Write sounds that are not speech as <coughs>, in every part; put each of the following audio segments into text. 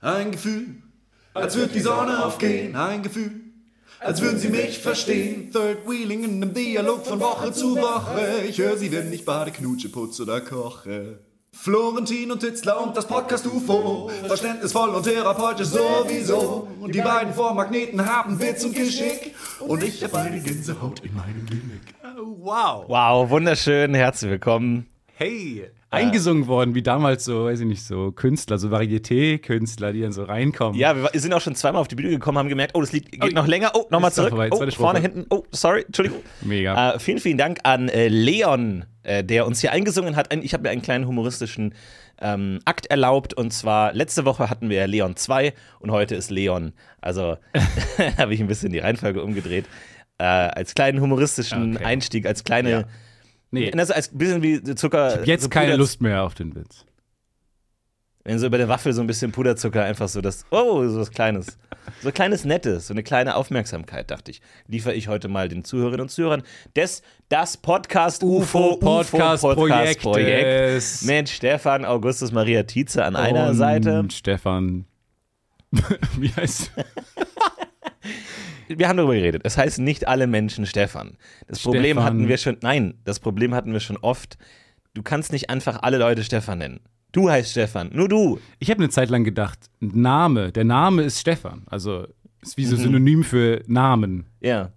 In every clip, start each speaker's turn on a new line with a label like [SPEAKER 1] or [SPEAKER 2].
[SPEAKER 1] Ein Gefühl, als würde die Sonne aufgehen. Ein Gefühl, als würden sie mich verstehen. Third Wheeling in einem Dialog von Woche zu Woche. Ich höre sie, wenn ich bade, knutsche, putze oder koche. Florentin und Titzler und das Podcast UFO. Verständnisvoll und therapeutisch sowieso. Und die beiden Vormagneten haben Witz und Geschick. Und ich hab eine Gänsehaut in meinem Gimmick.
[SPEAKER 2] Wow.
[SPEAKER 3] Wow, wunderschön. Herzlich willkommen.
[SPEAKER 2] Hey.
[SPEAKER 3] Äh,
[SPEAKER 4] eingesungen worden, wie damals so, weiß ich nicht, so Künstler, so Varieté-Künstler, die dann so reinkommen.
[SPEAKER 3] Ja, wir wa- sind auch schon zweimal auf die Bühne gekommen, haben gemerkt, oh, das Lied geht noch länger. Oh, nochmal
[SPEAKER 4] Ist doch
[SPEAKER 3] zurück.
[SPEAKER 4] vorbei,
[SPEAKER 3] oh,
[SPEAKER 4] zweite Strophe.
[SPEAKER 3] vorne, hinten. Oh, sorry, Entschuldigung.
[SPEAKER 4] Mega.
[SPEAKER 3] Äh, vielen, vielen Dank an äh, Leon, äh, der uns hier eingesungen hat. Ein, ich habe mir einen kleinen humoristischen ähm, Akt erlaubt. Und zwar, letzte Woche hatten wir Leon 2 und heute ist Leon. Also <laughs> habe ich ein bisschen die Reihenfolge umgedreht. Äh, als kleinen humoristischen
[SPEAKER 4] Okay.
[SPEAKER 3] Einstieg, als kleine.
[SPEAKER 4] Ja. Nee,
[SPEAKER 3] Also als bisschen wie Zucker.
[SPEAKER 4] jetzt
[SPEAKER 3] so
[SPEAKER 4] keine
[SPEAKER 3] Puderz-
[SPEAKER 4] Lust mehr auf den Witz.
[SPEAKER 3] Wenn so über der Waffel so ein bisschen Puderzucker einfach so das, oh, so was Kleines. So kleines Nettes, so eine kleine Aufmerksamkeit, dachte ich. Liefere ich heute mal den Zuhörerinnen und Zuhörern des, das Podcast UFO,
[SPEAKER 4] Podcast-
[SPEAKER 3] UFO Podcast
[SPEAKER 4] Projekt
[SPEAKER 3] Projekt.
[SPEAKER 4] des-
[SPEAKER 3] Mensch, Stefan Augustus Maria Tietze an einer Seite.
[SPEAKER 4] Und Stefan. <laughs> wie heißt
[SPEAKER 3] Wir haben darüber geredet. Es heißt nicht alle Menschen Stefan. Das Problem
[SPEAKER 4] Stefan.
[SPEAKER 3] hatten wir schon, nein, das Problem hatten wir schon oft. Du kannst nicht einfach alle Leute Stefan nennen. Du heißt Stefan, nur du.
[SPEAKER 4] Ich habe eine Zeit lang gedacht, Name, der Name ist Stefan. Also ist wie so
[SPEAKER 3] Mhm.
[SPEAKER 4] Synonym für Namen.
[SPEAKER 3] Ja.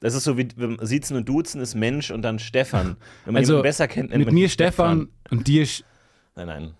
[SPEAKER 3] Das ist so wie wenn Siezen und Duzen ist Mensch und dann Stefan. Wenn man
[SPEAKER 4] Also
[SPEAKER 3] jemanden besser kennt, nennt
[SPEAKER 4] mit
[SPEAKER 3] man
[SPEAKER 4] mir
[SPEAKER 3] ihn
[SPEAKER 4] Stefan und dir Sch-
[SPEAKER 3] Nein, nein.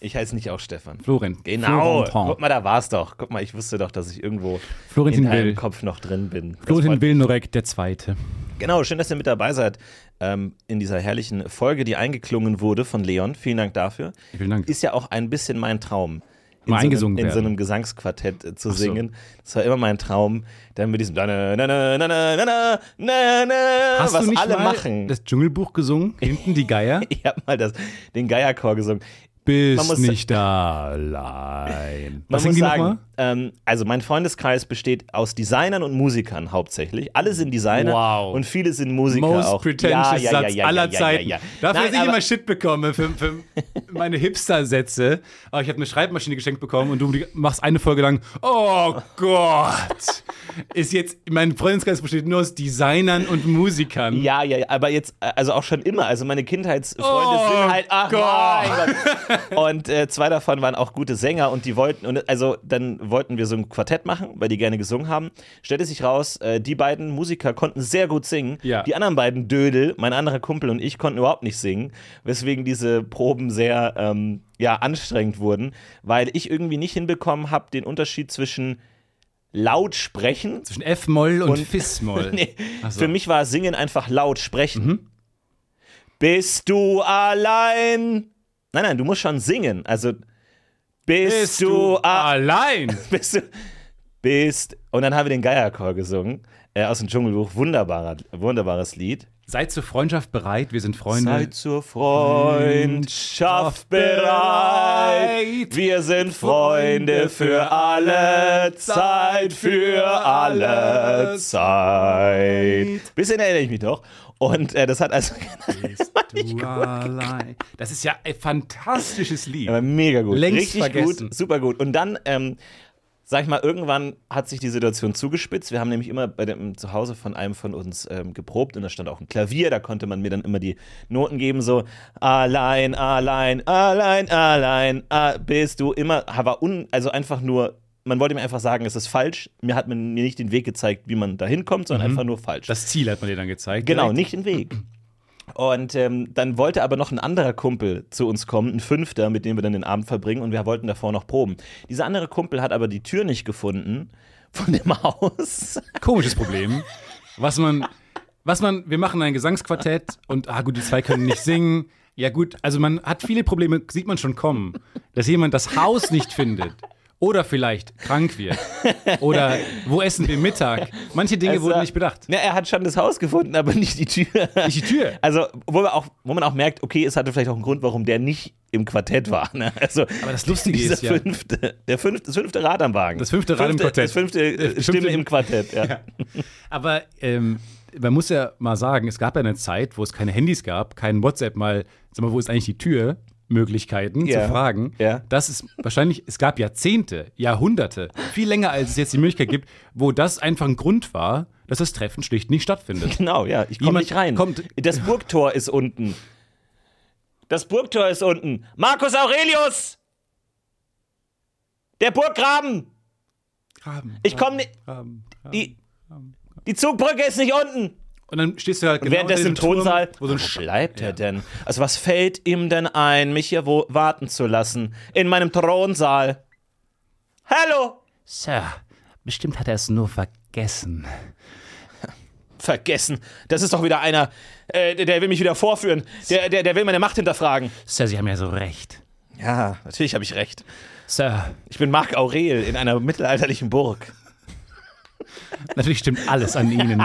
[SPEAKER 3] Ich heiße nicht auch Stefan.
[SPEAKER 4] Florent.
[SPEAKER 3] Genau.
[SPEAKER 4] Florentin.
[SPEAKER 3] Guck mal, da war's doch. Guck mal, ich wusste doch, dass ich irgendwo
[SPEAKER 4] Florentin
[SPEAKER 3] in deinem
[SPEAKER 4] Will.
[SPEAKER 3] Kopf noch drin bin. Das freut
[SPEAKER 4] Florentin
[SPEAKER 3] mich.
[SPEAKER 4] Wilnorek, der Zweite.
[SPEAKER 3] Genau, schön, dass ihr mit dabei seid ähm, in dieser herrlichen Folge, die eingeklungen wurde von Leon. Vielen Dank dafür.
[SPEAKER 4] Vielen Dank.
[SPEAKER 3] Ist ja auch ein bisschen mein Traum. In
[SPEAKER 4] Mal
[SPEAKER 3] so
[SPEAKER 4] eingesungen
[SPEAKER 3] einem, In so
[SPEAKER 4] werden.
[SPEAKER 3] einem Gesangsquartett äh, zu
[SPEAKER 4] so.
[SPEAKER 3] singen. Das war immer mein Traum. Dann mit diesem. Na, na, na, na, na, na, na, na, na,
[SPEAKER 4] Hast
[SPEAKER 3] Ah, was
[SPEAKER 4] du nicht
[SPEAKER 3] alle
[SPEAKER 4] mal
[SPEAKER 3] machen.
[SPEAKER 4] das Dschungelbuch gesungen? Hinten die Geier?
[SPEAKER 3] <laughs> Ich habe mal das, den Geierchor gesungen. Man muss-
[SPEAKER 4] Bist nicht allein.
[SPEAKER 3] Man muss
[SPEAKER 4] Was singen die
[SPEAKER 3] sagen,
[SPEAKER 4] nochmal?
[SPEAKER 3] ähm, also mein Freundeskreis besteht aus Designern und Musikern hauptsächlich. Alle sind Designer
[SPEAKER 4] Wow.
[SPEAKER 3] und viele sind Musiker
[SPEAKER 4] Most
[SPEAKER 3] auch.
[SPEAKER 4] pretentious Satz aller Zeiten. Dafür,
[SPEAKER 3] Nein,
[SPEAKER 4] dass ich
[SPEAKER 3] aber-
[SPEAKER 4] immer Shit bekomme für, für <laughs> meine Hipster-Sätze. Aber ich habe eine Schreibmaschine geschenkt bekommen und du machst eine Folge lang, oh Gott, ist jetzt, mein Freundeskreis besteht nur aus Designern und Musikern.
[SPEAKER 3] Ja, ja, ja, aber jetzt, äh, also auch schon immer. Also meine Kindheitsfreunde
[SPEAKER 4] Oh
[SPEAKER 3] sind halt, ach
[SPEAKER 4] Gott.
[SPEAKER 3] mein Gott. Und äh, zwei davon waren auch gute Sänger und die wollten, und also dann wollten wir so ein Quartett machen, weil die gerne gesungen haben. Stellte sich raus, äh, die beiden Musiker konnten sehr gut singen.
[SPEAKER 4] Ja.
[SPEAKER 3] Die anderen beiden Dödel, mein anderer Kumpel und ich, konnten überhaupt nicht singen, weswegen diese Proben sehr, ähm, ja, anstrengend wurden, weil ich irgendwie nicht hinbekommen habe, den Unterschied zwischen laut sprechen
[SPEAKER 4] Zwischen F-Moll und,
[SPEAKER 3] Und-
[SPEAKER 4] Fis-Moll.
[SPEAKER 3] <laughs> Nee.
[SPEAKER 4] Ach so. Mhm.
[SPEAKER 3] Für mich war Singen einfach laut sprechen. Bist du allein? Nein, nein, du musst schon singen. Also bist,
[SPEAKER 4] Bist
[SPEAKER 3] du,
[SPEAKER 4] du
[SPEAKER 3] a-
[SPEAKER 4] allein?
[SPEAKER 3] <laughs> bist du bist und dann haben wir den Geierchor gesungen äh, aus dem Dschungelbuch. Wunderbarer, wunderbares Lied.
[SPEAKER 4] Seid zur Freundschaft bereit, wir sind Freunde.
[SPEAKER 3] Seid zur Freundschaft bereit. Wir sind Freunde für alle Zeit, für alle Zeit. Bisschen erinnere ich mich doch. Und äh, das hat also <laughs>
[SPEAKER 4] du allein. Das ist ja ein fantastisches Lied.
[SPEAKER 3] Aber mega gut.
[SPEAKER 4] Längst
[SPEAKER 3] Richtig
[SPEAKER 4] vergessen.
[SPEAKER 3] gut, super gut. Und dann, ähm, sag ich mal, irgendwann hat sich die Situation zugespitzt. Wir haben nämlich immer bei dem zu Hause von einem von uns ähm, geprobt und da stand auch ein Klavier, da konnte man mir dann immer die Noten geben, so allein, allein, allein, allein, ah, bist du immer, aber un, also einfach nur. Man wollte mir einfach sagen, es ist falsch. Mir hat man mir nicht den Weg gezeigt, wie man da hinkommt, sondern
[SPEAKER 4] Mhm.
[SPEAKER 3] einfach nur falsch.
[SPEAKER 4] das Ziel hat man dir dann gezeigt.
[SPEAKER 3] Genau,
[SPEAKER 4] direkt.
[SPEAKER 3] nicht den Weg. Und ähm, dann wollte aber noch ein anderer Kumpel zu uns kommen, ein Fünfter, mit dem wir dann den Abend verbringen und wir wollten davor noch proben. Dieser andere Kumpel hat aber die Tür nicht gefunden von dem <laughs> Haus.
[SPEAKER 4] komisches Problem, was man, was man, wir machen ein Gesangsquartett und, ah gut, die zwei können nicht singen. Ja gut, also man hat viele Probleme, sieht man schon kommen, dass jemand das Haus nicht findet. Oder vielleicht krank wird. Oder wo essen wir Mittag? Manche Dinge
[SPEAKER 3] Also,
[SPEAKER 4] wurden nicht bedacht.
[SPEAKER 3] Na, er hat schon das Haus gefunden, aber nicht die Tür.
[SPEAKER 4] Nicht die Tür.
[SPEAKER 3] Also, wo man, auch, wo man auch merkt, okay, es hatte vielleicht auch einen Grund, warum der nicht im Quartett war. Ne? Also, aber
[SPEAKER 4] das Lustige
[SPEAKER 3] dieser
[SPEAKER 4] ist ja-
[SPEAKER 3] Fünfte, der fünfte, das fünfte Rad am Wagen.
[SPEAKER 4] Das fünfte Rad im Quartett.
[SPEAKER 3] Das fünfte äh,
[SPEAKER 4] Der fünfte-
[SPEAKER 3] Stimme im Quartett, ja.
[SPEAKER 4] Aber ähm, man muss ja mal sagen, es gab ja eine Zeit, wo es keine Handys gab, kein WhatsApp mal, sag mal, wo ist eigentlich die Tür? Möglichkeiten
[SPEAKER 3] Ja.
[SPEAKER 4] zu fragen.
[SPEAKER 3] Ja.
[SPEAKER 4] Das ist wahrscheinlich, es gab Jahrzehnte, Jahrhunderte, viel länger als es jetzt die Möglichkeit gibt, wo das einfach ein Grund war, dass das Treffen schlicht nicht stattfindet.
[SPEAKER 3] Genau, ja, ich komme
[SPEAKER 4] Jemand
[SPEAKER 3] nicht rein.
[SPEAKER 4] kommt-
[SPEAKER 3] Das Burgtor ist unten. Das Burgtor ist unten. Marcus Aurelius! Der Burggraben!
[SPEAKER 4] Graben,
[SPEAKER 3] Ich komme nicht.
[SPEAKER 4] Graben, Graben.
[SPEAKER 3] Die, die Zugbrücke ist nicht unten!
[SPEAKER 4] Und dann stehst du halt genau
[SPEAKER 3] Währenddessen im
[SPEAKER 4] unter diesem
[SPEAKER 3] Tonsaal.
[SPEAKER 4] Turm,
[SPEAKER 3] Wo,
[SPEAKER 4] Wo so ein Sch-
[SPEAKER 3] bleibt er denn? Also, was fällt ihm denn ein, mich hier wo warten zu lassen? In meinem Thronsaal. Hallo!
[SPEAKER 4] Sir, bestimmt hat er es nur vergessen.
[SPEAKER 3] Vergessen. Das ist doch wieder einer, äh, der- der will mich wieder vorführen. Der, der, der will meine Macht hinterfragen.
[SPEAKER 4] Sir, Sie haben ja so recht.
[SPEAKER 3] Ja, natürlich habe ich recht.
[SPEAKER 4] Sir,
[SPEAKER 3] Ich bin Marc Aurel in einer mittelalterlichen Burg.
[SPEAKER 4] natürlich stimmt alles an Ihnen.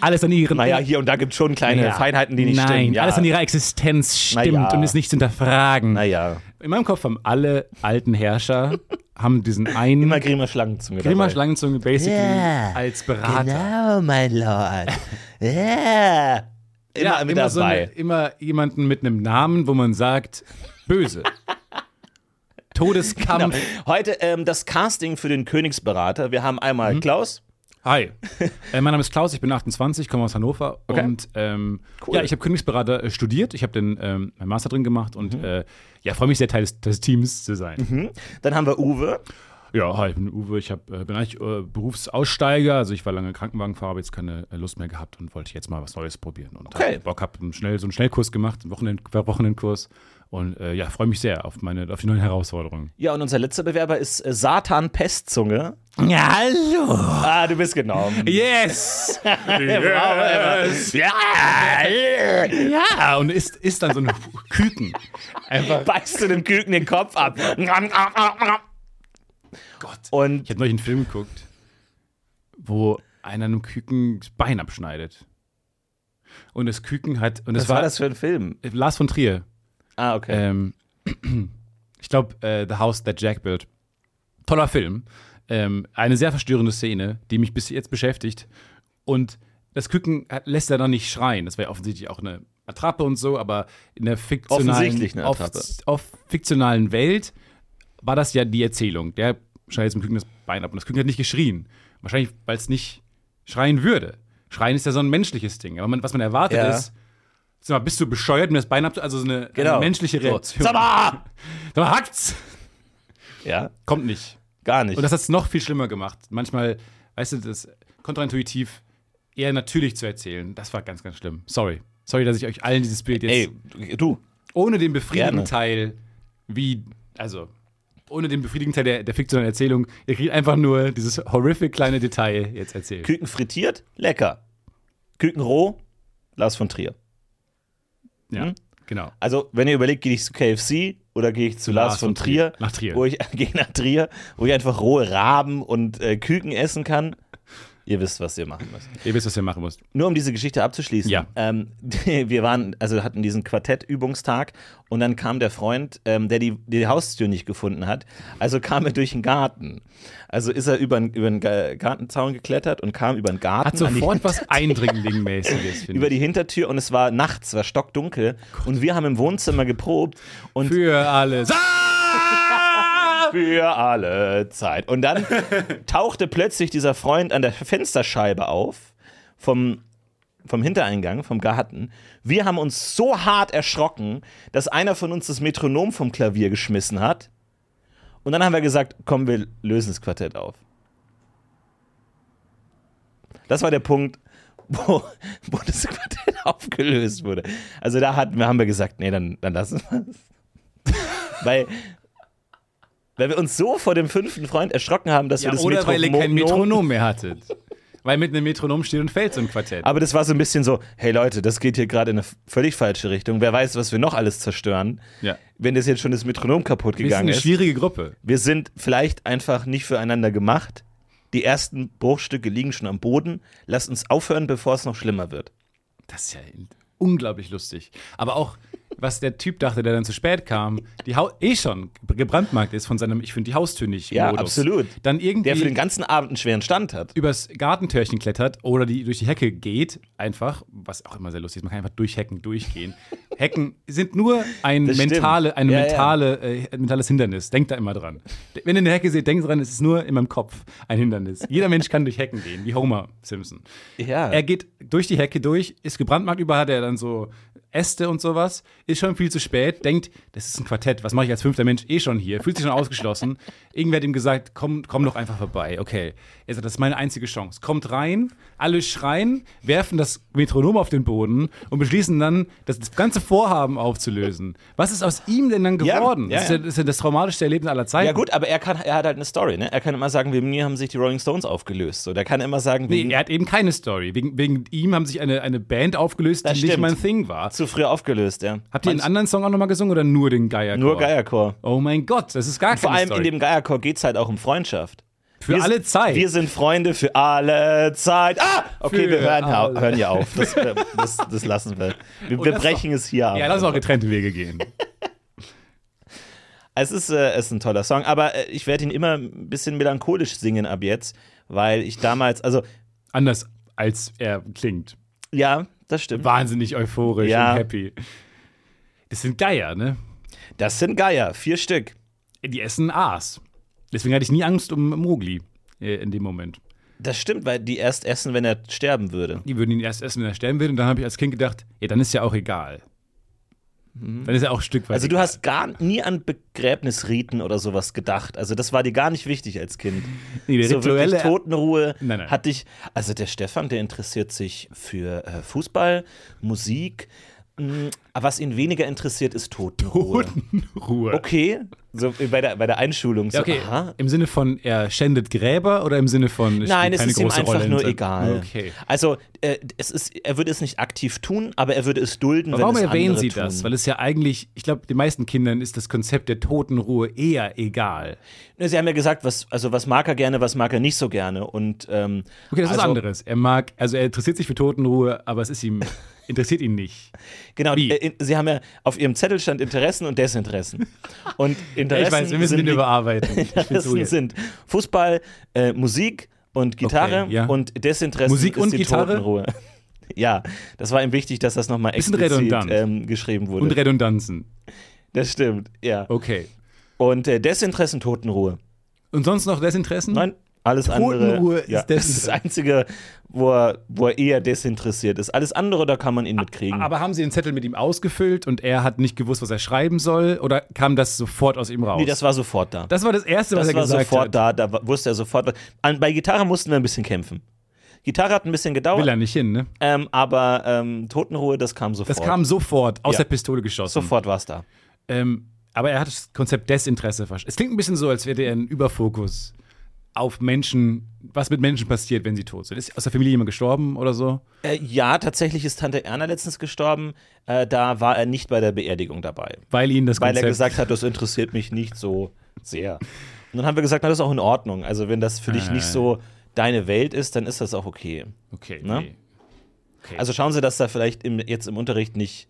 [SPEAKER 4] Alles an Ihren.
[SPEAKER 3] Naja, hier und da gibt es schon kleine
[SPEAKER 4] Ja.
[SPEAKER 3] Feinheiten, die nicht
[SPEAKER 4] Nein,
[SPEAKER 3] stimmen. Ja.
[SPEAKER 4] alles an ihrer Existenz stimmt
[SPEAKER 3] ja.
[SPEAKER 4] und ist nicht zu hinterfragen.
[SPEAKER 3] Naja,
[SPEAKER 4] In meinem Kopf haben alle alten Herrscher haben diesen einen
[SPEAKER 3] immer Grima Schlangenzunge.
[SPEAKER 4] Grimmer
[SPEAKER 3] dabei.
[SPEAKER 4] Schlangenzunge basically
[SPEAKER 3] Ja,
[SPEAKER 4] als Berater.
[SPEAKER 3] Genau, mein
[SPEAKER 4] <laughs>
[SPEAKER 3] Lord. Yeah. Immer
[SPEAKER 4] ja,
[SPEAKER 3] mit
[SPEAKER 4] immer,
[SPEAKER 3] dabei.
[SPEAKER 4] so eine, immer jemanden mit einem Namen, wo man sagt,
[SPEAKER 3] <laughs>
[SPEAKER 4] böse. Todeskampf.
[SPEAKER 3] Heute ähm, das Casting für den Königsberater. Wir haben
[SPEAKER 4] Mhm.
[SPEAKER 3] einmal Klaus.
[SPEAKER 4] Hi, äh, mein Name ist Klaus, ich bin 28, komme aus Hannover
[SPEAKER 3] Okay.
[SPEAKER 4] und ähm,
[SPEAKER 3] Cool.
[SPEAKER 4] ja, ich habe Königsberater äh, studiert, ich habe den ähm, meinen Master drin gemacht und
[SPEAKER 3] Mhm.
[SPEAKER 4] äh, ja, freue mich sehr, Teil des, des Teams zu sein.
[SPEAKER 3] Dann haben wir Uwe.
[SPEAKER 4] Ja, hi, ich bin Uwe. Ich hab, äh, bin eigentlich äh, Berufsaussteiger. Also ich war lange Krankenwagenfahrer, habe jetzt keine äh, Lust mehr gehabt und wollte jetzt mal was Neues probieren. Und
[SPEAKER 3] Okay.
[SPEAKER 4] hab Bock habe schnell so einen Schnellkurs gemacht, einen Wochenend Wochenendkurs. Und äh, ja, freue mich sehr auf, meine, auf die neuen Herausforderungen.
[SPEAKER 3] Ja, und unser letzter Bewerber ist äh, Satan Pestzunge.
[SPEAKER 4] Ja, hallo.
[SPEAKER 3] Ah, du bist
[SPEAKER 4] <laughs>
[SPEAKER 3] genommen. <laughs>
[SPEAKER 4] Yes.
[SPEAKER 3] Yes. Ja, yeah.
[SPEAKER 4] ja, und ist, ist dann so ein Küken. Einfach.
[SPEAKER 3] Beißt du dem Küken den Kopf
[SPEAKER 4] <laughs>
[SPEAKER 3] ab.
[SPEAKER 4] Gott.
[SPEAKER 3] Und
[SPEAKER 4] Ich habe neulich einen Film geguckt, wo einer einem Küken das Bein abschneidet. Und das Äh, Küken hat. Und es
[SPEAKER 3] was war das für ein Film?
[SPEAKER 4] Lars von Trier.
[SPEAKER 3] Ah, okay.
[SPEAKER 4] Ähm, <clears throat> ich glaube, äh, The House That Jack Built. Toller Film. Ähm, eine sehr verstörende Szene, die mich bis jetzt beschäftigt. Und das Küken hat- lässt er dann nicht schreien. Das wäre offensichtlich auch eine Attrappe und so, aber in der fiktionalen,
[SPEAKER 3] Offensichtlich eine
[SPEAKER 4] auf,
[SPEAKER 3] Attrappe.
[SPEAKER 4] auf fiktionalen Welt war das ja die Erzählung. Der schneidet dem Küken das Bein ab und das Küken hat nicht geschrien. Wahrscheinlich, weil es nicht schreien würde. Schreien ist ja so ein menschliches Ding. Aber man, was man erwartet
[SPEAKER 3] Ja.
[SPEAKER 4] ist, sag mal, bist du bescheuert, mir das Bein ab, also so eine,
[SPEAKER 3] Genau.
[SPEAKER 4] eine menschliche
[SPEAKER 3] So.
[SPEAKER 4] Reaktion.
[SPEAKER 3] Sag
[SPEAKER 4] <laughs>
[SPEAKER 3] mal!
[SPEAKER 4] Sag mal, hackt's!
[SPEAKER 3] Ja,
[SPEAKER 4] Kommt nicht.
[SPEAKER 3] gar nicht.
[SPEAKER 4] Und das hat's noch viel schlimmer gemacht. Manchmal, weißt du, das ist kontraintuitiv eher natürlich zu erzählen. Das war ganz, ganz schlimm. Sorry. Sorry, dass ich euch allen dieses Bild jetzt
[SPEAKER 3] Ey, du,
[SPEAKER 4] ohne den befriedigenden
[SPEAKER 3] Gerne.
[SPEAKER 4] Teil, wie, also, ohne den befriedigenden Teil der, der fiktionalen Erzählung, ihr kriegt einfach nur dieses horrific kleine Detail jetzt erzählt.
[SPEAKER 3] Küken frittiert, lecker. Küken roh, Lars von Trier.
[SPEAKER 4] ja, genau.
[SPEAKER 3] Also, wenn ihr überlegt, gehe ich zu KFC oder gehe ich zu Lars, von Trier,
[SPEAKER 4] Nach Trier.
[SPEAKER 3] wo ich <laughs> gehe nach Trier, wo ich einfach rohe Raben und äh, Küken essen kann. Ihr wisst, was ihr machen müsst.
[SPEAKER 4] Ihr wisst, was ihr machen müsst.
[SPEAKER 3] Nur um diese Geschichte abzuschließen.
[SPEAKER 4] Ja.
[SPEAKER 3] Ähm, <laughs> wir waren, also hatten diesen Quartettübungstag und dann kam der Freund, ähm, der die, die Haustür nicht gefunden hat. Also kam er durch den Garten. Also ist er über, den- über den Ga- Gartenzaun geklettert und kam über den Garten.
[SPEAKER 4] Hat
[SPEAKER 3] an die
[SPEAKER 4] sofort was Eindringlingmäßiges,
[SPEAKER 3] <laughs>
[SPEAKER 4] finde
[SPEAKER 3] über
[SPEAKER 4] ich.
[SPEAKER 3] die Hintertür und es war nachts, war stockdunkel und wir haben im Wohnzimmer geprobt und
[SPEAKER 4] Für alles.
[SPEAKER 3] für alle Zeit. Und
[SPEAKER 4] <laughs>
[SPEAKER 3] dann tauchte plötzlich dieser Freund an der Fensterscheibe auf vom vom Hintereingang, vom Garten. Wir haben uns so hart erschrocken, dass einer von uns das Metronom vom Klavier geschmissen hat. Und dann haben wir gesagt, komm, wir lösen das Quartett auf. Das war der Punkt, <laughs> wo, wo das Quartett <laughs> aufgelöst wurde. Also da hatten wir, haben wir gesagt, nee, dann, dann lassen wir es.
[SPEAKER 4] <laughs>
[SPEAKER 3] weil, weil wir uns so vor dem fünften Freund erschrocken haben, dass wir
[SPEAKER 4] Ja,
[SPEAKER 3] das
[SPEAKER 4] oder weil ihr kein
[SPEAKER 3] Metronom
[SPEAKER 4] Metronom mehr hattet. Weil mit einem Metronom steht und fällt so ein Quartett.
[SPEAKER 3] Aber das war so ein bisschen so, hey Leute, das geht hier gerade in eine völlig falsche Richtung. Wer weiß, was wir noch alles zerstören,
[SPEAKER 4] ja.
[SPEAKER 3] wenn das jetzt schon das Metronom kaputt
[SPEAKER 4] Wir sind
[SPEAKER 3] gegangen
[SPEAKER 4] eine
[SPEAKER 3] ist.
[SPEAKER 4] schwierige Gruppe.
[SPEAKER 3] Wir sind vielleicht einfach nicht füreinander gemacht. Die ersten Bruchstücke liegen schon am Boden. Lasst uns aufhören, bevor es noch schlimmer wird.
[SPEAKER 4] Das ist ja unglaublich lustig. Aber auch, was der Typ dachte, der dann zu spät kam, die Hau eh schon gebrandmarkt ist von seinem Ich finde die Haustür nicht.
[SPEAKER 3] Ja,
[SPEAKER 4] Modus.
[SPEAKER 3] absolut.
[SPEAKER 4] Dann irgendwie
[SPEAKER 3] Der für den ganzen Abend einen schweren Stand hat.
[SPEAKER 4] übers Gartentörchen klettert oder die durch die Hecke geht, einfach, was auch immer sehr lustig ist. Man kann einfach durch Hecken durchgehen. Hecken sind nur ein,
[SPEAKER 3] Das stimmt.
[SPEAKER 4] mentale, ein
[SPEAKER 3] Ja, ja.
[SPEAKER 4] mentale, Äh, ein mentales Hindernis. Denkt da immer dran. Wenn ihr eine Hecke seht, denkt dran, es ist nur in meinem Kopf ein Hindernis. Jeder Mensch kann durch Hecken gehen, wie Homer Simpson.
[SPEAKER 3] Ja.
[SPEAKER 4] Er geht durch die Hecke durch, ist gebrandmarkt, überall hat er dann so Äste und sowas, ist schon viel zu spät, denkt, das ist ein Quartett, was mache ich als fünfter Mensch eh schon hier, fühlt sich schon ausgeschlossen. Irgendwer hat ihm gesagt, komm, komm doch einfach vorbei, okay. Er sagt, das ist meine einzige Chance. Kommt rein, alle schreien, werfen das Metronom auf den Boden und beschließen dann, das ganze Vorhaben aufzulösen. Was ist aus ihm denn dann
[SPEAKER 3] Ja,
[SPEAKER 4] geworden?
[SPEAKER 3] ja,
[SPEAKER 4] das, ist ja,
[SPEAKER 3] ja.
[SPEAKER 4] das ist ja das traumatischste Erlebnis aller Zeiten.
[SPEAKER 3] Ja gut, aber er, kann, er hat halt eine Story, ne? Er kann immer sagen, wegen mir haben sich die Rolling Stones aufgelöst. So, der kann immer sagen, wegen
[SPEAKER 4] Nee, er hat eben keine Story. Wegen, wegen ihm haben sich eine, eine Band aufgelöst,
[SPEAKER 3] Das
[SPEAKER 4] die nicht
[SPEAKER 3] stimmt.
[SPEAKER 4] mein Thing war.
[SPEAKER 3] zu früh aufgelöst, ja.
[SPEAKER 4] Habt ihr einen
[SPEAKER 3] Manch-
[SPEAKER 4] anderen Song auch nochmal gesungen oder nur den Geierchor?
[SPEAKER 3] Nur Geierchor.
[SPEAKER 4] Oh mein Gott, das ist gar
[SPEAKER 3] Vor
[SPEAKER 4] keine
[SPEAKER 3] allem
[SPEAKER 4] Story.
[SPEAKER 3] in dem Geierchor geht es halt auch um Freundschaft.
[SPEAKER 4] Für
[SPEAKER 3] Wir-
[SPEAKER 4] alle Zeit.
[SPEAKER 3] Wir sind Freunde für alle Zeit. Ah! Okay,
[SPEAKER 4] Für
[SPEAKER 3] wir hören, hau-
[SPEAKER 4] alle. Oh,
[SPEAKER 3] hören hier auf. Das, äh, das, das lassen wir. Wir, wir
[SPEAKER 4] lass
[SPEAKER 3] brechen es hier ab.
[SPEAKER 4] ja, lass uns auch getrennte Wege
[SPEAKER 3] <laughs>
[SPEAKER 4] gehen.
[SPEAKER 3] es, ist, äh, es ist ein toller Song, aber äh, ich werde ihn immer ein bisschen melancholisch singen ab jetzt, weil ich damals, also
[SPEAKER 4] Anders als er klingt.
[SPEAKER 3] ja, das stimmt.
[SPEAKER 4] Wahnsinnig euphorisch
[SPEAKER 3] Ja.
[SPEAKER 4] und happy. Das sind Geier, ne?
[SPEAKER 3] Das sind Geier, vier Stück.
[SPEAKER 4] Die essen Aas. Deswegen hatte ich nie Angst um Mogli äh, in dem Moment.
[SPEAKER 3] Das stimmt, weil die erst essen, wenn er sterben würde.
[SPEAKER 4] Die würden ihn erst essen, wenn er sterben würde. Und dann habe ich als Kind gedacht, ja, dann ist ja auch egal. Dann ist ja auch ein Stück weit.
[SPEAKER 3] Also du
[SPEAKER 4] egal.
[SPEAKER 3] hast gar nie an Begräbnisriten oder sowas gedacht. Also das war dir gar nicht wichtig als Kind.
[SPEAKER 4] Nee, der
[SPEAKER 3] so
[SPEAKER 4] rituelle-
[SPEAKER 3] wirklich Totenruhe
[SPEAKER 4] Nein, nein.
[SPEAKER 3] hat dich. Also der Stefan, der interessiert sich für äh, Fußball, Musik. mh, Aber was ihn weniger interessiert, ist Totenruhe.
[SPEAKER 4] Ruhe.
[SPEAKER 3] Okay, so bei der, bei der Einschulung. So,
[SPEAKER 4] Ja, okay.
[SPEAKER 3] aha.
[SPEAKER 4] Im Sinne von, er schändet Gräber oder im Sinne von, es
[SPEAKER 3] Nein,
[SPEAKER 4] spielt
[SPEAKER 3] es
[SPEAKER 4] keine
[SPEAKER 3] ist ihm
[SPEAKER 4] große
[SPEAKER 3] einfach
[SPEAKER 4] Rolle
[SPEAKER 3] nur
[SPEAKER 4] hinter-
[SPEAKER 3] egal.
[SPEAKER 4] Okay.
[SPEAKER 3] Also äh, es ist, er würde es nicht aktiv tun, aber er würde es dulden,
[SPEAKER 4] Aber Warum
[SPEAKER 3] wenn es
[SPEAKER 4] erwähnen
[SPEAKER 3] andere
[SPEAKER 4] Sie
[SPEAKER 3] tun.
[SPEAKER 4] das? Weil es ja eigentlich, ich glaube, den meisten Kindern ist das Konzept der Totenruhe eher egal.
[SPEAKER 3] Ne, Sie haben ja gesagt, was, also was mag er gerne, was mag er nicht so gerne. Und, ähm,
[SPEAKER 4] Okay, das
[SPEAKER 3] also,
[SPEAKER 4] ist anderes. Er mag, also er interessiert sich für Totenruhe, aber es
[SPEAKER 3] <laughs>
[SPEAKER 4] ist ihm, interessiert ihn nicht.
[SPEAKER 3] Genau,
[SPEAKER 4] Wie?
[SPEAKER 3] äh, in- Sie haben ja auf Ihrem Zettel stand Interessen und Desinteressen.
[SPEAKER 4] <laughs>
[SPEAKER 3] Und Interessen
[SPEAKER 4] ich weiß, wir müssen
[SPEAKER 3] sind,
[SPEAKER 4] ihn
[SPEAKER 3] die-
[SPEAKER 4] überarbeiten.
[SPEAKER 3] <laughs>
[SPEAKER 4] Ich find's
[SPEAKER 3] Interessen
[SPEAKER 4] weird.
[SPEAKER 3] sind Fußball, äh, Musik und Gitarre
[SPEAKER 4] ja.
[SPEAKER 3] und Desinteressen
[SPEAKER 4] Musik
[SPEAKER 3] ist
[SPEAKER 4] und
[SPEAKER 3] die
[SPEAKER 4] Gitarre?
[SPEAKER 3] Totenruhe. <laughs> Ja, das war ihm wichtig, dass das nochmal
[SPEAKER 4] Bisschen
[SPEAKER 3] explizit
[SPEAKER 4] redundant.
[SPEAKER 3] ähm, geschrieben wurde.
[SPEAKER 4] Und Oh. Redundanzen.
[SPEAKER 3] das stimmt, ja.
[SPEAKER 4] Okay.
[SPEAKER 3] Und äh, Desinteressen, Totenruhe.
[SPEAKER 4] Und sonst noch Desinteressen?
[SPEAKER 3] Nein, alles andere.
[SPEAKER 4] Totenruhe ist
[SPEAKER 3] ja, <laughs> das ist das Einzige, wo er, wo er eher desinteressiert ist. Alles andere, da kann man ihn mitkriegen.
[SPEAKER 4] Aber haben Sie den Zettel mit ihm ausgefüllt und er hat nicht gewusst, was er schreiben soll? Oder kam das sofort aus ihm raus?
[SPEAKER 3] nee, das war sofort da.
[SPEAKER 4] Das war das Erste, was
[SPEAKER 3] Das
[SPEAKER 4] er
[SPEAKER 3] war
[SPEAKER 4] gesagt
[SPEAKER 3] sofort
[SPEAKER 4] hat.
[SPEAKER 3] da, da wa- wusste er sofort. was- An, bei Gitarre mussten wir ein bisschen kämpfen. Gitarre hat ein bisschen
[SPEAKER 4] Will
[SPEAKER 3] gedauert,
[SPEAKER 4] er nicht hin, ne?
[SPEAKER 3] ähm, aber ähm, Totenruhe, das kam sofort.
[SPEAKER 4] Das kam sofort aus
[SPEAKER 3] Ja.
[SPEAKER 4] der Pistole geschossen.
[SPEAKER 3] sofort war es da.
[SPEAKER 4] Ähm, aber er hat das Konzept Desinteresse verstanden. Es klingt ein bisschen so, als wäre er ein Überfokus auf Menschen, was mit Menschen passiert, wenn sie tot sind. Ist aus der Familie jemand gestorben oder so?
[SPEAKER 3] Äh, ja, tatsächlich ist Tante Erna letztens gestorben. Äh, da war er nicht bei der Beerdigung dabei,
[SPEAKER 4] Weil ihnen das
[SPEAKER 3] weil
[SPEAKER 4] Konzept.
[SPEAKER 3] er gesagt hat, das interessiert mich nicht so sehr. Und dann haben wir gesagt, na, das ist auch in Ordnung. Also wenn das für dich
[SPEAKER 4] Ah.
[SPEAKER 3] nicht so deine Welt ist, dann ist das auch okay.
[SPEAKER 4] okay,
[SPEAKER 3] ne?
[SPEAKER 4] nee. Okay.
[SPEAKER 3] Also schauen Sie, dass da vielleicht im, jetzt im Unterricht nicht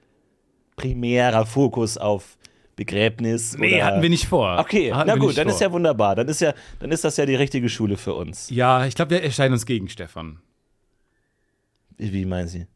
[SPEAKER 3] primärer Fokus auf Begräbnis
[SPEAKER 4] nee,
[SPEAKER 3] oder
[SPEAKER 4] hatten wir nicht vor.
[SPEAKER 3] Okay,
[SPEAKER 4] hatten
[SPEAKER 3] na
[SPEAKER 4] wir
[SPEAKER 3] gut,
[SPEAKER 4] nicht
[SPEAKER 3] dann
[SPEAKER 4] vor.
[SPEAKER 3] ist ja wunderbar. Dann ist ja, dann ist das ja die richtige Schule für uns.
[SPEAKER 4] Ja, ich glaube, wir erscheinen uns gegen, Stefan.
[SPEAKER 3] Wie meinen Sie?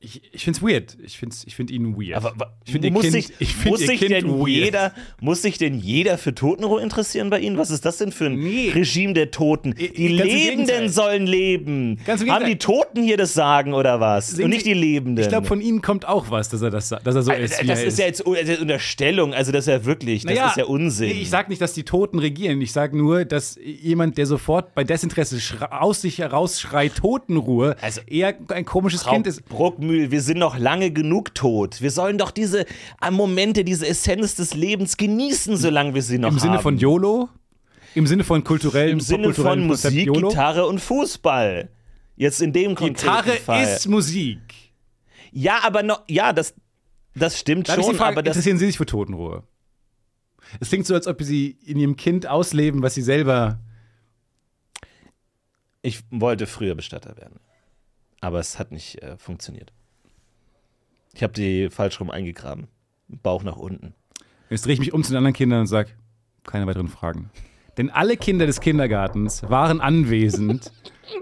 [SPEAKER 4] Ich, ich find's weird. Ich find's, ich find ihn weird.
[SPEAKER 3] Aber wa-
[SPEAKER 4] ich find ihr
[SPEAKER 3] muss
[SPEAKER 4] Kind,
[SPEAKER 3] sich,
[SPEAKER 4] ich find
[SPEAKER 3] muss
[SPEAKER 4] ihr
[SPEAKER 3] sich
[SPEAKER 4] kind
[SPEAKER 3] denn
[SPEAKER 4] weird.
[SPEAKER 3] jeder, muss sich denn jeder für Totenruhe interessieren bei Ihnen? Was ist das denn für ein
[SPEAKER 4] Nee.
[SPEAKER 3] Regime der Toten? Die
[SPEAKER 4] I- ganz im Gegenteil.
[SPEAKER 3] Lebenden sollen leben.
[SPEAKER 4] Ganz im
[SPEAKER 3] Haben
[SPEAKER 4] Gegenteil.
[SPEAKER 3] die Toten hier das Sagen oder was?
[SPEAKER 4] Sehen
[SPEAKER 3] Und nicht
[SPEAKER 4] Sie,
[SPEAKER 3] die Lebenden.
[SPEAKER 4] Ich glaube, von ihnen kommt auch was, dass er, das, sa- dass er so
[SPEAKER 3] Äh,
[SPEAKER 4] ist. wie
[SPEAKER 3] das
[SPEAKER 4] er
[SPEAKER 3] ist ja jetzt das ist Unterstellung, also das ist ja wirklich, das
[SPEAKER 4] Naja,
[SPEAKER 3] ist ja Unsinn.
[SPEAKER 4] Nee, ich sag nicht, dass die Toten regieren. Ich sag nur, dass jemand, der sofort bei Desinteresse schra- aus sich herausschreit Totenruhe,
[SPEAKER 3] Also-
[SPEAKER 4] eher ein komisches
[SPEAKER 3] Frau
[SPEAKER 4] Kind ist.
[SPEAKER 3] Bruckmühl, wir sind noch lange genug tot. Wir sollen doch diese äh, Momente, diese Essenz des Lebens genießen, solange wir sie noch
[SPEAKER 4] Im
[SPEAKER 3] haben.
[SPEAKER 4] Sinne von YOLO? Im Sinne von kulturellen
[SPEAKER 3] Im Sinne von
[SPEAKER 4] popkulturellen Konzept
[SPEAKER 3] Musik,
[SPEAKER 4] YOLO?
[SPEAKER 3] Gitarre und Fußball. Jetzt in dem konkreten
[SPEAKER 4] Gitarre
[SPEAKER 3] Fall.
[SPEAKER 4] ist Musik.
[SPEAKER 3] ja, aber noch, ja, das, das stimmt
[SPEAKER 4] Darf ich
[SPEAKER 3] schon,
[SPEAKER 4] Sie fragen,
[SPEAKER 3] aber das,
[SPEAKER 4] interessieren Sie sich für Totenruhe? Es klingt so, als ob Sie in Ihrem Kind ausleben, was Sie selber.
[SPEAKER 3] ich wollte früher Bestatter werden. Aber es hat nicht äh, funktioniert. Ich habe die falsch rum eingegraben. Bauch nach unten.
[SPEAKER 4] Jetzt drehe ich mich um zu den anderen Kindern und sage: keine weiteren Fragen. Denn alle Kinder des Kindergartens
[SPEAKER 3] <laughs>
[SPEAKER 4] waren anwesend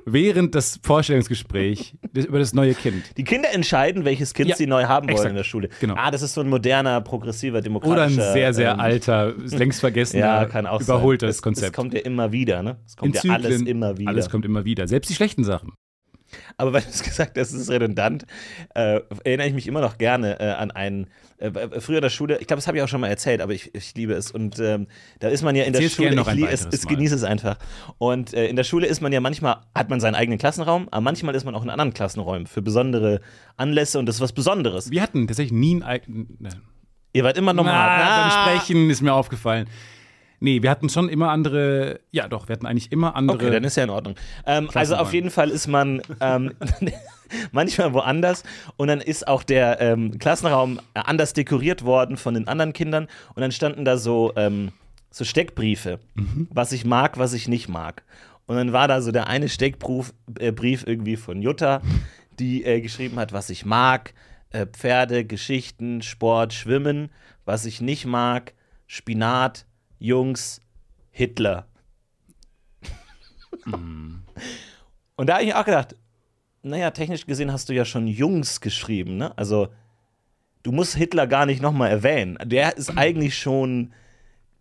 [SPEAKER 4] während das Vorstellungsgespräch des- über das neue Kind.
[SPEAKER 3] Die Kinder entscheiden, welches Kind
[SPEAKER 4] Ja,
[SPEAKER 3] sie neu haben wollen
[SPEAKER 4] exakt.
[SPEAKER 3] in der Schule.
[SPEAKER 4] Genau.
[SPEAKER 3] Ah, das ist so ein moderner, progressiver,
[SPEAKER 4] Oder ein
[SPEAKER 3] demokratischer.
[SPEAKER 4] sehr, sehr
[SPEAKER 3] ähm,
[SPEAKER 4] alter, längst
[SPEAKER 3] Ja,
[SPEAKER 4] vergessener,
[SPEAKER 3] kann auch sein.
[SPEAKER 4] überholtes
[SPEAKER 3] Es- Es
[SPEAKER 4] Konzept.
[SPEAKER 3] kommt ja immer wieder, ne? Es kommt ja alles
[SPEAKER 4] Zyklen,
[SPEAKER 3] immer wieder.
[SPEAKER 4] Alles kommt immer wieder. Selbst die schlechten Sachen.
[SPEAKER 3] Aber weil du es <laughs> gesagt hast, es ist redundant, äh, erinnere ich mich immer noch gerne äh, an einen. Äh, äh, früher in der Schule, ich glaube, das habe ich auch schon mal erzählt, aber ich, ich liebe es. Und ähm, da ist man ja in der
[SPEAKER 4] Erzähl's
[SPEAKER 3] Schule,
[SPEAKER 4] gerne noch
[SPEAKER 3] ich,
[SPEAKER 4] ein
[SPEAKER 3] lie- es,
[SPEAKER 4] weiteres
[SPEAKER 3] es
[SPEAKER 4] Mal.
[SPEAKER 3] genieße es einfach. Und äh, in der Schule ist man ja manchmal, hat man seinen eigenen Klassenraum, aber manchmal ist man auch in anderen Klassenräumen für besondere Anlässe und das ist was Besonderes.
[SPEAKER 4] Wir hatten tatsächlich nie einen eigenen. ne.
[SPEAKER 3] Ihr wart immer normal.
[SPEAKER 4] Na,
[SPEAKER 3] Ah.
[SPEAKER 4] beim Sprechen ist mir aufgefallen. Nee, wir hatten schon immer andere. Ja, doch, wir hatten eigentlich immer andere.
[SPEAKER 3] Okay, dann ist ja in Ordnung. Ähm, also auf jeden Fall ist man ähm, <laughs> manchmal woanders und dann ist auch der ähm, Klassenraum anders dekoriert worden von den anderen Kindern und dann standen da so, ähm, so Steckbriefe, was ich mag, was ich nicht mag. Und dann war da so der eine Steckbrief äh, Brief irgendwie von Jutta, die äh, geschrieben hat, was ich mag, äh, Pferde, Geschichten, Sport, Schwimmen, was ich nicht mag, Spinat, Jungs, Hitler. Und da habe ich mir auch gedacht, naja, technisch gesehen hast du ja schon Jungs geschrieben, ne? Also, du musst Hitler gar nicht nochmal erwähnen. Der
[SPEAKER 4] <clears throat>
[SPEAKER 3] ist eigentlich schon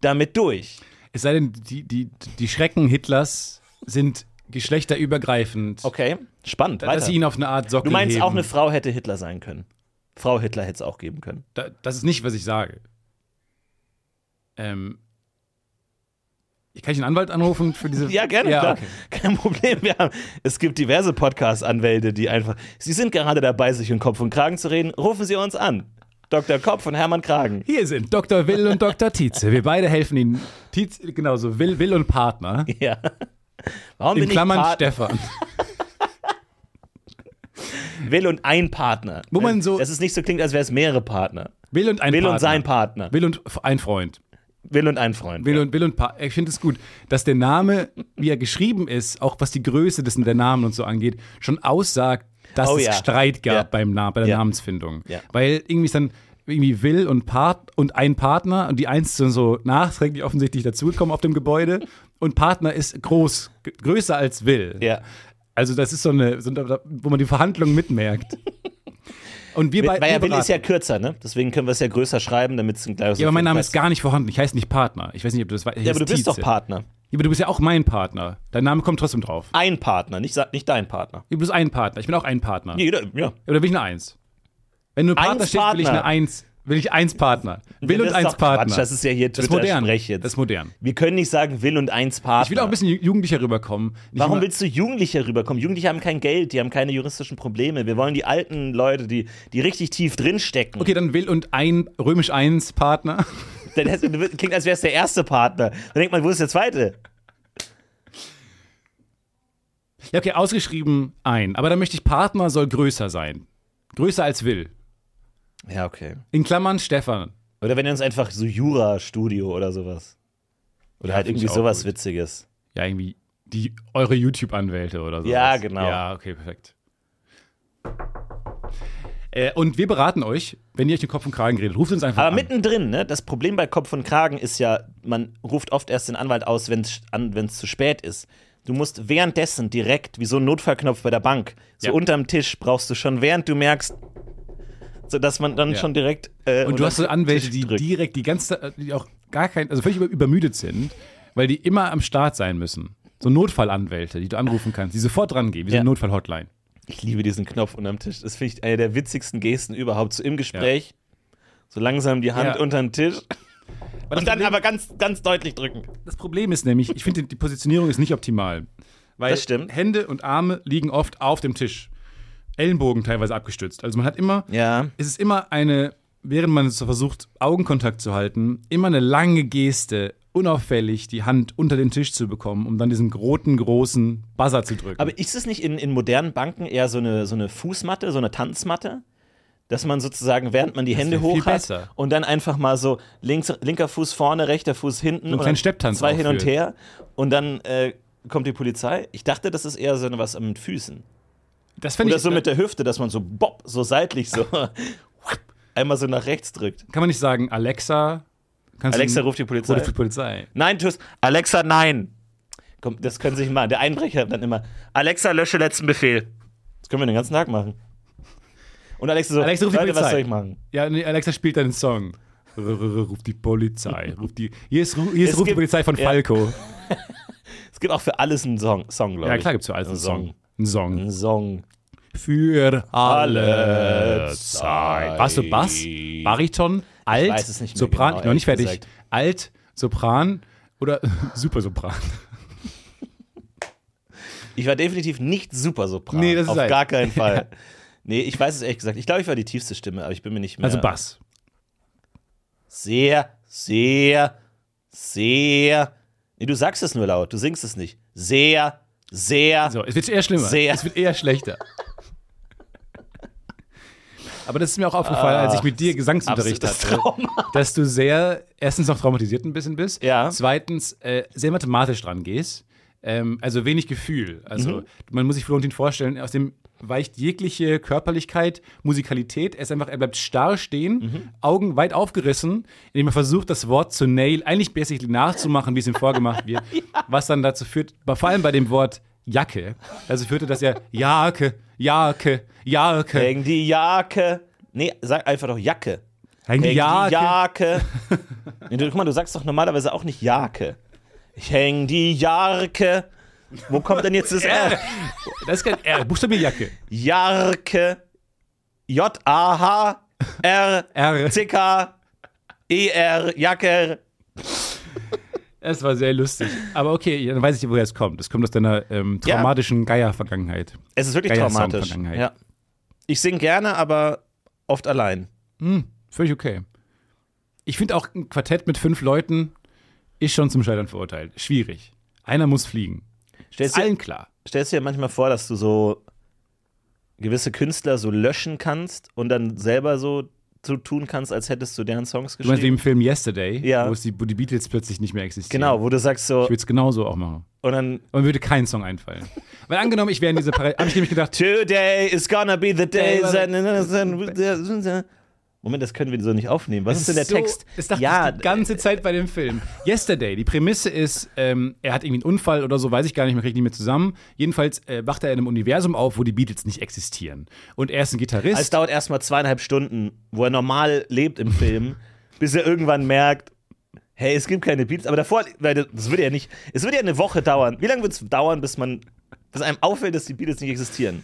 [SPEAKER 3] damit durch.
[SPEAKER 4] es sei denn, die, die, die Schrecken Hitlers sind geschlechterübergreifend.
[SPEAKER 3] Okay, spannend.
[SPEAKER 4] Dass
[SPEAKER 3] Weiter.
[SPEAKER 4] sie ihn auf eine Art Sockel
[SPEAKER 3] Du meinst,
[SPEAKER 4] heben.
[SPEAKER 3] auch eine Frau hätte Hitler sein können. Frau Hitler hätte es auch geben können.
[SPEAKER 4] da, das ist nicht, was ich sage. Ähm, ich kann ich einen Anwalt anrufen für diese.
[SPEAKER 3] <laughs> Ja, gerne, klar.
[SPEAKER 4] okay.
[SPEAKER 3] Kein Problem. Wir haben, es gibt diverse Podcast-Anwälte, die einfach. Sie sind gerade dabei, sich in Kopf und Kragen zu reden. Rufen Sie uns an. Dr. Kopf und Hermann Kragen. <laughs>
[SPEAKER 4] Hier sind Dr. Will und Dr. Tietze. Wir beide helfen Ihnen. Tietze, genauso, Will, Will und Partner.
[SPEAKER 3] Ja. Warum
[SPEAKER 4] In
[SPEAKER 3] bin ich
[SPEAKER 4] Klammern
[SPEAKER 3] Part-
[SPEAKER 4] Stefan.
[SPEAKER 3] Will und ein Partner.
[SPEAKER 4] Wo man so-
[SPEAKER 3] Dass es nicht so klingt, als wäre es mehrere Partner.
[SPEAKER 4] Will und ein
[SPEAKER 3] Will
[SPEAKER 4] Partner.
[SPEAKER 3] und sein Partner.
[SPEAKER 4] Will und f- ein Freund.
[SPEAKER 3] Will und ein Freund.
[SPEAKER 4] Will und, Will und Partner. Ich finde es gut, dass der Name, wie er geschrieben ist, auch was die Größe dessen der Namen und so angeht, schon aussagt, dass
[SPEAKER 3] Oh
[SPEAKER 4] es
[SPEAKER 3] ja.
[SPEAKER 4] Streit gab
[SPEAKER 3] Ja.
[SPEAKER 4] beim Na bei der
[SPEAKER 3] Ja.
[SPEAKER 4] Namensfindung.
[SPEAKER 3] Ja.
[SPEAKER 4] Weil irgendwie ist dann irgendwie Will und Part und ein Partner und die Eins sind so nachträglich offensichtlich dazugekommen auf dem Gebäude und Partner ist groß, g- größer als Will.
[SPEAKER 3] Ja.
[SPEAKER 4] Also das ist so eine, so eine wo man die Verhandlungen mitmerkt. Und wir
[SPEAKER 3] Weil
[SPEAKER 4] beide.
[SPEAKER 3] ja Will ist ja kürzer, ne? Deswegen können wir es ja größer schreiben, damit es ein gleiches.
[SPEAKER 4] Ja, aber mein Name ist gar nicht vorhanden. Ich heiße nicht Partner. Ich weiß nicht, ob du das weißt.
[SPEAKER 3] Ja, aber du bist doch Partner.
[SPEAKER 4] Ja, aber du bist ja auch mein Partner. Dein Name kommt trotzdem drauf.
[SPEAKER 3] Ein Partner, nicht, sa- nicht dein Partner.
[SPEAKER 4] Du bist ein Partner. Ich bin auch ein Partner.
[SPEAKER 3] Jeder, ja.
[SPEAKER 4] Oder bin ich eine Eins? Wenn du ein Partner
[SPEAKER 3] Eins
[SPEAKER 4] stehst, will ich eine
[SPEAKER 3] Partner.
[SPEAKER 4] Eins. Will ich eins Partner. Will
[SPEAKER 3] das
[SPEAKER 4] und
[SPEAKER 3] ist
[SPEAKER 4] eins
[SPEAKER 3] doch
[SPEAKER 4] Partner.
[SPEAKER 3] Quatsch, das ist ja hier
[SPEAKER 4] Das ist modern.
[SPEAKER 3] Twitter-Sprech jetzt.
[SPEAKER 4] Das ist modern.
[SPEAKER 3] Wir können nicht sagen Will und eins Partner.
[SPEAKER 4] Ich will auch ein bisschen ju- jugendlicher rüberkommen. Nicht
[SPEAKER 3] Warum
[SPEAKER 4] immer-
[SPEAKER 3] willst du Jugendliche rüberkommen? Jugendliche haben kein Geld, die haben keine juristischen Probleme. Wir wollen die alten Leute, die, die richtig tief drinstecken.
[SPEAKER 4] Okay, dann Will und ein römisch eins Partner. <laughs>
[SPEAKER 3] Dann hast, du- klingt, als wäre es der erste Partner. Dann denkt man, wo ist der zweite?
[SPEAKER 4] Ja, okay, ausgeschrieben ein. Aber dann möchte ich Partner soll größer sein. Größer als Will.
[SPEAKER 3] Ja, okay.
[SPEAKER 4] In Klammern Stefan.
[SPEAKER 3] Oder wenn ihr uns einfach so Jura-Studio oder sowas. Oder halt
[SPEAKER 4] find
[SPEAKER 3] irgendwie
[SPEAKER 4] ich auch
[SPEAKER 3] sowas
[SPEAKER 4] gut.
[SPEAKER 3] Witziges.
[SPEAKER 4] Ja, irgendwie die, eure YouTube-Anwälte oder so.
[SPEAKER 3] Ja, genau.
[SPEAKER 4] Ja, okay, perfekt. Äh, und wir beraten euch, wenn ihr euch den Kopf und Kragen redet. Ruft uns einfach
[SPEAKER 3] Aber
[SPEAKER 4] an.
[SPEAKER 3] mittendrin, ne? Das Problem bei Kopf und Kragen ist ja, man ruft oft erst den Anwalt aus, wenn es an, wenn's zu spät ist. Du musst währenddessen direkt, wie so ein Notfallknopf bei der Bank, so
[SPEAKER 4] Ja.
[SPEAKER 3] unterm Tisch brauchst du schon, während du merkst, so dass man dann
[SPEAKER 4] Ja.
[SPEAKER 3] schon direkt. äh,
[SPEAKER 4] und du
[SPEAKER 3] unterm
[SPEAKER 4] hast so Anwälte,
[SPEAKER 3] Tisch
[SPEAKER 4] die
[SPEAKER 3] drückt.
[SPEAKER 4] direkt die ganze Zeit, die auch gar kein, also völlig über, übermüdet sind, weil die immer am Start sein müssen. So Notfallanwälte, die du anrufen kannst, die sofort rangehen, wie so
[SPEAKER 3] Ja.
[SPEAKER 4] eine Notfallhotline.
[SPEAKER 3] Ich liebe diesen Knopf unterm Tisch. Das finde ich eine der witzigsten Gesten überhaupt. So im Gespräch, so langsam die Hand
[SPEAKER 4] Ja.
[SPEAKER 3] unterm Tisch <laughs>
[SPEAKER 4] Weil
[SPEAKER 3] und dann
[SPEAKER 4] das Problem-
[SPEAKER 3] aber ganz, ganz deutlich drücken.
[SPEAKER 4] Das Problem ist nämlich, ich finde, die Positionierung ist nicht optimal. Weil
[SPEAKER 3] Das stimmt.
[SPEAKER 4] Hände und Arme liegen oft auf dem Tisch. Ellenbogen teilweise abgestützt. Also man hat immer,
[SPEAKER 3] Ja.
[SPEAKER 4] es ist immer eine, während man so versucht, Augenkontakt zu halten, immer eine lange Geste, unauffällig die Hand unter den Tisch zu bekommen, um dann diesen roten, großen Buzzer zu drücken.
[SPEAKER 3] Aber ist es nicht in, in modernen Banken eher so eine, so eine Fußmatte, so eine Tanzmatte? Dass man sozusagen, während man die Hände
[SPEAKER 4] wär viel
[SPEAKER 3] hoch hat
[SPEAKER 4] besser.
[SPEAKER 3] und dann einfach mal so links, linker Fuß vorne, rechter Fuß hinten
[SPEAKER 4] einen
[SPEAKER 3] und
[SPEAKER 4] kleinen
[SPEAKER 3] dann
[SPEAKER 4] Stepptanz
[SPEAKER 3] zwei hin und
[SPEAKER 4] aufführen.
[SPEAKER 3] her und dann äh, kommt die Polizei. Ich dachte, das ist eher so eine was mit Füßen.
[SPEAKER 4] das fände
[SPEAKER 3] Oder
[SPEAKER 4] ich,
[SPEAKER 3] so mit der Hüfte, dass man so bopp,
[SPEAKER 4] <laughs>
[SPEAKER 3] so seitlich so einmal so nach rechts drückt.
[SPEAKER 4] kann man nicht sagen, Alexa, Kannst
[SPEAKER 3] Alexa
[SPEAKER 4] du-
[SPEAKER 3] ruft die Polizei.
[SPEAKER 4] Ruft die Polizei.
[SPEAKER 3] Nein, tschüss. Alexa, nein. Komm, das können Sie sich mal. Der Einbrecher dann immer. Alexa, lösche letzten Befehl. Das können wir den ganzen Tag machen. Und Alexa so,
[SPEAKER 4] Alexa, ruf die
[SPEAKER 3] Leute, was
[SPEAKER 4] Polizei.
[SPEAKER 3] soll ich machen?
[SPEAKER 4] Ja, nee, Alexa spielt deinen Song. R- r- r- Ruft die Polizei. Ruft die, hier ist, Ru- hier
[SPEAKER 3] Es
[SPEAKER 4] ist ruft die
[SPEAKER 3] gibt-
[SPEAKER 4] Polizei von
[SPEAKER 3] ja.
[SPEAKER 4] Falco.
[SPEAKER 3] Es gibt auch für alles einen Song, Song glaube
[SPEAKER 4] Ja,
[SPEAKER 3] ich. Mhm.
[SPEAKER 4] klar gibt's für alles einen Song. Ein Song.
[SPEAKER 3] Ein Song.
[SPEAKER 4] Für alle
[SPEAKER 3] Zeit.
[SPEAKER 4] Zeit. Warst du Bass? Bariton? Alt?
[SPEAKER 3] weiß es nicht mehr
[SPEAKER 4] Sopran?
[SPEAKER 3] genau,
[SPEAKER 4] ich bin noch nicht
[SPEAKER 3] ehrlich
[SPEAKER 4] fertig. Alt? Sopran? Oder <laughs> Supersopran?
[SPEAKER 3] Ich war definitiv nicht super Sopran.
[SPEAKER 4] Nee, das ist
[SPEAKER 3] Auf
[SPEAKER 4] halt-
[SPEAKER 3] gar
[SPEAKER 4] <laughs>
[SPEAKER 3] keinen Fall. nee, ich weiß es ehrlich gesagt. Ich glaube, ich war die tiefste Stimme, aber ich bin mir nicht mehr.
[SPEAKER 4] Also Bass.
[SPEAKER 3] Sehr, sehr, sehr. Nee, du sagst es nur laut, du singst es nicht. Sehr, sehr.
[SPEAKER 4] So, es wird eher schlimmer.
[SPEAKER 3] Sehr.
[SPEAKER 4] Es wird
[SPEAKER 3] <laughs>
[SPEAKER 4] eher schlechter. Aber das ist mir auch aufgefallen, als ich mit dir
[SPEAKER 3] <laughs>
[SPEAKER 4] Gesangsunterricht
[SPEAKER 3] absolutes
[SPEAKER 4] hatte,
[SPEAKER 3] Trauma.
[SPEAKER 4] dass du sehr, erstens noch traumatisiert ein bisschen bist,
[SPEAKER 3] Ja.
[SPEAKER 4] zweitens äh, sehr mathematisch dran gehst, ähm, also wenig Gefühl. Also man muss sich Florentin vorstellen, aus dem weicht jegliche Körperlichkeit, Musikalität, er ist einfach, er bleibt starr stehen, Augen weit aufgerissen, indem er versucht, das Wort zu nail, eigentlich basically nachzumachen, wie es ihm vorgemacht wird, was dann dazu führt, vor allem bei dem Wort Jacke, dazu führte, dass er Jacke, Jacke, Jacke,
[SPEAKER 3] Häng die Jacke. Nee, sag einfach doch Jacke.
[SPEAKER 4] häng die
[SPEAKER 3] Häng
[SPEAKER 4] Jacke.
[SPEAKER 3] die
[SPEAKER 4] <laughs>
[SPEAKER 3] Jacke. nee, du, guck mal, du sagst doch normalerweise auch nicht Jacke. Ich häng die Jarke. Wo kommt denn
[SPEAKER 4] <laughs>
[SPEAKER 3] jetzt das R?
[SPEAKER 4] Das ist kein R, Buchstabierjacke.
[SPEAKER 3] Jarke. J-A-H-R.
[SPEAKER 4] R.
[SPEAKER 3] Zicker. E E-R. Jacke.
[SPEAKER 4] Es war sehr lustig. Aber okay, dann weiß ich, woher es kommt. Es kommt aus deiner ähm,
[SPEAKER 3] Ja.
[SPEAKER 4] traumatischen Geier-Vergangenheit.
[SPEAKER 3] Es ist wirklich
[SPEAKER 4] Geiler Song
[SPEAKER 3] traumatisch.
[SPEAKER 4] Vergangenheit.
[SPEAKER 3] Ja. Ich singe gerne, aber oft allein.
[SPEAKER 4] Völlig okay. Ich finde auch ein Quartett mit fünf Leuten ist schon zum Scheitern verurteilt. Schwierig. Einer muss fliegen. Ist
[SPEAKER 3] Stellst dir,
[SPEAKER 4] allen klar.
[SPEAKER 3] stellst dir manchmal vor, dass du so gewisse Künstler so löschen kannst und dann selber so zu tun kannst, als hättest du deren Songs
[SPEAKER 4] Du meinst wie
[SPEAKER 3] geschrieben?
[SPEAKER 4] im Film Yesterday,
[SPEAKER 3] Ja.
[SPEAKER 4] wo, es die, wo die Beatles plötzlich nicht mehr existieren.
[SPEAKER 3] Genau, wo du sagst so
[SPEAKER 4] Ich würde es genauso auch machen.
[SPEAKER 3] und dann
[SPEAKER 4] Aber mir würde kein Song einfallen. Weil angenommen, ich wäre in dieser Parallel. Habe ich nämlich gedacht,
[SPEAKER 3] Today is gonna be the day.
[SPEAKER 4] Day,
[SPEAKER 3] that- Moment, das können wir so nicht aufnehmen. Was ist denn der
[SPEAKER 4] so,
[SPEAKER 3] Text?
[SPEAKER 4] Das dachte
[SPEAKER 3] ja,
[SPEAKER 4] ich die ganze Zeit bei dem Film. Yesterday, die Prämisse ist, ähm, er hat irgendwie einen Unfall oder so, weiß ich gar nicht mehr, kriege ich nicht mehr zusammen. Jedenfalls äh, wacht er in einem Universum auf, wo die Beatles nicht existieren. Und er ist ein Gitarrist.
[SPEAKER 3] Also es dauert erstmal zweieinhalb Stunden, wo er normal lebt im Film, <laughs> bis er irgendwann merkt, hey, es gibt keine Beats. Aber davor, weil das- das würde ja nicht, es würde ja eine Woche dauern. Wie lange wird es dauern, bis man, bis einem auffällt, dass die Beatles nicht existieren?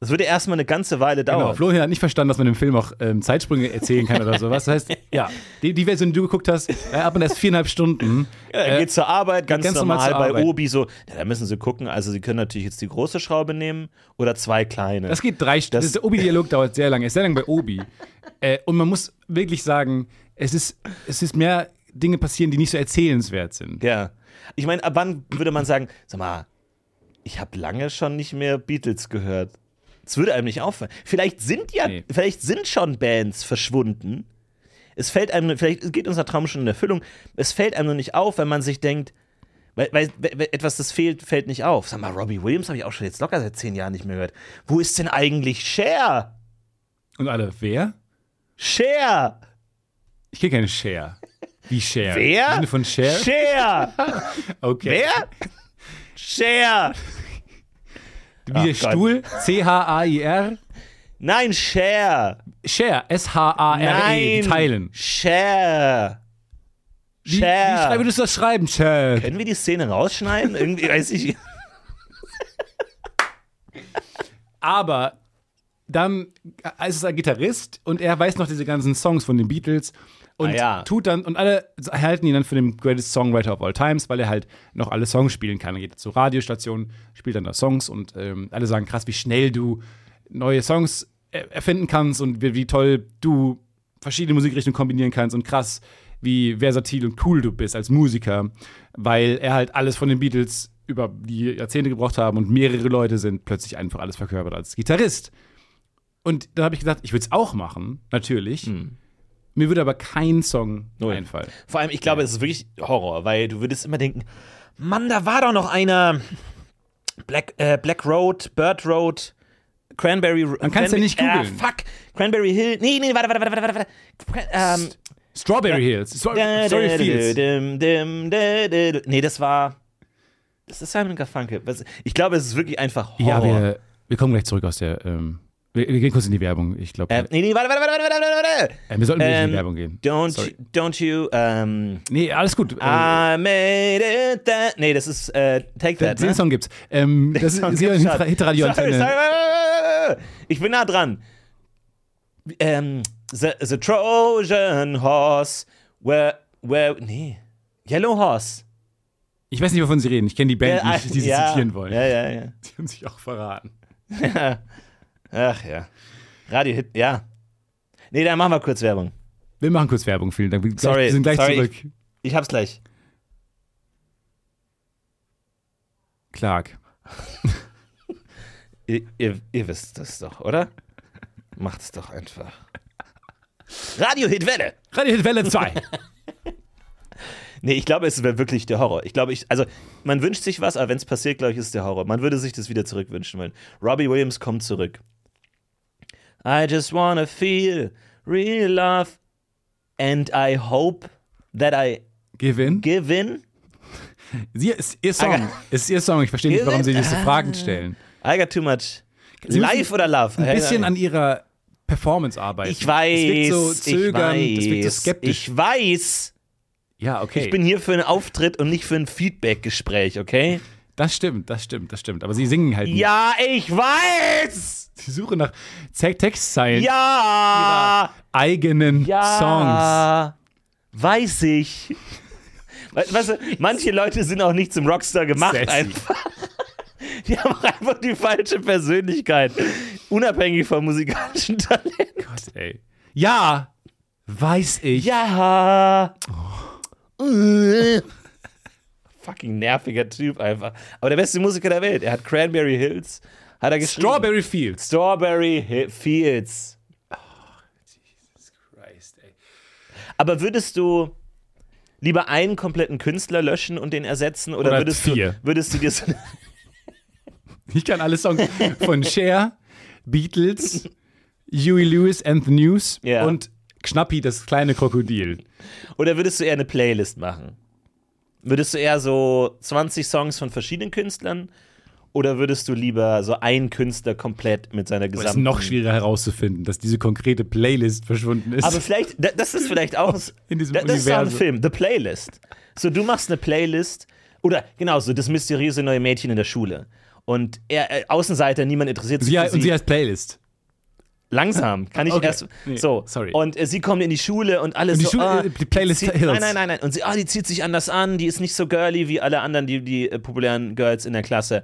[SPEAKER 3] Das würde erstmal eine ganze Weile
[SPEAKER 4] Genau,
[SPEAKER 3] dauern.
[SPEAKER 4] Florian hat nicht verstanden, dass man im Film auch ähm, Zeitsprünge erzählen kann oder sowas. Das heißt, ja, die, die Version, die du geguckt hast, äh, ab und erst viereinhalb Stunden. Äh,
[SPEAKER 3] Ja, er geht zur Arbeit, ganz,
[SPEAKER 4] ganz normal
[SPEAKER 3] normal,
[SPEAKER 4] zur
[SPEAKER 3] bei
[SPEAKER 4] Arbeit.
[SPEAKER 3] Obi so. Ja, da müssen sie gucken. Also, sie können natürlich jetzt die große Schraube nehmen oder zwei kleine.
[SPEAKER 4] Das geht drei Stunden.
[SPEAKER 3] Das-
[SPEAKER 4] Der Obi-Dialog dauert sehr lange. Ist sehr lang bei Obi. äh, und man muss wirklich sagen, es ist, es ist mehr Dinge passieren, die nicht so erzählenswert sind.
[SPEAKER 3] Ja. Ich meine, ab wann würde man sagen, sag mal, ich habe lange schon nicht mehr Beatles gehört. Es würde einem nicht auffallen. Vielleicht sind ja,
[SPEAKER 4] Nee.
[SPEAKER 3] vielleicht sind schon Bands verschwunden. Es fällt einem, vielleicht geht unser Traum schon in Erfüllung. Es fällt einem nur nicht auf, wenn man sich denkt, weil, weil, weil etwas, das fehlt, fällt nicht auf. Sag mal, Robbie Williams habe ich auch schon jetzt locker seit zehn Jahren nicht mehr gehört. Wo ist denn eigentlich Cher?
[SPEAKER 4] Und alle, wer?
[SPEAKER 3] Cher!
[SPEAKER 4] Ich kenne keine Share. Wie Share?
[SPEAKER 3] Wer?
[SPEAKER 4] Im Sinne von Share? <laughs>
[SPEAKER 3] Cher!
[SPEAKER 4] okay.
[SPEAKER 3] Wer? Cher!
[SPEAKER 4] Wie der
[SPEAKER 3] Ach Gott.
[SPEAKER 4] Stuhl? C-H-A-I-R?
[SPEAKER 3] Nein, Cher!
[SPEAKER 4] Share. S-H-A-R-E.
[SPEAKER 3] Nein.
[SPEAKER 4] wie E. Teilen.
[SPEAKER 3] Share.
[SPEAKER 4] Wie, wie
[SPEAKER 3] Share. Genau.
[SPEAKER 4] schreibe- würdest du das schreiben? Share.
[SPEAKER 3] Können wir die Szene rausschneiden? Irgendwie weiß ich. <laughs>
[SPEAKER 4] Aber dann ist es ein Gitarrist und er weiß noch diese ganzen Songs von den Beatles und
[SPEAKER 3] Ah ja.
[SPEAKER 4] tut dann und alle halten ihn dann für den greatest Songwriter of all times, weil er halt noch alle Songs spielen kann. Er geht zu Radiostationen, spielt dann da Songs und ähm, alle sagen krass, wie schnell du neue Songs äh, erfinden kannst und wie, wie toll du verschiedene Musikrichtungen kombinieren kannst und krass, wie versatil und cool du bist als Musiker, weil er halt alles von den Beatles über die Jahrzehnte gebraucht haben und mehrere Leute sind plötzlich einfach alles verkörpert als Gitarrist. Und dann habe ich gesagt, ich würde es auch machen, natürlich. Mir würde aber kein Song
[SPEAKER 3] Hm. Null.
[SPEAKER 4] einfallen.
[SPEAKER 3] Vor allem, ich glaube, es ist wirklich Horror, weil du würdest immer denken, Mann, da war doch noch einer. Black, äh, Black Road, Bird Road, Cranberry Ah, Road.
[SPEAKER 4] Man kann's ja nicht googeln.
[SPEAKER 3] fuck. Cranberry Hill. Nee, nee, warte, warte, warte, warte, warte. Ähm,
[SPEAKER 4] Strawberry Hills. Stor-
[SPEAKER 3] Da, da,
[SPEAKER 4] Strawberry
[SPEAKER 3] da,
[SPEAKER 4] Fields.
[SPEAKER 3] dim, dim, da, da, da. Nee, das war. Das ist Simon Garfunkel. Was- Ich glaube, es ist wirklich einfach Horror.
[SPEAKER 4] Ja, wir, wir kommen gleich zurück aus der. Ähm, wir, wir gehen kurz in die Werbung. Ich glaube,
[SPEAKER 3] äh,
[SPEAKER 4] äh,
[SPEAKER 3] nee, nee, warte, warte, warte, warte, warte, warte.
[SPEAKER 4] wir sollten wirklich in
[SPEAKER 3] ähm,
[SPEAKER 4] die Werbung gehen.
[SPEAKER 3] Don't, Ah,
[SPEAKER 4] Sorry.
[SPEAKER 3] you- don't you. Ähm,
[SPEAKER 4] Nee, alles gut. Äh,
[SPEAKER 3] I made it that. Nee, das ist äh, Take
[SPEAKER 4] den,
[SPEAKER 3] That. Ne?
[SPEAKER 4] Song gibt's. Ähm, das ist
[SPEAKER 3] Song
[SPEAKER 4] ist ja
[SPEAKER 3] gibt's
[SPEAKER 4] eine
[SPEAKER 3] schon. Sorry,
[SPEAKER 4] Hitradio-Antenne.
[SPEAKER 3] sorry, Ich bin nah dran. Ähm, the, the Trojan Horse. Where. Where. Nee. Yellow Horse.
[SPEAKER 4] Ich weiß nicht, wovon Sie reden. Ich kenne die Band
[SPEAKER 3] Äh,
[SPEAKER 4] nicht, die Sie
[SPEAKER 3] ja.
[SPEAKER 4] zitieren wollen.
[SPEAKER 3] Ja, ja, ja.
[SPEAKER 4] Die haben sich auch verraten.
[SPEAKER 3] Ach ja. Radio Hit, ja. Nee, dann machen wir kurz Werbung.
[SPEAKER 4] Wir machen kurz Werbung. Vielen Dank. Wir, gleich,
[SPEAKER 3] Sorry,
[SPEAKER 4] wir sind gleich
[SPEAKER 3] sorry,
[SPEAKER 4] zurück.
[SPEAKER 3] Ich hab's gleich.
[SPEAKER 4] Clark.
[SPEAKER 3] Ihr, ihr, ihr wisst es doch, oder? Macht's doch einfach. Radio Hitwelle.
[SPEAKER 4] Radio Hit
[SPEAKER 3] <laughs>
[SPEAKER 4] Welle 2.
[SPEAKER 3] Nee, ich glaube, es wäre wirklich der Horror. Ich glaube, ich, also man wünscht sich was, aber wenn es passiert, glaube ich, ist es der Horror. Man würde sich das wieder zurückwünschen wollen. Robbie Williams kommt zurück. I just wanna feel real love and I hope that I
[SPEAKER 4] Give in.
[SPEAKER 3] give in.
[SPEAKER 4] Sie, es ist ihr Song.
[SPEAKER 3] Aga-
[SPEAKER 4] Es ist ihr Song. Ich verstehe nicht,
[SPEAKER 3] Give
[SPEAKER 4] warum
[SPEAKER 3] in.
[SPEAKER 4] Sie diese Fragen stellen.
[SPEAKER 3] I got too much.
[SPEAKER 4] Sie müssen
[SPEAKER 3] Live oder Love?
[SPEAKER 4] Ein bisschen an ihrer Performance arbeiten.
[SPEAKER 3] Ich weiß.
[SPEAKER 4] Es wirkt so zögernd,
[SPEAKER 3] ich weiß,
[SPEAKER 4] es wirkt so skeptisch.
[SPEAKER 3] Ich weiß.
[SPEAKER 4] ja, okay.
[SPEAKER 3] Ich bin hier für einen Auftritt und nicht für ein Feedback-Gespräch, okay?
[SPEAKER 4] das stimmt, das stimmt, das stimmt. Aber sie singen halt nicht.
[SPEAKER 3] Ja, ich weiß.
[SPEAKER 4] Sie suchen nach Ze- Textzeilen
[SPEAKER 3] Ja.
[SPEAKER 4] eigenen Songs.
[SPEAKER 3] Ja. Weiß ich. We- Weißt du, manche Leute sind auch nicht zum Rockstar gemacht.
[SPEAKER 4] Sassy.
[SPEAKER 3] Einfach. Die haben auch einfach die falsche Persönlichkeit. Unabhängig vom musikalischen Talent.
[SPEAKER 4] Gott, ey. Ja, weiß ich.
[SPEAKER 3] Ja. Äh. Fucking nerviger Typ einfach. Aber der beste Musiker der Welt. Er hat Cranberry Hills, hat er geschrieben.
[SPEAKER 4] Strawberry Fields.
[SPEAKER 3] Strawberry Hi- Fields.
[SPEAKER 4] Christ, ey.
[SPEAKER 3] Aber würdest du lieber einen kompletten Künstler löschen und den ersetzen oder,
[SPEAKER 4] Oder
[SPEAKER 3] würdest
[SPEAKER 4] vier.
[SPEAKER 3] du würdest du dir so
[SPEAKER 4] Ich kann alle Songs von Cher, Beatles, Huey Lewis and the News
[SPEAKER 3] Ja.
[SPEAKER 4] und Schnappi, das kleine Krokodil.
[SPEAKER 3] <laughs> oder würdest du eher eine Playlist machen? Würdest du eher so 20 Songs von verschiedenen Künstlern oder würdest du lieber so einen Künstler komplett mit seiner
[SPEAKER 4] Das ist
[SPEAKER 3] gesamten
[SPEAKER 4] noch schwieriger herauszufinden, dass diese konkrete Playlist verschwunden ist.
[SPEAKER 3] Aber vielleicht, da- das ist vielleicht auch ein,
[SPEAKER 4] <laughs> In diesem
[SPEAKER 3] da- das ist auch ein
[SPEAKER 4] Universum.
[SPEAKER 3] Film, The Playlist. So, du machst eine Playlist oder genau so das mysteriöse neue Mädchen in der Schule und er äh, Außenseiter, niemand interessiert sich
[SPEAKER 4] sie,
[SPEAKER 3] für
[SPEAKER 4] und sie heißt Playlist.
[SPEAKER 3] langsam, kann ich
[SPEAKER 4] Okay.
[SPEAKER 3] erst
[SPEAKER 4] Nee,
[SPEAKER 3] so.
[SPEAKER 4] sorry.
[SPEAKER 3] Und äh, sie kommt in die Schule und alle
[SPEAKER 4] die
[SPEAKER 3] so
[SPEAKER 4] Schule- äh,
[SPEAKER 3] ah,
[SPEAKER 4] die Playlist
[SPEAKER 3] zieht,
[SPEAKER 4] Hills.
[SPEAKER 3] Nein, nein, nein, nein. Und sie, ah, die zieht sich anders an, die ist nicht so girly wie alle anderen, die, die äh, populären Girls in der Klasse.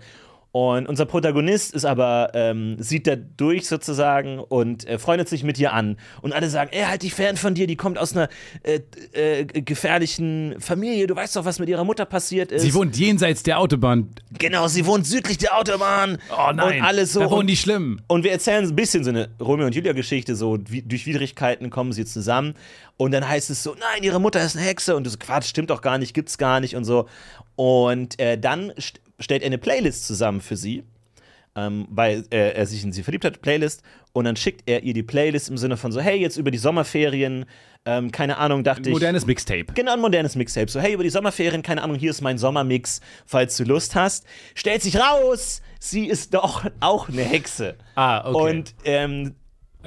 [SPEAKER 3] Und unser Protagonist ist aber, ähm, sieht da durch sozusagen und äh, freundet sich mit ihr an. Und alle sagen, ey, halt dich fern von dir, die kommt aus einer äh, äh, gefährlichen Familie, du weißt doch, was mit ihrer Mutter passiert ist.
[SPEAKER 4] Sie wohnt jenseits der Autobahn.
[SPEAKER 3] genau, sie wohnt südlich der Autobahn.
[SPEAKER 4] Oh nein,
[SPEAKER 3] Und alle so.
[SPEAKER 4] da
[SPEAKER 3] und-
[SPEAKER 4] wohnen die Schlimmen.
[SPEAKER 3] und wir erzählen so ein bisschen so eine Romeo und Julia-Geschichte, so wie, durch Widrigkeiten kommen sie zusammen. Und dann heißt es so, nein, ihre Mutter ist eine Hexe. Und du so, Quatsch, stimmt doch gar nicht, gibt's gar nicht und so. Und äh, dann st stellt er eine Playlist zusammen für sie, ähm, weil äh, er sich in sie verliebt hat, Playlist. Und dann schickt er ihr die Playlist im Sinne von so, hey, jetzt über die Sommerferien, ähm, keine Ahnung, dachte ich.
[SPEAKER 4] Modernes Mixtape.
[SPEAKER 3] Genau, ein modernes Mixtape. So, hey, über die Sommerferien, keine Ahnung, hier ist mein Sommermix, falls du Lust hast. Stellt sich raus, sie ist doch auch eine Hexe.
[SPEAKER 4] Ah, okay. Äh,
[SPEAKER 3] Und ähm,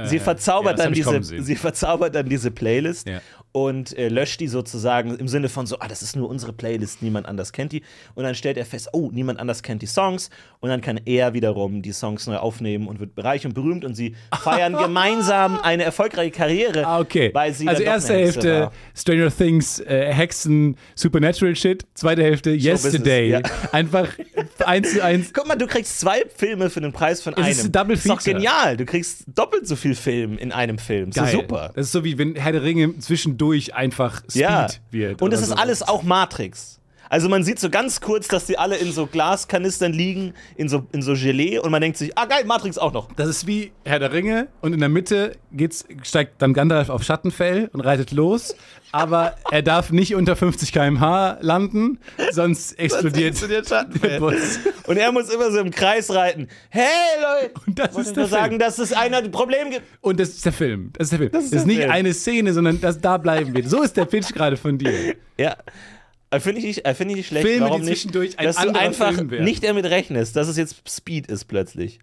[SPEAKER 3] sie,
[SPEAKER 4] ja,
[SPEAKER 3] verzaubert
[SPEAKER 4] das hab
[SPEAKER 3] dann
[SPEAKER 4] ich kommen
[SPEAKER 3] diese,
[SPEAKER 4] sehen.
[SPEAKER 3] sie verzaubert dann diese Playlist
[SPEAKER 4] Ja.
[SPEAKER 3] und äh, löscht die sozusagen im Sinne von so, ah, das ist nur unsere Playlist, niemand anders kennt die. Und dann stellt er fest, oh, niemand anders kennt die Songs. Und dann kann er wiederum die Songs neu aufnehmen und wird reich und berühmt und sie
[SPEAKER 4] <laughs>
[SPEAKER 3] feiern gemeinsam eine erfolgreiche Karriere.
[SPEAKER 4] Ah, okay.
[SPEAKER 3] Weil sie
[SPEAKER 4] also
[SPEAKER 3] dann doch
[SPEAKER 4] erste
[SPEAKER 3] eine Hexe
[SPEAKER 4] Hälfte
[SPEAKER 3] war.
[SPEAKER 4] Stranger Things, äh, Hexen, Supernatural Shit. Zweite Hälfte Yesterday.
[SPEAKER 3] Business,
[SPEAKER 4] Einfach eins zu eins.
[SPEAKER 3] Guck mal, du kriegst zwei Filme für den Preis von
[SPEAKER 4] Es
[SPEAKER 3] einem.
[SPEAKER 4] ist ein Double
[SPEAKER 3] ist doch
[SPEAKER 4] Feature.
[SPEAKER 3] genial. Du kriegst doppelt so viel Film in einem Film. Ist doch
[SPEAKER 4] Geil.
[SPEAKER 3] super.
[SPEAKER 4] Das ist so wie wenn Herr der Ringe zwischendurch einfach Speed
[SPEAKER 3] ja.
[SPEAKER 4] wird.
[SPEAKER 3] Und
[SPEAKER 4] oder
[SPEAKER 3] es ist
[SPEAKER 4] so.
[SPEAKER 3] alles auch Matrix. Also man sieht so ganz kurz, dass die alle in so Glaskanistern liegen, in so, in so Gelee und man denkt sich, ah geil, Matrix auch noch.
[SPEAKER 4] Das ist wie Herr der Ringe und in der Mitte geht's, steigt dann Gandalf auf Schattenfell und reitet los. Aber er darf nicht unter 50 km/h landen, sonst explodiert
[SPEAKER 3] explodiert Schattenfell.
[SPEAKER 4] <laughs> der Bus.
[SPEAKER 3] Und er muss immer so im Kreis reiten. Hey
[SPEAKER 4] <laughs>
[SPEAKER 3] Leute,
[SPEAKER 4] Und das
[SPEAKER 3] wollte
[SPEAKER 4] ist
[SPEAKER 3] nur
[SPEAKER 4] der
[SPEAKER 3] sagen,
[SPEAKER 4] Film.
[SPEAKER 3] dass es einer ein Problem gibt.
[SPEAKER 4] Und das ist der Film. Das ist der Film. Das ist,
[SPEAKER 3] der
[SPEAKER 4] nicht
[SPEAKER 3] Film.
[SPEAKER 4] eine Szene, sondern das, da bleiben wir. So ist der Pitch gerade von dir.
[SPEAKER 3] Ja. Äh, Finde ich, nicht- äh, find ich nicht schlecht.
[SPEAKER 4] Filme,
[SPEAKER 3] Warum
[SPEAKER 4] die
[SPEAKER 3] nicht?
[SPEAKER 4] zwischendurch ein
[SPEAKER 3] dass du
[SPEAKER 4] anderer
[SPEAKER 3] einfach
[SPEAKER 4] Film wären.
[SPEAKER 3] nicht damit rechnest, dass es jetzt Speed ist plötzlich.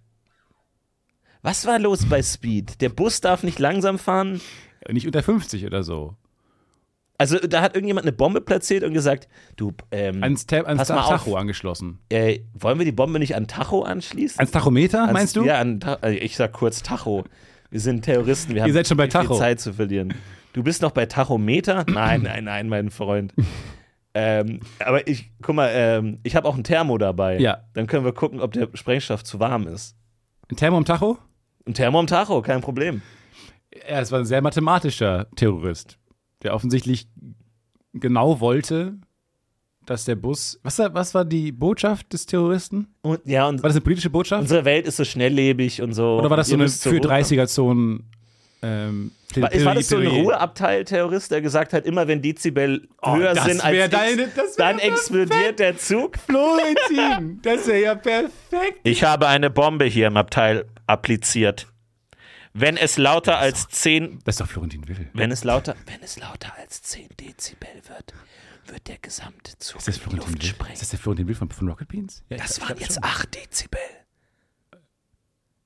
[SPEAKER 3] Was war los bei Speed? Der Bus darf nicht langsam fahren.
[SPEAKER 4] Nicht unter 50 oder so.
[SPEAKER 3] Also da hat irgendjemand eine Bombe platziert und gesagt, du, ähm,
[SPEAKER 4] Ans, Ta ans
[SPEAKER 3] Pass mal
[SPEAKER 4] Ta
[SPEAKER 3] auf.
[SPEAKER 4] Tacho angeschlossen.
[SPEAKER 3] äh, wollen wir die Bombe nicht an Tacho anschließen?
[SPEAKER 4] Ans Tachometer, <laughs> meinst du?
[SPEAKER 3] Ja, an Ta äh, ich sag kurz Tacho. Wir sind Terroristen, wir haben
[SPEAKER 4] seid schon bei
[SPEAKER 3] nicht viel
[SPEAKER 4] Tacho.
[SPEAKER 3] Zeit zu verlieren. Du bist noch bei Tachometer?
[SPEAKER 4] <laughs>
[SPEAKER 3] Nein, nein, nein, mein Freund. ähm, aber ich, guck mal, ähm, ich habe auch ein Thermo dabei.
[SPEAKER 4] Ja.
[SPEAKER 3] Dann können wir gucken, ob der Sprengstoff zu warm ist.
[SPEAKER 4] Ein Thermo am Tacho?
[SPEAKER 3] Ein Thermo am Tacho, kein Problem.
[SPEAKER 4] Ja, es war ein sehr mathematischer Terrorist, der offensichtlich genau wollte, dass der Bus. Was, war- was war die Botschaft des Terroristen?
[SPEAKER 3] Und ja, und
[SPEAKER 4] War das eine politische Botschaft?
[SPEAKER 3] unsere Welt ist so schnelllebig und so.
[SPEAKER 4] Oder war das so
[SPEAKER 3] Ihr
[SPEAKER 4] eine
[SPEAKER 3] müsst zur
[SPEAKER 4] für
[SPEAKER 3] Also, Ruhe-
[SPEAKER 4] 30er-Zonen? Ähm,
[SPEAKER 3] War, war das so ein
[SPEAKER 4] Plädoyer?
[SPEAKER 3] Ruheabteil-Terrorist, der gesagt hat, immer wenn Dezibel
[SPEAKER 4] Oh,
[SPEAKER 3] höher
[SPEAKER 4] das
[SPEAKER 3] sind als
[SPEAKER 4] wär
[SPEAKER 3] X,
[SPEAKER 4] deine- das wär
[SPEAKER 3] dann explodiert der Zug?
[SPEAKER 4] Florentin, das wäre ja perfekt.
[SPEAKER 3] Ich habe eine Bombe hier im Abteil appliziert. Wenn es lauter als 10,
[SPEAKER 4] Das ist doch Florentin Will.
[SPEAKER 3] wenn es lauter, wenn es lauter als 10 Dezibel wird, wird der gesamte Zug
[SPEAKER 4] Ist das
[SPEAKER 3] in die
[SPEAKER 4] Florentin
[SPEAKER 3] Luft
[SPEAKER 4] Will?
[SPEAKER 3] sprengen.
[SPEAKER 4] Ist das der Florentin Will von, von Rocket Beans? Ja,
[SPEAKER 3] das
[SPEAKER 4] ich glaub
[SPEAKER 3] waren jetzt
[SPEAKER 4] schon.
[SPEAKER 3] 8 Dezibel.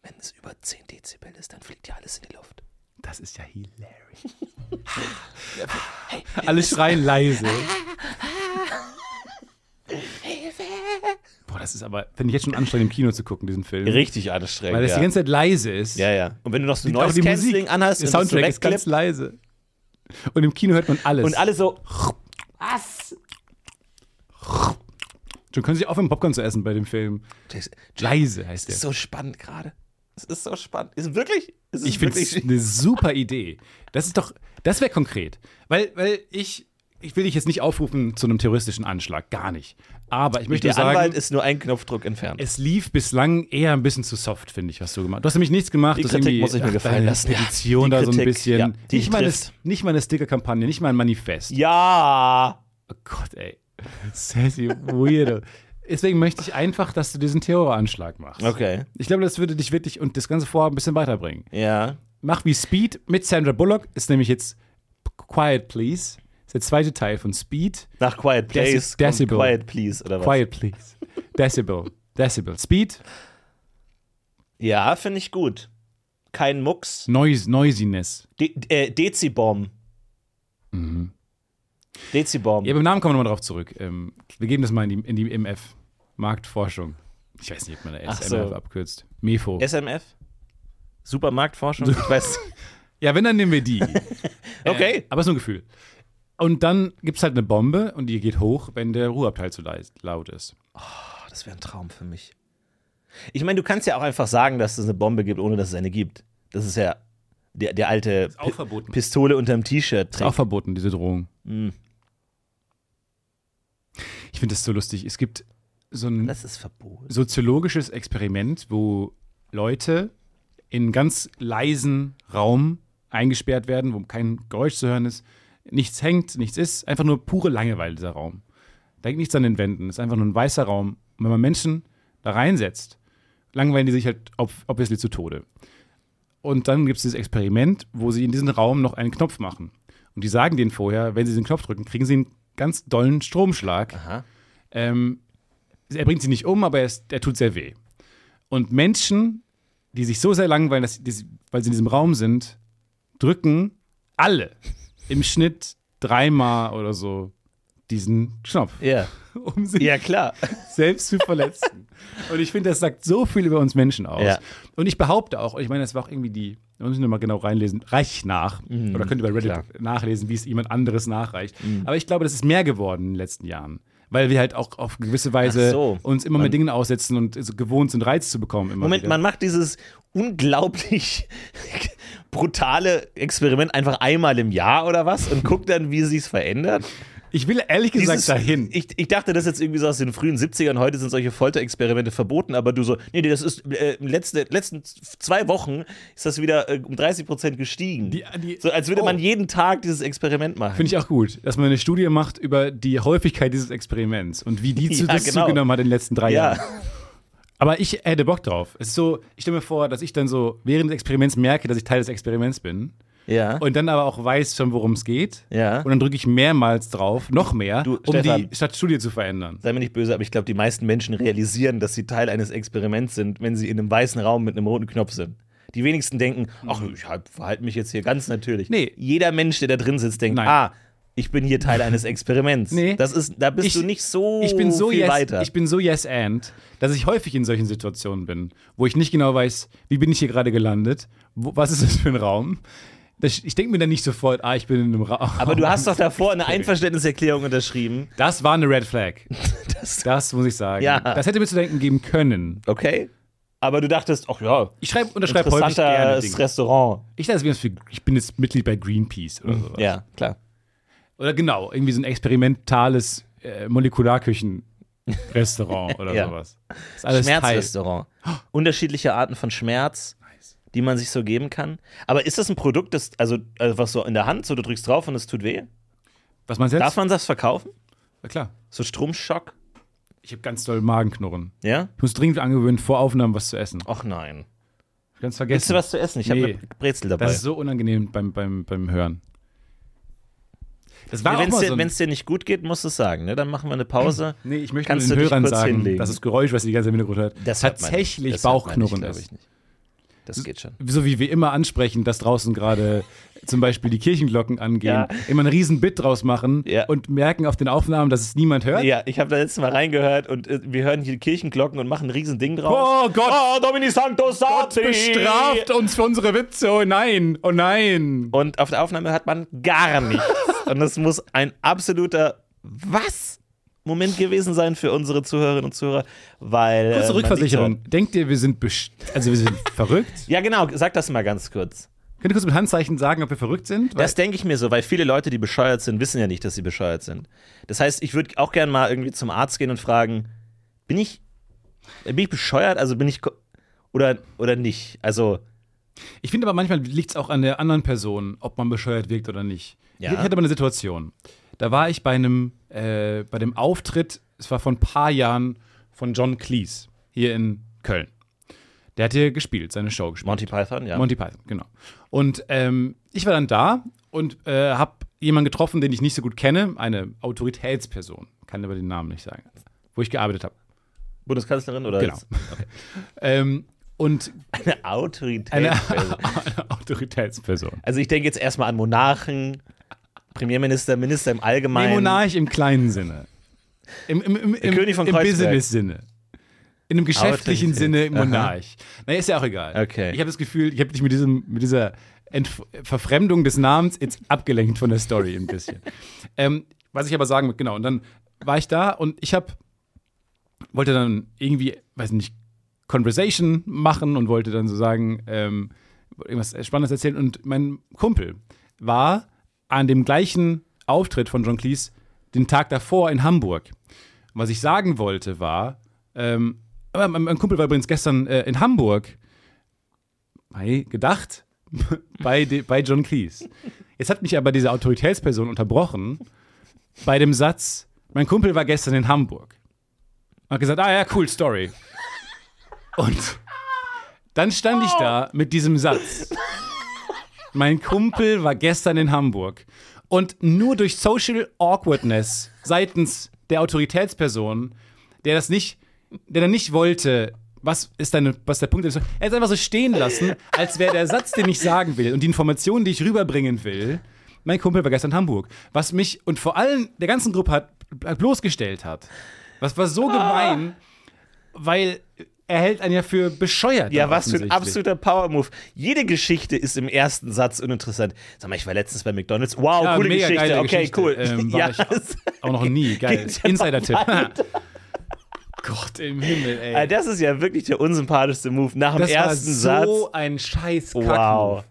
[SPEAKER 3] Wenn es über 10 Dezibel ist, dann fliegt ja alles in die Luft.
[SPEAKER 4] Das ist
[SPEAKER 3] <laughs>
[SPEAKER 4] ja hilarious. Alle schreien leise. Boah, das ist aber, finde ich jetzt schon anstrengend, im Kino zu gucken, diesen Film.
[SPEAKER 3] Richtig anstrengend.
[SPEAKER 4] Weil das die ganze Zeit leise ist.
[SPEAKER 3] ja, ja. Und wenn du noch so
[SPEAKER 4] Auch die
[SPEAKER 3] Noise Canceling
[SPEAKER 4] Musik,
[SPEAKER 3] anhast,
[SPEAKER 4] der
[SPEAKER 3] dann bist du
[SPEAKER 4] Soundtrack ist ganz
[SPEAKER 3] wegklippt
[SPEAKER 4] leise. Und im Kino hört man alles.
[SPEAKER 3] und alle so,
[SPEAKER 4] Schon können sie aufhören, Popcorn zu essen bei dem Film. Leise heißt der.
[SPEAKER 3] ist so spannend gerade. Es ist so spannend. Ist wirklich? Es Ist
[SPEAKER 4] Ich finde
[SPEAKER 3] wirklich-
[SPEAKER 4] es eine super Idee. Das ist doch, das wäre konkret. Weil, weil ich, ich will dich jetzt nicht aufrufen zu einem terroristischen Anschlag, gar nicht. Aber ich möchte
[SPEAKER 3] Der
[SPEAKER 4] sagen,
[SPEAKER 3] Anwalt ist nur ein Knopfdruck entfernt.
[SPEAKER 4] es lief bislang eher ein bisschen zu soft, finde ich, was du gemacht hast. Du hast nämlich nichts gemacht.
[SPEAKER 3] Die
[SPEAKER 4] das
[SPEAKER 3] Kritik
[SPEAKER 4] irgendwie-
[SPEAKER 3] muss ich mir
[SPEAKER 4] ach,
[SPEAKER 3] gefallen
[SPEAKER 4] deine
[SPEAKER 3] lassen. Ja,
[SPEAKER 4] Petition
[SPEAKER 3] die
[SPEAKER 4] da so ein
[SPEAKER 3] Kritik,
[SPEAKER 4] bisschen.
[SPEAKER 3] ja, die
[SPEAKER 4] nicht, mal eine,
[SPEAKER 3] trifft.
[SPEAKER 4] nicht mal eine Sticker-Kampagne, nicht mal ein Manifest.
[SPEAKER 3] Ja.
[SPEAKER 4] Oh Gott, ey. Sassy, weirdo. Deswegen möchte ich einfach, dass du diesen Terroranschlag machst.
[SPEAKER 3] Okay.
[SPEAKER 4] Ich glaube, das würde dich wirklich und das ganze Vorhaben ein bisschen weiterbringen.
[SPEAKER 3] Ja.
[SPEAKER 4] Mach wie Speed mit Sandra Bullock, ist nämlich jetzt Quiet Please. Ist der zweite Teil von Speed.
[SPEAKER 3] Nach Quiet Place. kommt
[SPEAKER 4] Decibel.
[SPEAKER 3] Quiet Please oder was?
[SPEAKER 4] Quiet Please. Decibel. Decibel. Speed,
[SPEAKER 3] Ja, finde ich gut. Kein Mucks.
[SPEAKER 4] Noise, Noisiness.
[SPEAKER 3] De äh, Dezibomb. Mhm. Dezibomb.
[SPEAKER 4] Mhm. Ja, beim Namen kommen wir nochmal drauf zurück. Ähm, wir geben das mal in die, in die MF. Marktforschung. Ich weiß nicht, ob man da
[SPEAKER 3] Ach
[SPEAKER 4] SMF
[SPEAKER 3] so.
[SPEAKER 4] abkürzt. MEFO.
[SPEAKER 3] SMF? Supermarktforschung? Ich weiß.
[SPEAKER 4] <laughs> ja, wenn, dann nehmen wir die.
[SPEAKER 3] <laughs>
[SPEAKER 4] Äh,
[SPEAKER 3] Okay.
[SPEAKER 4] Aber ist nur ein Gefühl. Und dann gibt es halt eine Bombe und die geht hoch, wenn der Ruheabteil zu leis- laut ist.
[SPEAKER 3] Oh, das wäre ein Traum für mich. Ich meine, du kannst ja auch einfach sagen, dass es eine Bombe gibt, ohne dass es eine gibt. Das ist ja der, der alte
[SPEAKER 4] auch
[SPEAKER 3] Pi-
[SPEAKER 4] verboten.
[SPEAKER 3] Pistole unterm T-Shirt.
[SPEAKER 4] Ist auch verboten, diese Drohung. Ich finde das so lustig. Es gibt so ein
[SPEAKER 3] Das ist verboten.
[SPEAKER 4] soziologisches Experiment, wo Leute in ganz leisen Raum eingesperrt werden, wo kein Geräusch zu hören ist, nichts hängt, nichts ist, einfach nur pure Langeweile dieser Raum. Da hängt nichts an den Wänden, ist einfach nur ein weißer Raum. Und wenn man Menschen da reinsetzt, langweilen die sich halt ob- obviously zu Tode. Und dann gibt es dieses Experiment, wo sie in diesen Raum noch einen Knopf machen. Und die sagen denen vorher, wenn sie den Knopf drücken, kriegen sie einen ganz dollen Stromschlag.
[SPEAKER 3] Aha.
[SPEAKER 4] Ähm, er bringt sie nicht um, aber er, ist, er tut sehr weh. Und Menschen, die sich so sehr langweilen, dass, die, weil sie in diesem Raum sind, drücken alle im Schnitt dreimal oder so diesen Knopf,
[SPEAKER 3] Ja.
[SPEAKER 4] <laughs> um sich
[SPEAKER 3] Ja, klar.
[SPEAKER 4] selbst zu
[SPEAKER 3] <laughs>
[SPEAKER 4] verletzen. Und ich finde, das sagt so viel über uns Menschen aus.
[SPEAKER 3] Ja.
[SPEAKER 4] Und ich behaupte auch, ich meine, das war auch irgendwie die, da muss ich nochmal genau reinlesen, reich nach. oder könnt ihr bei Reddit
[SPEAKER 3] Mhm, klar. Mhm.
[SPEAKER 4] nachlesen, wie es jemand anderes nachreicht. Aber ich glaube, das ist mehr geworden in den letzten Jahren. Weil wir halt auch auf gewisse Weise
[SPEAKER 3] Ach so.
[SPEAKER 4] uns immer mit Dingen aussetzen und so gewohnt sind, Reiz zu bekommen. Immer
[SPEAKER 3] Moment,
[SPEAKER 4] wieder.
[SPEAKER 3] man macht dieses unglaublich <laughs>
[SPEAKER 4] <laughs>
[SPEAKER 3] brutale Experiment einfach einmal im Jahr oder was und guckt dann, wie sich's verändert.
[SPEAKER 4] Ich will ehrlich gesagt
[SPEAKER 3] Dieses-
[SPEAKER 4] dahin.
[SPEAKER 3] Ich, ich dachte, das ist jetzt irgendwie so aus den frühen 70ern. Heute sind solche Folterexperimente verboten, aber du so, nee, nee, das ist äh, in den letzten, letzten zwei Wochen ist das wieder äh, um 30 Prozent gestiegen.
[SPEAKER 4] Die- die-
[SPEAKER 3] so als würde
[SPEAKER 4] oh.
[SPEAKER 3] man jeden Tag dieses Experiment machen.
[SPEAKER 4] Finde ich auch gut, dass man eine Studie macht über die Häufigkeit dieses Experiments und wie die zu,
[SPEAKER 3] <laughs> Ja,
[SPEAKER 4] das
[SPEAKER 3] genau.
[SPEAKER 4] zugenommen hat in den letzten drei
[SPEAKER 3] ja.
[SPEAKER 4] Jahren. Aber ich hätte Bock drauf. Es ist so, ich stelle mir vor, dass ich dann so während des Experiments merke, dass ich Teil des Experiments bin
[SPEAKER 3] Ja.
[SPEAKER 4] und dann aber auch weiß schon, worum es geht.
[SPEAKER 3] Ja.
[SPEAKER 4] Und dann drücke ich mehrmals drauf, noch mehr,
[SPEAKER 3] Du,
[SPEAKER 4] um
[SPEAKER 3] Stefan.
[SPEAKER 4] die Stadtstudie zu verändern.
[SPEAKER 3] Sei mir nicht böse, aber ich glaube, die meisten Menschen realisieren, dass sie Teil eines Experiments sind, wenn sie in einem weißen Raum mit einem roten Knopf sind. Die wenigsten denken, ach, ich halt, verhalte mich jetzt hier ganz natürlich.
[SPEAKER 4] Mhm. Nee.
[SPEAKER 3] Jeder Mensch, der da drin sitzt, denkt,
[SPEAKER 4] Nein.
[SPEAKER 3] ah, ich bin hier Teil eines Experiments.
[SPEAKER 4] Nee.
[SPEAKER 3] Das ist, da bist
[SPEAKER 4] Ich-
[SPEAKER 3] du nicht so,
[SPEAKER 4] Ich bin so
[SPEAKER 3] Uh, viel
[SPEAKER 4] yes,
[SPEAKER 3] weiter.
[SPEAKER 4] ich bin so yes and, dass ich häufig in solchen Situationen bin, wo ich nicht genau weiß, wie bin ich hier gerade gelandet, wo, was ist das für ein Raum. Das, ich denke mir dann nicht sofort, ah, ich bin in einem Raum.
[SPEAKER 3] aber du hast doch davor eine Einverständniserklärung unterschrieben.
[SPEAKER 4] Das war eine Red Flag.
[SPEAKER 3] <laughs> Das-
[SPEAKER 4] Das, muss ich sagen.
[SPEAKER 3] Ja.
[SPEAKER 4] Das hätte mir zu denken geben können.
[SPEAKER 3] Okay. Aber du dachtest, ach ja,
[SPEAKER 4] Ich schreibe, unterschreibe häufig gerne
[SPEAKER 3] interessantes
[SPEAKER 4] Dinge.
[SPEAKER 3] Restaurant.
[SPEAKER 4] Ich dachte, wir haben es für- ich bin jetzt Mitglied bei Greenpeace oder sowas.
[SPEAKER 3] Ja, klar.
[SPEAKER 4] Oder genau, irgendwie so ein experimentales äh, Molekularküchen-Restaurant
[SPEAKER 3] <laughs>
[SPEAKER 4] oder
[SPEAKER 3] Ja.
[SPEAKER 4] sowas. Ist alles Teil.
[SPEAKER 3] Schmerzrestaurant. Unterschiedliche Arten von Schmerz, die man sich so geben kann. Aber ist das ein Produkt, das, also, also was so in der Hand, so du drückst drauf und es tut weh?
[SPEAKER 4] Was meinst du jetzt?
[SPEAKER 3] Darf man das verkaufen?
[SPEAKER 4] Na klar.
[SPEAKER 3] So Stromschock?
[SPEAKER 4] Ich habe ganz doll Magenknurren.
[SPEAKER 3] Ja?
[SPEAKER 4] Ich muss dringend angewöhnen, vor Aufnahmen was zu essen.
[SPEAKER 3] Och nein.
[SPEAKER 4] Ganz
[SPEAKER 3] Willst du
[SPEAKER 4] vergessen.
[SPEAKER 3] was zu essen? Ich habe
[SPEAKER 4] Nee.
[SPEAKER 3] eine Brezel dabei.
[SPEAKER 4] das ist so unangenehm beim, beim, beim Hören. Das war auch
[SPEAKER 3] Wenn es
[SPEAKER 4] mal so
[SPEAKER 3] dir,
[SPEAKER 4] ein Hm.
[SPEAKER 3] wenn's dir nicht gut geht, musst du es sagen. Ne? Dann machen wir eine Pause.
[SPEAKER 4] Nee, ich möchte
[SPEAKER 3] Kannst
[SPEAKER 4] nur
[SPEAKER 3] du
[SPEAKER 4] den
[SPEAKER 3] dich
[SPEAKER 4] Hörern
[SPEAKER 3] kurz
[SPEAKER 4] sagen,
[SPEAKER 3] hinlegen?
[SPEAKER 4] dass das Geräusch, was ihr die ganze Zeit im Hintergrund hört,
[SPEAKER 3] Das hört man nicht.
[SPEAKER 4] tatsächlich
[SPEAKER 3] Das hört man
[SPEAKER 4] Bauchknurren
[SPEAKER 3] nicht, glaub
[SPEAKER 4] ist.
[SPEAKER 3] Ich nicht. Das geht schon.
[SPEAKER 4] So wie wir immer ansprechen, dass draußen gerade zum Beispiel die Kirchenglocken angehen,
[SPEAKER 3] Ja.
[SPEAKER 4] immer einen riesen Bit draus machen
[SPEAKER 3] Ja.
[SPEAKER 4] und merken auf den Aufnahmen, dass es niemand hört.
[SPEAKER 3] Ja, ich habe da letztes Mal reingehört und äh, wir hören hier Kirchenglocken und machen ein riesen Ding draus.
[SPEAKER 4] Oh Gott,
[SPEAKER 3] Ah, Domini Santos
[SPEAKER 4] Gott
[SPEAKER 3] Sati!
[SPEAKER 4] bestraft uns für unsere Witze. Oh nein, oh nein.
[SPEAKER 3] Und auf der Aufnahme hört man gar nichts. und es muss ein absoluter Was? Moment gewesen sein für unsere Zuhörerinnen und Zuhörer, weil. äh,
[SPEAKER 4] Kurze
[SPEAKER 3] man nicht
[SPEAKER 4] Rückversicherung. Denkt ihr, wir sind best also wir sind <laughs> verrückt?
[SPEAKER 3] so- Ja, genau, sag das mal ganz kurz.
[SPEAKER 4] Könnt ihr kurz mit Handzeichen sagen, ob wir verrückt sind? Weil-
[SPEAKER 3] Das denke ich mir so, weil viele Leute, die bescheuert sind, wissen ja nicht, dass sie bescheuert sind. Das heißt, ich würde auch gerne mal irgendwie zum Arzt gehen und fragen, bin ich, bin ich bescheuert? Also bin ich ko- oder, oder nicht? Also,
[SPEAKER 4] Ich finde aber manchmal liegt es auch an der anderen Person, ob man bescheuert wirkt oder nicht.
[SPEAKER 3] Ja.
[SPEAKER 4] Ich hatte mal eine Situation. Da war ich bei einem, äh, bei dem Auftritt, es war vor ein paar Jahren, von John Cleese hier in Köln. Der hat hier gespielt, seine Show gespielt.
[SPEAKER 3] Monty Python, ja.
[SPEAKER 4] Monty Python, genau. Und ähm, ich war dann da und äh, habe jemanden getroffen, den ich nicht so gut kenne, eine Autoritätsperson, kann aber den Namen nicht sagen, wo ich gearbeitet habe.
[SPEAKER 3] Bundeskanzlerin oder
[SPEAKER 4] Genau. <laughs> Ähm, und
[SPEAKER 3] eine <laughs> Autorität.
[SPEAKER 4] eine, <laughs> eine Autoritätsperson.
[SPEAKER 3] Also ich denke jetzt erstmal an Monarchen, Premierminister, Minister im
[SPEAKER 4] Nee,
[SPEAKER 3] Allgemeinen.
[SPEAKER 4] Monarch im kleinen Sinne. Im, im, im, im,
[SPEAKER 3] König von
[SPEAKER 4] im
[SPEAKER 3] Kreuzberg.
[SPEAKER 4] Business-Sinne. In einem geschäftlichen
[SPEAKER 3] Autorität.
[SPEAKER 4] Sinne Monarch. Naja, ist ja auch egal.
[SPEAKER 3] Okay.
[SPEAKER 4] Ich habe das Gefühl, ich habe dich mit, diesem, mit dieser Entf Verfremdung des Namens jetzt abgelenkt von der Story ein bisschen. ähm, was ich aber sagen will, genau. Und dann war ich da und ich habe, wollte dann irgendwie, weiß nicht, Conversation machen und wollte dann so sagen, ähm, irgendwas Spannendes erzählen. Und mein Kumpel war an dem gleichen Auftritt von John Cleese den Tag davor in Hamburg. Und was ich sagen wollte war, ähm, aber mein, mein Kumpel war übrigens gestern äh, in Hamburg. Bei, gedacht, <laughs> bei, de, bei John Cleese. Jetzt hat mich aber diese Autoritätsperson unterbrochen bei dem Satz, mein Kumpel war gestern in Hamburg. Und hat gesagt, ah ja, cool, Story. Und dann stand ich da mit diesem Satz. Mein Kumpel war gestern in Hamburg. Und nur durch Social Awkwardness seitens der Autoritätsperson, der das nicht, der dann nicht wollte, was ist deine, was der Punkt ist, er hat es einfach so stehen lassen, als wäre der Satz, den ich sagen will und die Informationen, die ich rüberbringen will, mein Kumpel war gestern in Hamburg. Was mich und vor allem der ganzen Gruppe hat, hat bloßgestellt hat. Was war so gemein, weil er hält einen ja für bescheuert.
[SPEAKER 3] Ja, was für ein
[SPEAKER 4] offensichtlich.
[SPEAKER 3] absoluter Power-Move. Jede Geschichte ist im ersten Satz uninteressant. Sag mal, ich war letztens bei McDonalds. Wow,
[SPEAKER 4] Ja,
[SPEAKER 3] coole
[SPEAKER 4] mega
[SPEAKER 3] Geschichte.
[SPEAKER 4] geile
[SPEAKER 3] okay,
[SPEAKER 4] Geschichte.
[SPEAKER 3] cool.
[SPEAKER 4] Ähm,
[SPEAKER 3] <laughs>
[SPEAKER 4] war
[SPEAKER 3] ja,
[SPEAKER 4] ich
[SPEAKER 3] das,
[SPEAKER 4] Auch
[SPEAKER 3] <laughs>
[SPEAKER 4] noch nie. Geil.
[SPEAKER 3] Geht ja
[SPEAKER 4] Insider-Tipp. <laughs> Gott im Himmel,
[SPEAKER 3] äh,
[SPEAKER 4] ey.
[SPEAKER 3] das ist ja wirklich der unsympathischste Move nach dem
[SPEAKER 4] das war
[SPEAKER 3] ersten
[SPEAKER 4] so
[SPEAKER 3] Satz.
[SPEAKER 4] ein scheiß Kack.
[SPEAKER 3] Wow.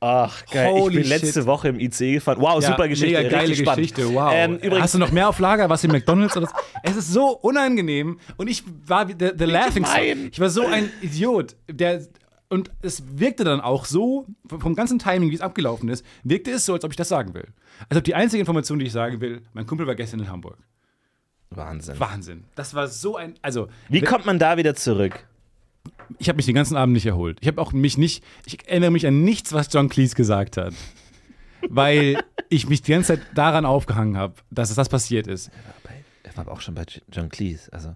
[SPEAKER 3] Ach, geil.
[SPEAKER 4] Holy
[SPEAKER 3] ich bin letzte
[SPEAKER 4] shit.
[SPEAKER 3] Woche im IC gefahren. Wow,
[SPEAKER 4] Ja,
[SPEAKER 3] super Geschichte.
[SPEAKER 4] Mega geile
[SPEAKER 3] richtig spannend.
[SPEAKER 4] Geschichte, wow.
[SPEAKER 3] Ähm, übrigens,
[SPEAKER 4] Hast du noch mehr auf Lager? Was in McDonalds oder so? Es ist so unangenehm und ich war wie der, der Laughing Stock.
[SPEAKER 3] gemein.
[SPEAKER 4] Ich war so ein Idiot. Der, und es wirkte dann auch so, vom vom ganzen Timing, wie es abgelaufen ist, wirkte es so, als ob ich das sagen will. Als ob die einzige Information, die ich sagen will, mein Kumpel war gestern in Hamburg.
[SPEAKER 3] Wahnsinn.
[SPEAKER 4] Wahnsinn. Das war so ein. Also,
[SPEAKER 3] Wie kommt man da wieder zurück?
[SPEAKER 4] ich habe mich den ganzen Abend nicht erholt. Ich habe auch mich nicht, ich erinnere mich an nichts, was John Cleese gesagt hat. Weil ich mich die ganze Zeit daran aufgehangen habe, dass das passiert ist.
[SPEAKER 3] Ich Äh, war aber auch schon bei John Cleese. Also,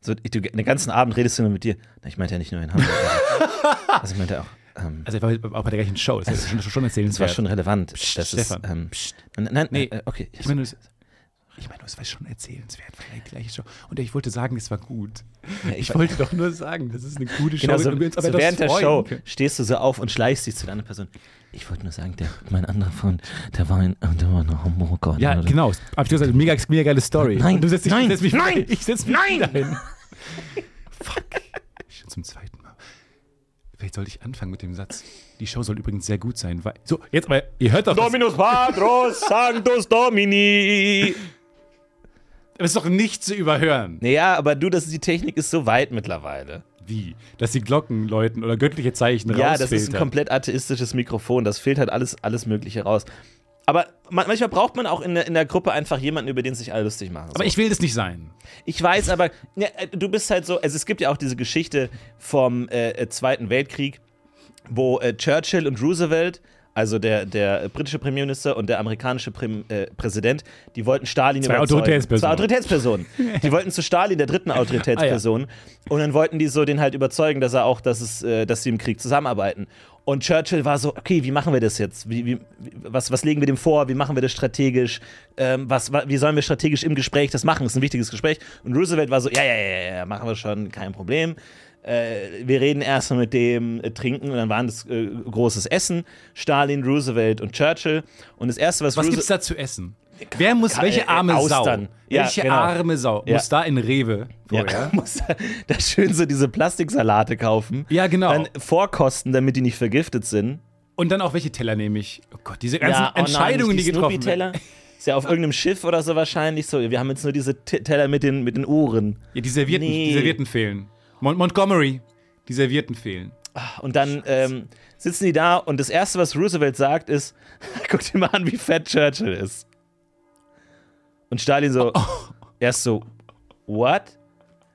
[SPEAKER 3] so, ich, du, den ganzen Abend redest du nur mit dir. Na, Ich meinte ja nicht nur in Hamburg.
[SPEAKER 4] <laughs>
[SPEAKER 3] also, ich meinte auch, ähm,
[SPEAKER 4] Also ich war auch bei der gleichen Show, das ist schon, schon erzählenswert.
[SPEAKER 3] das war schon relevant. das
[SPEAKER 4] Stefan.
[SPEAKER 3] ist, ähm, nein, nein,
[SPEAKER 4] Nee.
[SPEAKER 3] äh, okay.
[SPEAKER 4] ich meine, das, ich meine, das war schon erzählenswert, war die gleiche Show. Und ich wollte sagen, es war gut.
[SPEAKER 3] Ja,
[SPEAKER 4] Ich
[SPEAKER 3] war-
[SPEAKER 4] wollte doch nur sagen, das ist eine gute Show.
[SPEAKER 3] Genau, so,
[SPEAKER 4] wenn wir uns aber
[SPEAKER 3] so
[SPEAKER 4] das
[SPEAKER 3] während der
[SPEAKER 4] freuen.
[SPEAKER 3] Show stehst du so auf und schleichst dich zu der anderen Person. Ich wollte nur sagen, der, mein anderer Freund, der war in, äh, der war in Hamburg. oder?
[SPEAKER 4] Ja, genau. Hab ich gesagt, mega, mega geile Story.
[SPEAKER 3] Nein,
[SPEAKER 4] Und du setzt dich,
[SPEAKER 3] nein,
[SPEAKER 4] setz mich,
[SPEAKER 3] nein,
[SPEAKER 4] <laughs> ich setz mich
[SPEAKER 3] nein.
[SPEAKER 4] wieder hin. <laughs> Fuck. Schon zum zweiten Mal. Vielleicht sollte ich anfangen mit dem Satz. Die Show soll übrigens sehr gut sein, weil. So, jetzt aber, ihr hört doch. Das,
[SPEAKER 3] Dominus Patros Sanctus Domini.
[SPEAKER 4] das ist doch nicht zu überhören.
[SPEAKER 3] Naja, aber du, das, die Technik ist so weit mittlerweile.
[SPEAKER 4] Wie? Dass die Glocken läuten oder göttliche Zeichen
[SPEAKER 3] Ja, das
[SPEAKER 4] rausfiltern.
[SPEAKER 3] ist ein komplett atheistisches Mikrofon. Das fehlt halt alles, alles Mögliche raus. Aber man- manchmal braucht man auch in der, in der Gruppe einfach jemanden, über den sich alle lustig machen. So.
[SPEAKER 4] Aber ich will das nicht sein.
[SPEAKER 3] Ich weiß, aber ja, äh, du bist halt so. Also es gibt ja auch diese Geschichte vom äh, äh, Zweiten Weltkrieg, wo äh, Churchill und Roosevelt, also der, der äh, britische Premierminister und der amerikanische Prim, äh, Präsident, die wollten Stalin
[SPEAKER 4] Zwei
[SPEAKER 3] überzeugen.
[SPEAKER 4] Autoritätspersonen.
[SPEAKER 3] Zwei Autoritätspersonen. die wollten zu Stalin, der dritten Autoritätsperson, und dann wollten die so den halt überzeugen, dass er auch, dass es, äh, dass sie im Krieg zusammenarbeiten. Und Churchill war so, okay, wie machen wir das jetzt? Wie, wie, was, was legen wir dem vor? Wie machen wir das strategisch? Ähm, was, wa- wie sollen wir strategisch im Gespräch das machen? Das ist ein wichtiges Gespräch. Und Roosevelt war so, ja, ja, ja, ja, ja, machen wir schon, kein Problem äh, wir reden erstmal mit dem, äh, trinken und dann waren das äh, großes Essen. Stalin, Roosevelt und Churchill. Und das erste, was,
[SPEAKER 4] Was
[SPEAKER 3] Roose-
[SPEAKER 4] gibt's da zu essen? Wer muss,
[SPEAKER 3] Ka- äh,
[SPEAKER 4] welche arme
[SPEAKER 3] Austern.
[SPEAKER 4] Sau,
[SPEAKER 3] Ja,
[SPEAKER 4] welche
[SPEAKER 3] genau.
[SPEAKER 4] arme Sau
[SPEAKER 3] Ja.
[SPEAKER 4] muss da in Rewe vorher?
[SPEAKER 3] ja, <laughs> muss da, da schön so diese Plastiksalate kaufen.
[SPEAKER 4] Ja, genau.
[SPEAKER 3] Dann vorkosten, damit die nicht vergiftet sind.
[SPEAKER 4] Und dann auch, welche Teller nehme ich? Oh Gott, diese ganzen
[SPEAKER 3] ja, oh nein,
[SPEAKER 4] Entscheidungen,
[SPEAKER 3] nicht
[SPEAKER 4] die, getroffen werden.
[SPEAKER 3] Snoopy-Teller. Ist ja auf irgendeinem Schiff oder so wahrscheinlich so. Wir haben jetzt nur diese T Teller mit den, mit den Uhren.
[SPEAKER 4] Ja, die Servietten,
[SPEAKER 3] Nee.
[SPEAKER 4] die Servietten fehlen. Mon Montgomery, die Servietten fehlen.
[SPEAKER 3] Und dann ähm, sitzen die da und das erste, was Roosevelt sagt, ist: <laughs> guck dir mal an, wie fett Churchill ist. Und Stalin so, erst so, what?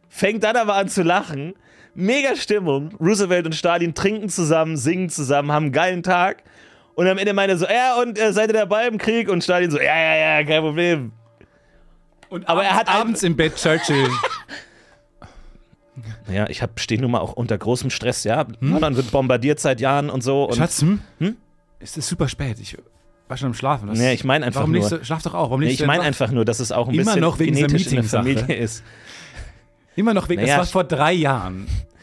[SPEAKER 3] Fängt dann aber an zu lachen. Mega Stimmung. Roosevelt und Stalin trinken zusammen, singen zusammen, haben einen geilen Tag. Und am Ende meint er so, ja, und äh, seid ihr dabei im Krieg? Und Stalin so, ja, ja, ja, kein Problem.
[SPEAKER 4] Und
[SPEAKER 3] Aber
[SPEAKER 4] abends,
[SPEAKER 3] er hat ein-
[SPEAKER 4] abends im Bett <laughs> Churchill.
[SPEAKER 3] Naja, ich stehe nun mal auch unter großem Stress, ja. Man wird bombardiert seit Jahren und so. Und
[SPEAKER 4] Schatz, hm? Es ist super spät. Ich war schon am Schlafen. Das-
[SPEAKER 3] Nee, ich mein einfach
[SPEAKER 4] warum
[SPEAKER 3] nur-
[SPEAKER 4] Liegst du, schlaf doch auch. Warum
[SPEAKER 3] Nee,
[SPEAKER 4] liegst
[SPEAKER 3] ich
[SPEAKER 4] du
[SPEAKER 3] meine
[SPEAKER 4] denn
[SPEAKER 3] einfach nur, dass es auch ein
[SPEAKER 4] Immer
[SPEAKER 3] bisschen
[SPEAKER 4] noch wegen dieser
[SPEAKER 3] genetisch in der
[SPEAKER 4] Meeting-Sache.
[SPEAKER 3] Familie ist.
[SPEAKER 4] wach? Immer noch wegen,
[SPEAKER 3] Naja,
[SPEAKER 4] das war vor drei Jahren. <laughs>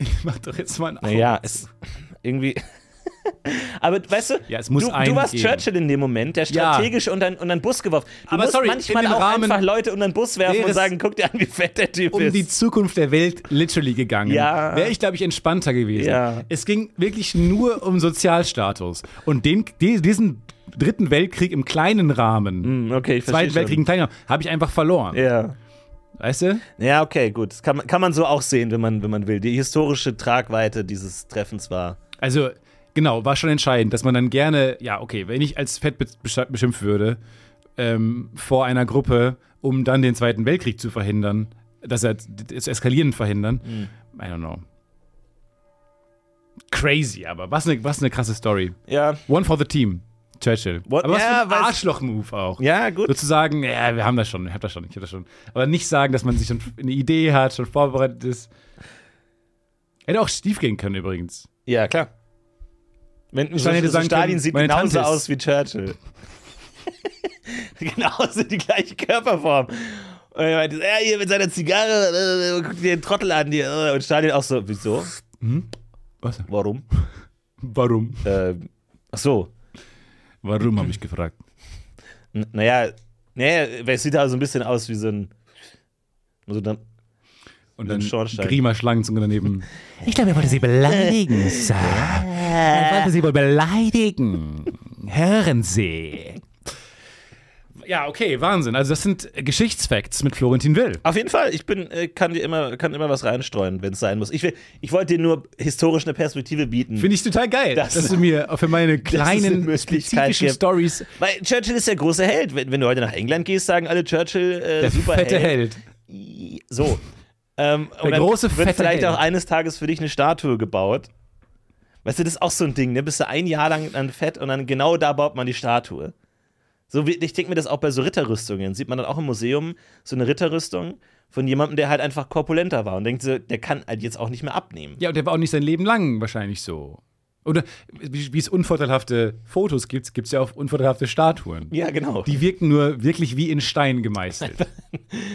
[SPEAKER 4] Ich mach doch jetzt mal ein Auge.
[SPEAKER 3] Naja, es irgendwie. <laughs> Aber weißt du,
[SPEAKER 4] Ja, es muss
[SPEAKER 3] du, du
[SPEAKER 4] einen
[SPEAKER 3] warst
[SPEAKER 4] geben.
[SPEAKER 3] Churchill in dem Moment, der
[SPEAKER 4] Ja.
[SPEAKER 3] strategisch unter, unter den Bus geworfen. Du
[SPEAKER 4] Aber
[SPEAKER 3] musst
[SPEAKER 4] sorry, in
[SPEAKER 3] manchmal
[SPEAKER 4] dem
[SPEAKER 3] auch
[SPEAKER 4] Rahmen
[SPEAKER 3] einfach Leute unter den Bus werfen
[SPEAKER 4] wäre
[SPEAKER 3] und
[SPEAKER 4] es
[SPEAKER 3] sagen, guck dir an, wie fett der Typ
[SPEAKER 4] um
[SPEAKER 3] ist.
[SPEAKER 4] die Zukunft der Welt literally gegangen.
[SPEAKER 3] Ja.
[SPEAKER 4] Wäre ich, glaube ich, entspannter gewesen.
[SPEAKER 3] Ja.
[SPEAKER 4] Es ging wirklich nur um Sozialstatus. Und den, die- diesen dritten Weltkrieg im kleinen Rahmen,
[SPEAKER 3] Hm, okay, ich verstehe
[SPEAKER 4] zweiten Weltkrieg
[SPEAKER 3] schon.
[SPEAKER 4] im kleinen Rahmen, habe ich einfach verloren.
[SPEAKER 3] Ja.
[SPEAKER 4] Weißt du?
[SPEAKER 3] ja, okay, gut. Das kann, man- kann man so auch sehen, wenn man, wenn man will. Die historische Tragweite dieses Treffens war.
[SPEAKER 4] Also, genau, war schon entscheidend, dass man dann gerne, ja, okay, wenn ich als fett be- besch- beschimpft würde, ähm, vor einer Gruppe, um dann den Zweiten Weltkrieg zu verhindern, dass er das Eskalieren verhindern.
[SPEAKER 3] Mhm.
[SPEAKER 4] I don't know. Crazy, aber was eine was ne krasse Story.
[SPEAKER 3] Ja,
[SPEAKER 4] One for the team, Churchill.
[SPEAKER 3] What-
[SPEAKER 4] aber was
[SPEAKER 3] Ja,
[SPEAKER 4] für ein
[SPEAKER 3] weiß-
[SPEAKER 4] Arschloch-Move auch.
[SPEAKER 3] ja gut.
[SPEAKER 4] Sozusagen, ja, wir haben das schon, ich hab das schon, ich hab das schon. Aber nicht sagen, dass man sich schon eine Idee hat, schon vorbereitet ist. Hätte auch schief gehen können übrigens.
[SPEAKER 3] Ja, klar. Wenn,
[SPEAKER 4] Stalin hätte
[SPEAKER 3] so, so
[SPEAKER 4] sagen
[SPEAKER 3] Stalin
[SPEAKER 4] können,
[SPEAKER 3] sieht
[SPEAKER 4] meine
[SPEAKER 3] genauso
[SPEAKER 4] Tante ist-
[SPEAKER 3] aus wie Churchill. <laughs> genauso die gleiche Körperform. Und er meinte, er hier mit seiner Zigarre, äh, guck dir den Trottel an dir. äh. Und Stalin auch so, wieso?
[SPEAKER 4] Was?
[SPEAKER 3] Warum?
[SPEAKER 4] Warum?
[SPEAKER 3] Äh, ach so.
[SPEAKER 4] Warum habe ich gefragt?
[SPEAKER 3] N halt naja, naja, es sieht da so ein bisschen aus wie so ein. So dann,
[SPEAKER 4] Und dann
[SPEAKER 3] Schornstein.
[SPEAKER 4] Grima Schlangenzunge daneben. Ich glaube, er wollte sie <laughs> beleidigen, Sir. Er wollte sie wohl beleidigen. Hören Sie. Ja, okay, Wahnsinn. Also das sind äh, Geschichtsfacts mit Florentin Will.
[SPEAKER 3] Auf jeden Fall, ich bin, äh, kann dir immer, kann immer was reinstreuen, wenn es sein muss. Ich, will, ich wollte dir nur historisch eine Perspektive bieten.
[SPEAKER 4] Finde ich total geil,
[SPEAKER 3] Das-
[SPEAKER 4] dass du mir für meine kleinen
[SPEAKER 3] Möglichkeit
[SPEAKER 4] spezifischen
[SPEAKER 3] gibt.
[SPEAKER 4] Stories
[SPEAKER 3] Weil Churchill ist der große Held. Wenn, wenn du heute nach England gehst, sagen alle Churchill äh,
[SPEAKER 4] der
[SPEAKER 3] super
[SPEAKER 4] fette
[SPEAKER 3] Held.
[SPEAKER 4] Held.
[SPEAKER 3] So. Ähm, und
[SPEAKER 4] Der
[SPEAKER 3] dann
[SPEAKER 4] große,
[SPEAKER 3] wird
[SPEAKER 4] fette
[SPEAKER 3] vielleicht
[SPEAKER 4] Held.
[SPEAKER 3] auch eines Tages für dich eine Statue gebaut. Weißt du, das ist auch so ein Ding, ne? Bist du ein Jahr lang dann fett und dann genau da baut man die Statue. So wie, ich denke mir das auch bei so Ritterrüstungen. Sieht man dann auch im Museum so eine Ritterrüstung von jemandem, der halt einfach korpulenter war und denkt so, der kann halt jetzt auch nicht mehr abnehmen.
[SPEAKER 4] Ja, und der war auch nicht sein Leben lang wahrscheinlich so. Oder wie, wie es unvorteilhafte Fotos gibt, gibt es ja auch unvorteilhafte Statuen.
[SPEAKER 3] Ja, genau.
[SPEAKER 4] Die wirken nur wirklich wie in Stein gemeißelt.
[SPEAKER 3] <laughs>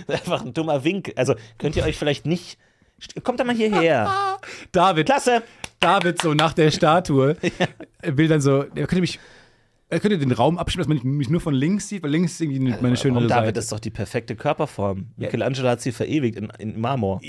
[SPEAKER 3] Einfach ein dummer Wink. Also könnt ihr euch vielleicht nicht. Kommt doch mal
[SPEAKER 4] <laughs>
[SPEAKER 3] hierher.
[SPEAKER 4] David,
[SPEAKER 3] Klasse!
[SPEAKER 4] David so nach
[SPEAKER 3] <laughs>
[SPEAKER 4] der Statue will dann so, er könnte mich, er könnte den Raum abstimmen, dass man nicht- mich nur von links sieht, weil links ist irgendwie meine schöne
[SPEAKER 3] Und
[SPEAKER 4] Seite.
[SPEAKER 3] Also, David ist doch die perfekte Körperform. Michelangelo hat sie verewigt in, in Marmor.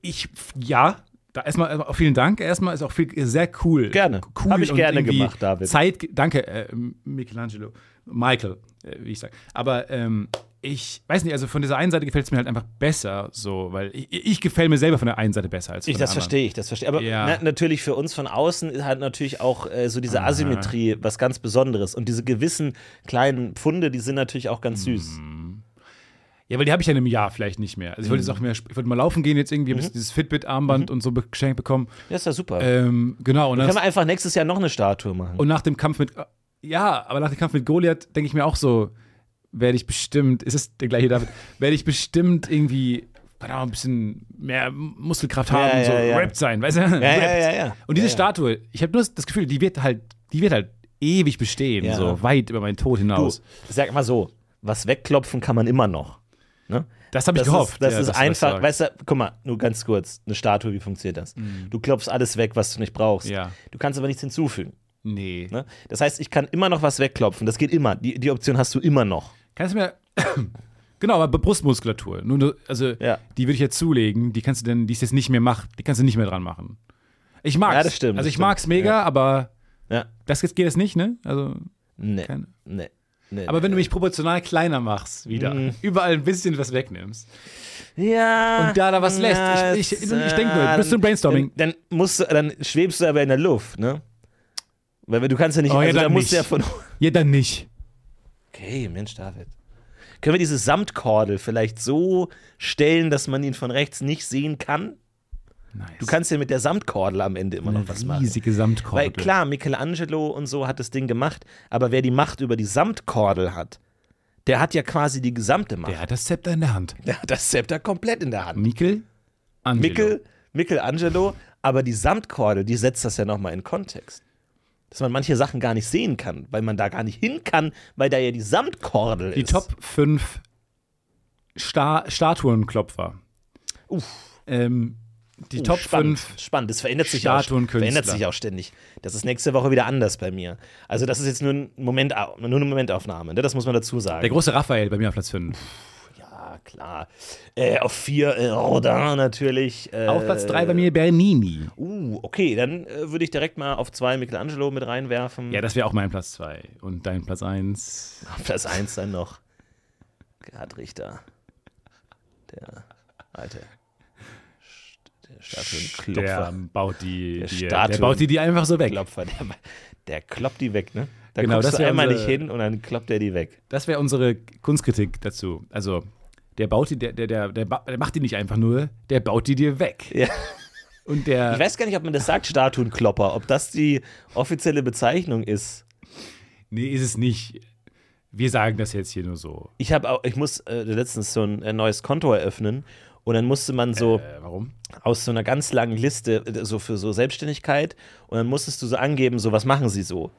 [SPEAKER 4] ich, ja, da erstmal, erstmal vielen Dank. Erstmal ist auch viel, sehr cool.
[SPEAKER 3] Gerne.
[SPEAKER 4] Cool
[SPEAKER 3] Hab ich
[SPEAKER 4] und
[SPEAKER 3] gerne
[SPEAKER 4] irgendwie
[SPEAKER 3] gemacht, David.
[SPEAKER 4] Zeit, danke, äh, Michelangelo. Michael, äh, wie ich sage. Aber ähm, ich weiß nicht, also von dieser einen Seite gefällt es mir halt einfach besser so, weil ich, ich gefällt mir selber von der einen Seite besser als von
[SPEAKER 3] Ich,
[SPEAKER 4] der
[SPEAKER 3] das
[SPEAKER 4] anderen.
[SPEAKER 3] verstehe ich, das verstehe ich. Aber
[SPEAKER 4] Ja.
[SPEAKER 3] na, natürlich für uns von außen ist halt natürlich auch äh, so diese Asymmetrie was ganz Besonderes. Und diese gewissen kleinen Pfunde, die sind natürlich auch ganz süß.
[SPEAKER 4] Ja, weil die habe ich ja in einem Jahr vielleicht nicht mehr. Also ich wollte
[SPEAKER 3] Mhm.
[SPEAKER 4] jetzt auch mehr, sp- ich wollte mal laufen gehen jetzt irgendwie, mhm. bis dieses Fitbit-Armband und so be- geschenkt bekommen.
[SPEAKER 3] Das ist ja super.
[SPEAKER 4] Ähm, genau. Und, dann,
[SPEAKER 3] Können Mhm. wir einfach nächstes Jahr noch eine Statue machen?
[SPEAKER 4] und nach dem Kampf mit, äh, ja, aber nach dem Kampf mit Goliath denke ich mir auch so, werde ich bestimmt, ist es der
[SPEAKER 3] <laughs>
[SPEAKER 4] gleiche David, werde ich bestimmt irgendwie, keine Ahnung, ein bisschen mehr Muskelkraft haben,
[SPEAKER 3] ja,
[SPEAKER 4] so
[SPEAKER 3] ja.
[SPEAKER 4] rappt sein, weißt du? Ja,
[SPEAKER 3] ja, ja.
[SPEAKER 4] Und diese
[SPEAKER 3] Ja, ja.
[SPEAKER 4] Statue, ich habe nur das Gefühl, die wird halt, die wird halt ewig bestehen,
[SPEAKER 3] Ja.
[SPEAKER 4] so weit über meinen Tod
[SPEAKER 3] du,
[SPEAKER 4] hinaus.
[SPEAKER 3] sag mal so, was wegklopfen kann man immer noch. Ne?
[SPEAKER 4] das habe ich
[SPEAKER 3] das
[SPEAKER 4] gehofft.
[SPEAKER 3] Ist, das
[SPEAKER 4] ja,
[SPEAKER 3] ist
[SPEAKER 4] dass du
[SPEAKER 3] einfach,
[SPEAKER 4] sagst.
[SPEAKER 3] weißt du, guck mal, nur ganz kurz, eine Statue, wie funktioniert das? Du klopfst alles weg, was du nicht brauchst.
[SPEAKER 4] Hm. Ja.
[SPEAKER 3] Du kannst aber nichts hinzufügen.
[SPEAKER 4] Nee.
[SPEAKER 3] Ne? Das heißt, ich kann immer noch was wegklopfen. Das geht immer. Die, die Option hast du immer noch.
[SPEAKER 4] Kannst du mir. <coughs> genau, aber Brustmuskulatur. Nur, nur- also,
[SPEAKER 3] Ja.
[SPEAKER 4] die würde ich jetzt zulegen, die kannst du denn, die ist jetzt nicht mehr mach, die kannst du nicht mehr dran machen. Ich mag's.
[SPEAKER 3] Ja, das stimmt,
[SPEAKER 4] Also
[SPEAKER 3] das
[SPEAKER 4] ich
[SPEAKER 3] stimmt.
[SPEAKER 4] mag's mega, aber
[SPEAKER 3] Ja.
[SPEAKER 4] das jetzt geht jetzt nicht, ne? Also,
[SPEAKER 3] Nee.
[SPEAKER 4] Keine.
[SPEAKER 3] Nee. nee.
[SPEAKER 4] aber wenn du mich proportional kleiner machst, wieder,
[SPEAKER 3] Mhm.
[SPEAKER 4] überall ein bisschen was wegnimmst.
[SPEAKER 3] Ja.
[SPEAKER 4] Und da da was lässt. Ich- ich- ich- ich denk nur, bist du im Brainstorming?
[SPEAKER 3] Dann, dann, musst du, dann schwebst du aber in der Luft, ne? Weil du kannst ja nicht.
[SPEAKER 4] Oh, ja,
[SPEAKER 3] also, da
[SPEAKER 4] dann
[SPEAKER 3] musst du ja
[SPEAKER 4] nicht.
[SPEAKER 3] von. <laughs>
[SPEAKER 4] Ja, dann nicht.
[SPEAKER 3] Okay, Mensch, David. Können wir diese Samtkordel vielleicht so stellen, dass man ihn von rechts nicht sehen kann?
[SPEAKER 4] Nice.
[SPEAKER 3] Du kannst ja mit der Samtkordel am Ende immer noch was machen.
[SPEAKER 4] riesige Samtkordel.
[SPEAKER 3] Weil klar, Michelangelo und so hat das Ding gemacht, aber wer die Macht über die Samtkordel hat, der hat ja quasi die gesamte Macht.
[SPEAKER 4] Der hat das Zepter in der Hand.
[SPEAKER 3] <laughs> Der hat das Zepter komplett in der Hand.
[SPEAKER 4] Mikkel? Angelo.
[SPEAKER 3] Mickel, Michelangelo, aber die Samtkordel, die setzt das ja nochmal in Kontext. Dass man manche Sachen gar nicht sehen kann, weil man da gar nicht hin kann, weil da ja die Samtkordel
[SPEAKER 4] Die
[SPEAKER 3] ist.
[SPEAKER 4] Top 5 Sta Statuenklopfer.
[SPEAKER 3] Uff.
[SPEAKER 4] Ähm, die
[SPEAKER 3] Oh,
[SPEAKER 4] Top
[SPEAKER 3] spannend,
[SPEAKER 4] 5
[SPEAKER 3] Spannend, das verändert sich, auch,
[SPEAKER 4] Statuenkünstler.
[SPEAKER 3] verändert sich auch ständig. Das ist nächste Woche wieder anders bei mir. Also, das ist jetzt nur, ein Moment, nur eine Momentaufnahme, ne? das muss man dazu sagen.
[SPEAKER 4] Der große Raphael bei mir auf Platz 5.
[SPEAKER 3] Ja, Ah, klar. Äh, auf vier äh, Rodin natürlich. Äh,
[SPEAKER 4] Auf Platz 3 bei mir Bernini.
[SPEAKER 3] Uh, okay, dann äh, würde ich direkt mal auf zwei Michelangelo mit reinwerfen.
[SPEAKER 4] Ja, das wäre auch mein Platz 2. Und dein Platz 1.
[SPEAKER 3] auf Platz eins dann noch. Gerhard Richter. Der alte. St- Der
[SPEAKER 4] Der
[SPEAKER 3] Statuenklopfer.
[SPEAKER 4] baut die,
[SPEAKER 3] Der
[SPEAKER 4] die der
[SPEAKER 3] Statuen-
[SPEAKER 4] baut die, die einfach so weg.
[SPEAKER 3] Klopfer. Der, der kloppt die weg, ne? Da
[SPEAKER 4] Genau,
[SPEAKER 3] guckst
[SPEAKER 4] das
[SPEAKER 3] du
[SPEAKER 4] wär
[SPEAKER 3] einmal nicht
[SPEAKER 4] unsere-
[SPEAKER 3] hin und dann kloppt er die weg.
[SPEAKER 4] Das wäre unsere Kunstkritik dazu. Also, der baut die, der, der, der, der, ba- der macht die nicht einfach nur, der baut die dir weg.
[SPEAKER 3] Ja.
[SPEAKER 4] Und der
[SPEAKER 3] Ich weiß gar nicht, ob man das sagt, Statuenklopper, ob das die offizielle Bezeichnung ist.
[SPEAKER 4] Nee, ist es nicht. Wir sagen das jetzt hier nur so.
[SPEAKER 3] Ich habe auch, ich muss äh, letztens so ein, ein neues Konto eröffnen und dann musste man so
[SPEAKER 4] Äh, warum?
[SPEAKER 3] aus so einer ganz langen Liste, äh, so für so Selbstständigkeit und dann musstest du so angeben, so was machen sie so.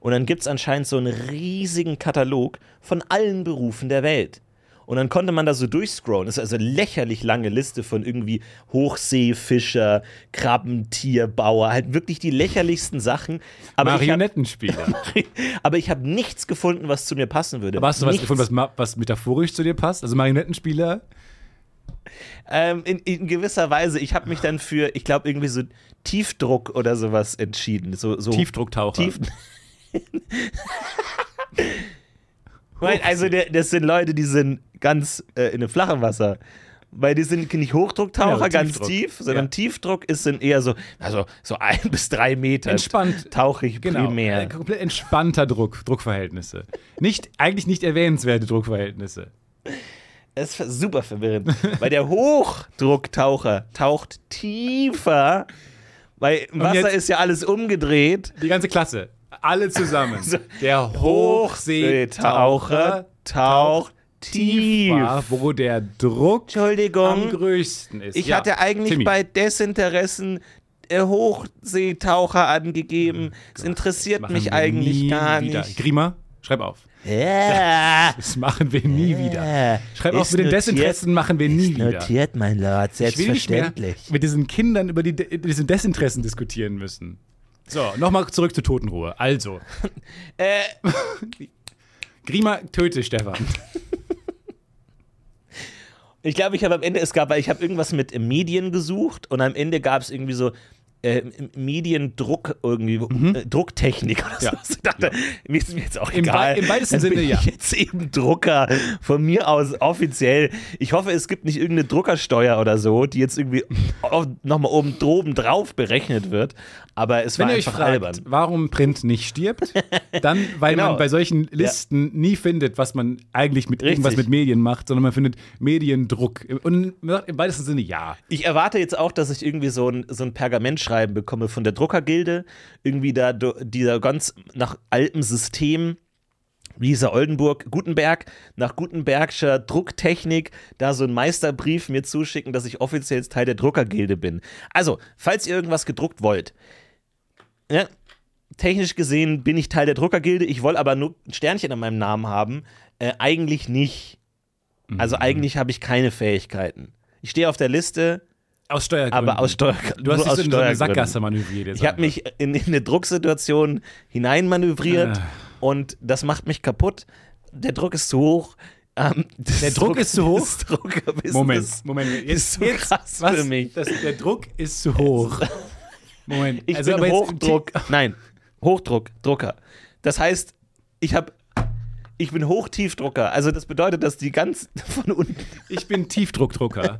[SPEAKER 3] Und dann gibt es anscheinend so einen riesigen Katalog von allen Berufen der Welt. Und dann konnte man da so durchscrollen. Das ist also eine lächerlich lange Liste von irgendwie Hochseefischer, Krabbentierbauer, halt wirklich die lächerlichsten Sachen. Aber ich hab-
[SPEAKER 4] Marionettenspieler.
[SPEAKER 3] <laughs> aber ich habe hab nichts gefunden, was zu mir passen würde.
[SPEAKER 4] Aber hast du was
[SPEAKER 3] nichts.
[SPEAKER 4] gefunden, was, ma- was metaphorisch zu dir passt? Also Marionettenspieler
[SPEAKER 3] Ähm, in, in gewisser Weise, ich habe mich dann für, ich glaube, irgendwie so Tiefdruck oder sowas entschieden. So, so
[SPEAKER 4] Tiefdrucktaucher.
[SPEAKER 3] Tief. Nein, also der, das sind Leute, die sind ganz äh, in einem flachen Wasser. Weil die sind nicht Hochdrucktaucher
[SPEAKER 4] Ja,
[SPEAKER 3] ganz
[SPEAKER 4] Tiefdruck.
[SPEAKER 3] tief, sondern
[SPEAKER 4] Ja.
[SPEAKER 3] Tiefdruck ist sind eher so, also so ein <laughs> bis drei Meter.
[SPEAKER 4] Entspannt.
[SPEAKER 3] Tauche ich
[SPEAKER 4] Genau. Äh,
[SPEAKER 3] primär.
[SPEAKER 4] komplett entspannter Druck, Druckverhältnisse. Nicht, eigentlich nicht erwähnenswerte Druckverhältnisse.
[SPEAKER 3] Das ist super verwirrend. weil der Hochdrucktaucher taucht tiefer, weil im Wasser
[SPEAKER 4] jetzt-
[SPEAKER 3] ist ja alles umgedreht.
[SPEAKER 4] Die ganze Klasse. Alle zusammen. Der
[SPEAKER 3] Also, Hochseetaucher
[SPEAKER 4] Hochseetaucher
[SPEAKER 3] taucht tief.
[SPEAKER 4] tief war, wo der Druck am
[SPEAKER 3] Entschuldigung,
[SPEAKER 4] größten ist.
[SPEAKER 3] ich
[SPEAKER 4] Ja,
[SPEAKER 3] hatte eigentlich
[SPEAKER 4] Timmy.
[SPEAKER 3] bei Desinteressen äh, Hochseetaucher angegeben. Es interessiert
[SPEAKER 4] Machen
[SPEAKER 3] mich
[SPEAKER 4] wir
[SPEAKER 3] eigentlich
[SPEAKER 4] nie
[SPEAKER 3] gar
[SPEAKER 4] wieder. <laughs>
[SPEAKER 3] nicht.
[SPEAKER 4] Grima, schreib auf.
[SPEAKER 3] Äh,
[SPEAKER 4] Das machen wir nie wieder.
[SPEAKER 3] äh,
[SPEAKER 4] Schreib
[SPEAKER 3] ist
[SPEAKER 4] auf, mit den
[SPEAKER 3] notiert-
[SPEAKER 4] Desinteressen machen wir nie
[SPEAKER 3] ist
[SPEAKER 4] wieder.
[SPEAKER 3] Notiert, mein Lord,
[SPEAKER 4] Ich will nicht mehr
[SPEAKER 3] selbstverständlich.
[SPEAKER 4] mit diesen Kindern über die De diese Desinteressen diskutieren müssen. So, nochmal zurück zur Totenruhe.
[SPEAKER 3] <laughs>
[SPEAKER 4] Also.
[SPEAKER 3] Äh.
[SPEAKER 4] <laughs> Grima, töte Stefan.
[SPEAKER 3] Ich glaube, ich habe am Ende, es gab, ich habe irgendwas mit äh, Medien gesucht und am Ende gab es irgendwie so äh, Mediendruck irgendwie, äh, Drucktechnik oder so.
[SPEAKER 4] Mhm. Ja.
[SPEAKER 3] <laughs> Ich dachte, mir ist mir jetzt auch
[SPEAKER 4] Im
[SPEAKER 3] egal.
[SPEAKER 4] wei- im weitesten
[SPEAKER 3] Dann bin
[SPEAKER 4] Sinne, ja.
[SPEAKER 3] ich jetzt eben Drucker von mir aus offiziell. Ich hoffe, es gibt nicht irgendeine Druckersteuer oder so, die jetzt irgendwie nochmal oben droben drauf berechnet wird. Aber es
[SPEAKER 4] Wenn
[SPEAKER 3] war
[SPEAKER 4] ihr euch
[SPEAKER 3] einfach
[SPEAKER 4] fragt,
[SPEAKER 3] albern.
[SPEAKER 4] warum Print nicht stirbt, dann, weil
[SPEAKER 3] Genau.
[SPEAKER 4] man bei solchen Listen nie findet, was man eigentlich mit irgendwas
[SPEAKER 3] Richtig.
[SPEAKER 4] mit Medien macht, sondern man findet Mediendruck. Und man sagt im weitesten Sinne ja.
[SPEAKER 3] Ich erwarte jetzt auch, dass ich irgendwie so ein, so ein Pergamentschreiben bekomme von der Druckergilde. Irgendwie da, do- dieser ganz nach altem System, wie hieß er, Oldenburg, Gutenberg, nach Gutenbergscher Drucktechnik, da so einen Meisterbrief mir zuschicken, dass ich offiziell jetzt Teil der Druckergilde bin. Also, falls ihr irgendwas gedruckt wollt, ja, technisch gesehen bin ich Teil der Druckergilde, ich wollte aber nur ein Sternchen an meinem Namen haben. Äh, eigentlich nicht. Also, eigentlich habe ich keine Fähigkeiten. Ich stehe auf der Liste,
[SPEAKER 4] Aus Steuergründen.
[SPEAKER 3] aber aus Steuer,
[SPEAKER 4] du
[SPEAKER 3] nur
[SPEAKER 4] hast dich
[SPEAKER 3] aus
[SPEAKER 4] so in so eine
[SPEAKER 3] Steuergründen.
[SPEAKER 4] Sackgasse manövriert. jetzt
[SPEAKER 3] Ich habe
[SPEAKER 4] einfach.
[SPEAKER 3] mich in, in eine Drucksituation hineinmanövriert
[SPEAKER 4] Ah.
[SPEAKER 3] und das macht mich kaputt. Der Druck ist zu hoch. Ähm, das
[SPEAKER 4] Der Druck ist zu hoch?
[SPEAKER 3] Das Druckerbusiness
[SPEAKER 4] Moment, Moment.
[SPEAKER 3] ist
[SPEAKER 4] Jetzt,
[SPEAKER 3] zu
[SPEAKER 4] jetzt
[SPEAKER 3] krass
[SPEAKER 4] was?
[SPEAKER 3] für mich.
[SPEAKER 4] Das, der Druck ist zu hoch. Moment.
[SPEAKER 3] Ich
[SPEAKER 4] also, aber
[SPEAKER 3] bin
[SPEAKER 4] jetzt-
[SPEAKER 3] Hochdruck.
[SPEAKER 4] <laughs>
[SPEAKER 3] Nein, Hochdruck, Drucker. Das heißt, ich habe. Ich bin Hochtiefdrucker. Also das bedeutet, dass die ganz <laughs> von unten.
[SPEAKER 4] Ich bin Tiefdruckdrucker.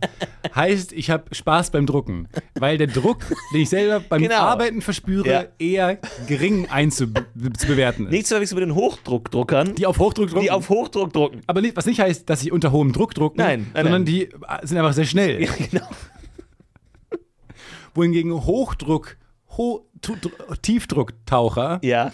[SPEAKER 4] heißt, ich habe Spaß beim Drucken, weil der Druck, den ich selber beim
[SPEAKER 3] Genau.
[SPEAKER 4] Arbeiten verspüre,
[SPEAKER 3] Ja.
[SPEAKER 4] eher gering einzubewerten ist.
[SPEAKER 3] Nichts so wie mit den Hochdruckdruckern,
[SPEAKER 4] die auf Hochdruck drucken.
[SPEAKER 3] die auf Hochdruck drucken.
[SPEAKER 4] aber nicht- was nicht heißt, dass sie unter hohem Druck drucken,
[SPEAKER 3] Nein, nein,
[SPEAKER 4] sondern
[SPEAKER 3] nein.
[SPEAKER 4] die äh, sind einfach sehr schnell.
[SPEAKER 3] Genau.
[SPEAKER 4] Wohingegen Hochdruck, Ho Tu- Dru- Tiefdrucktaucher
[SPEAKER 3] Ja.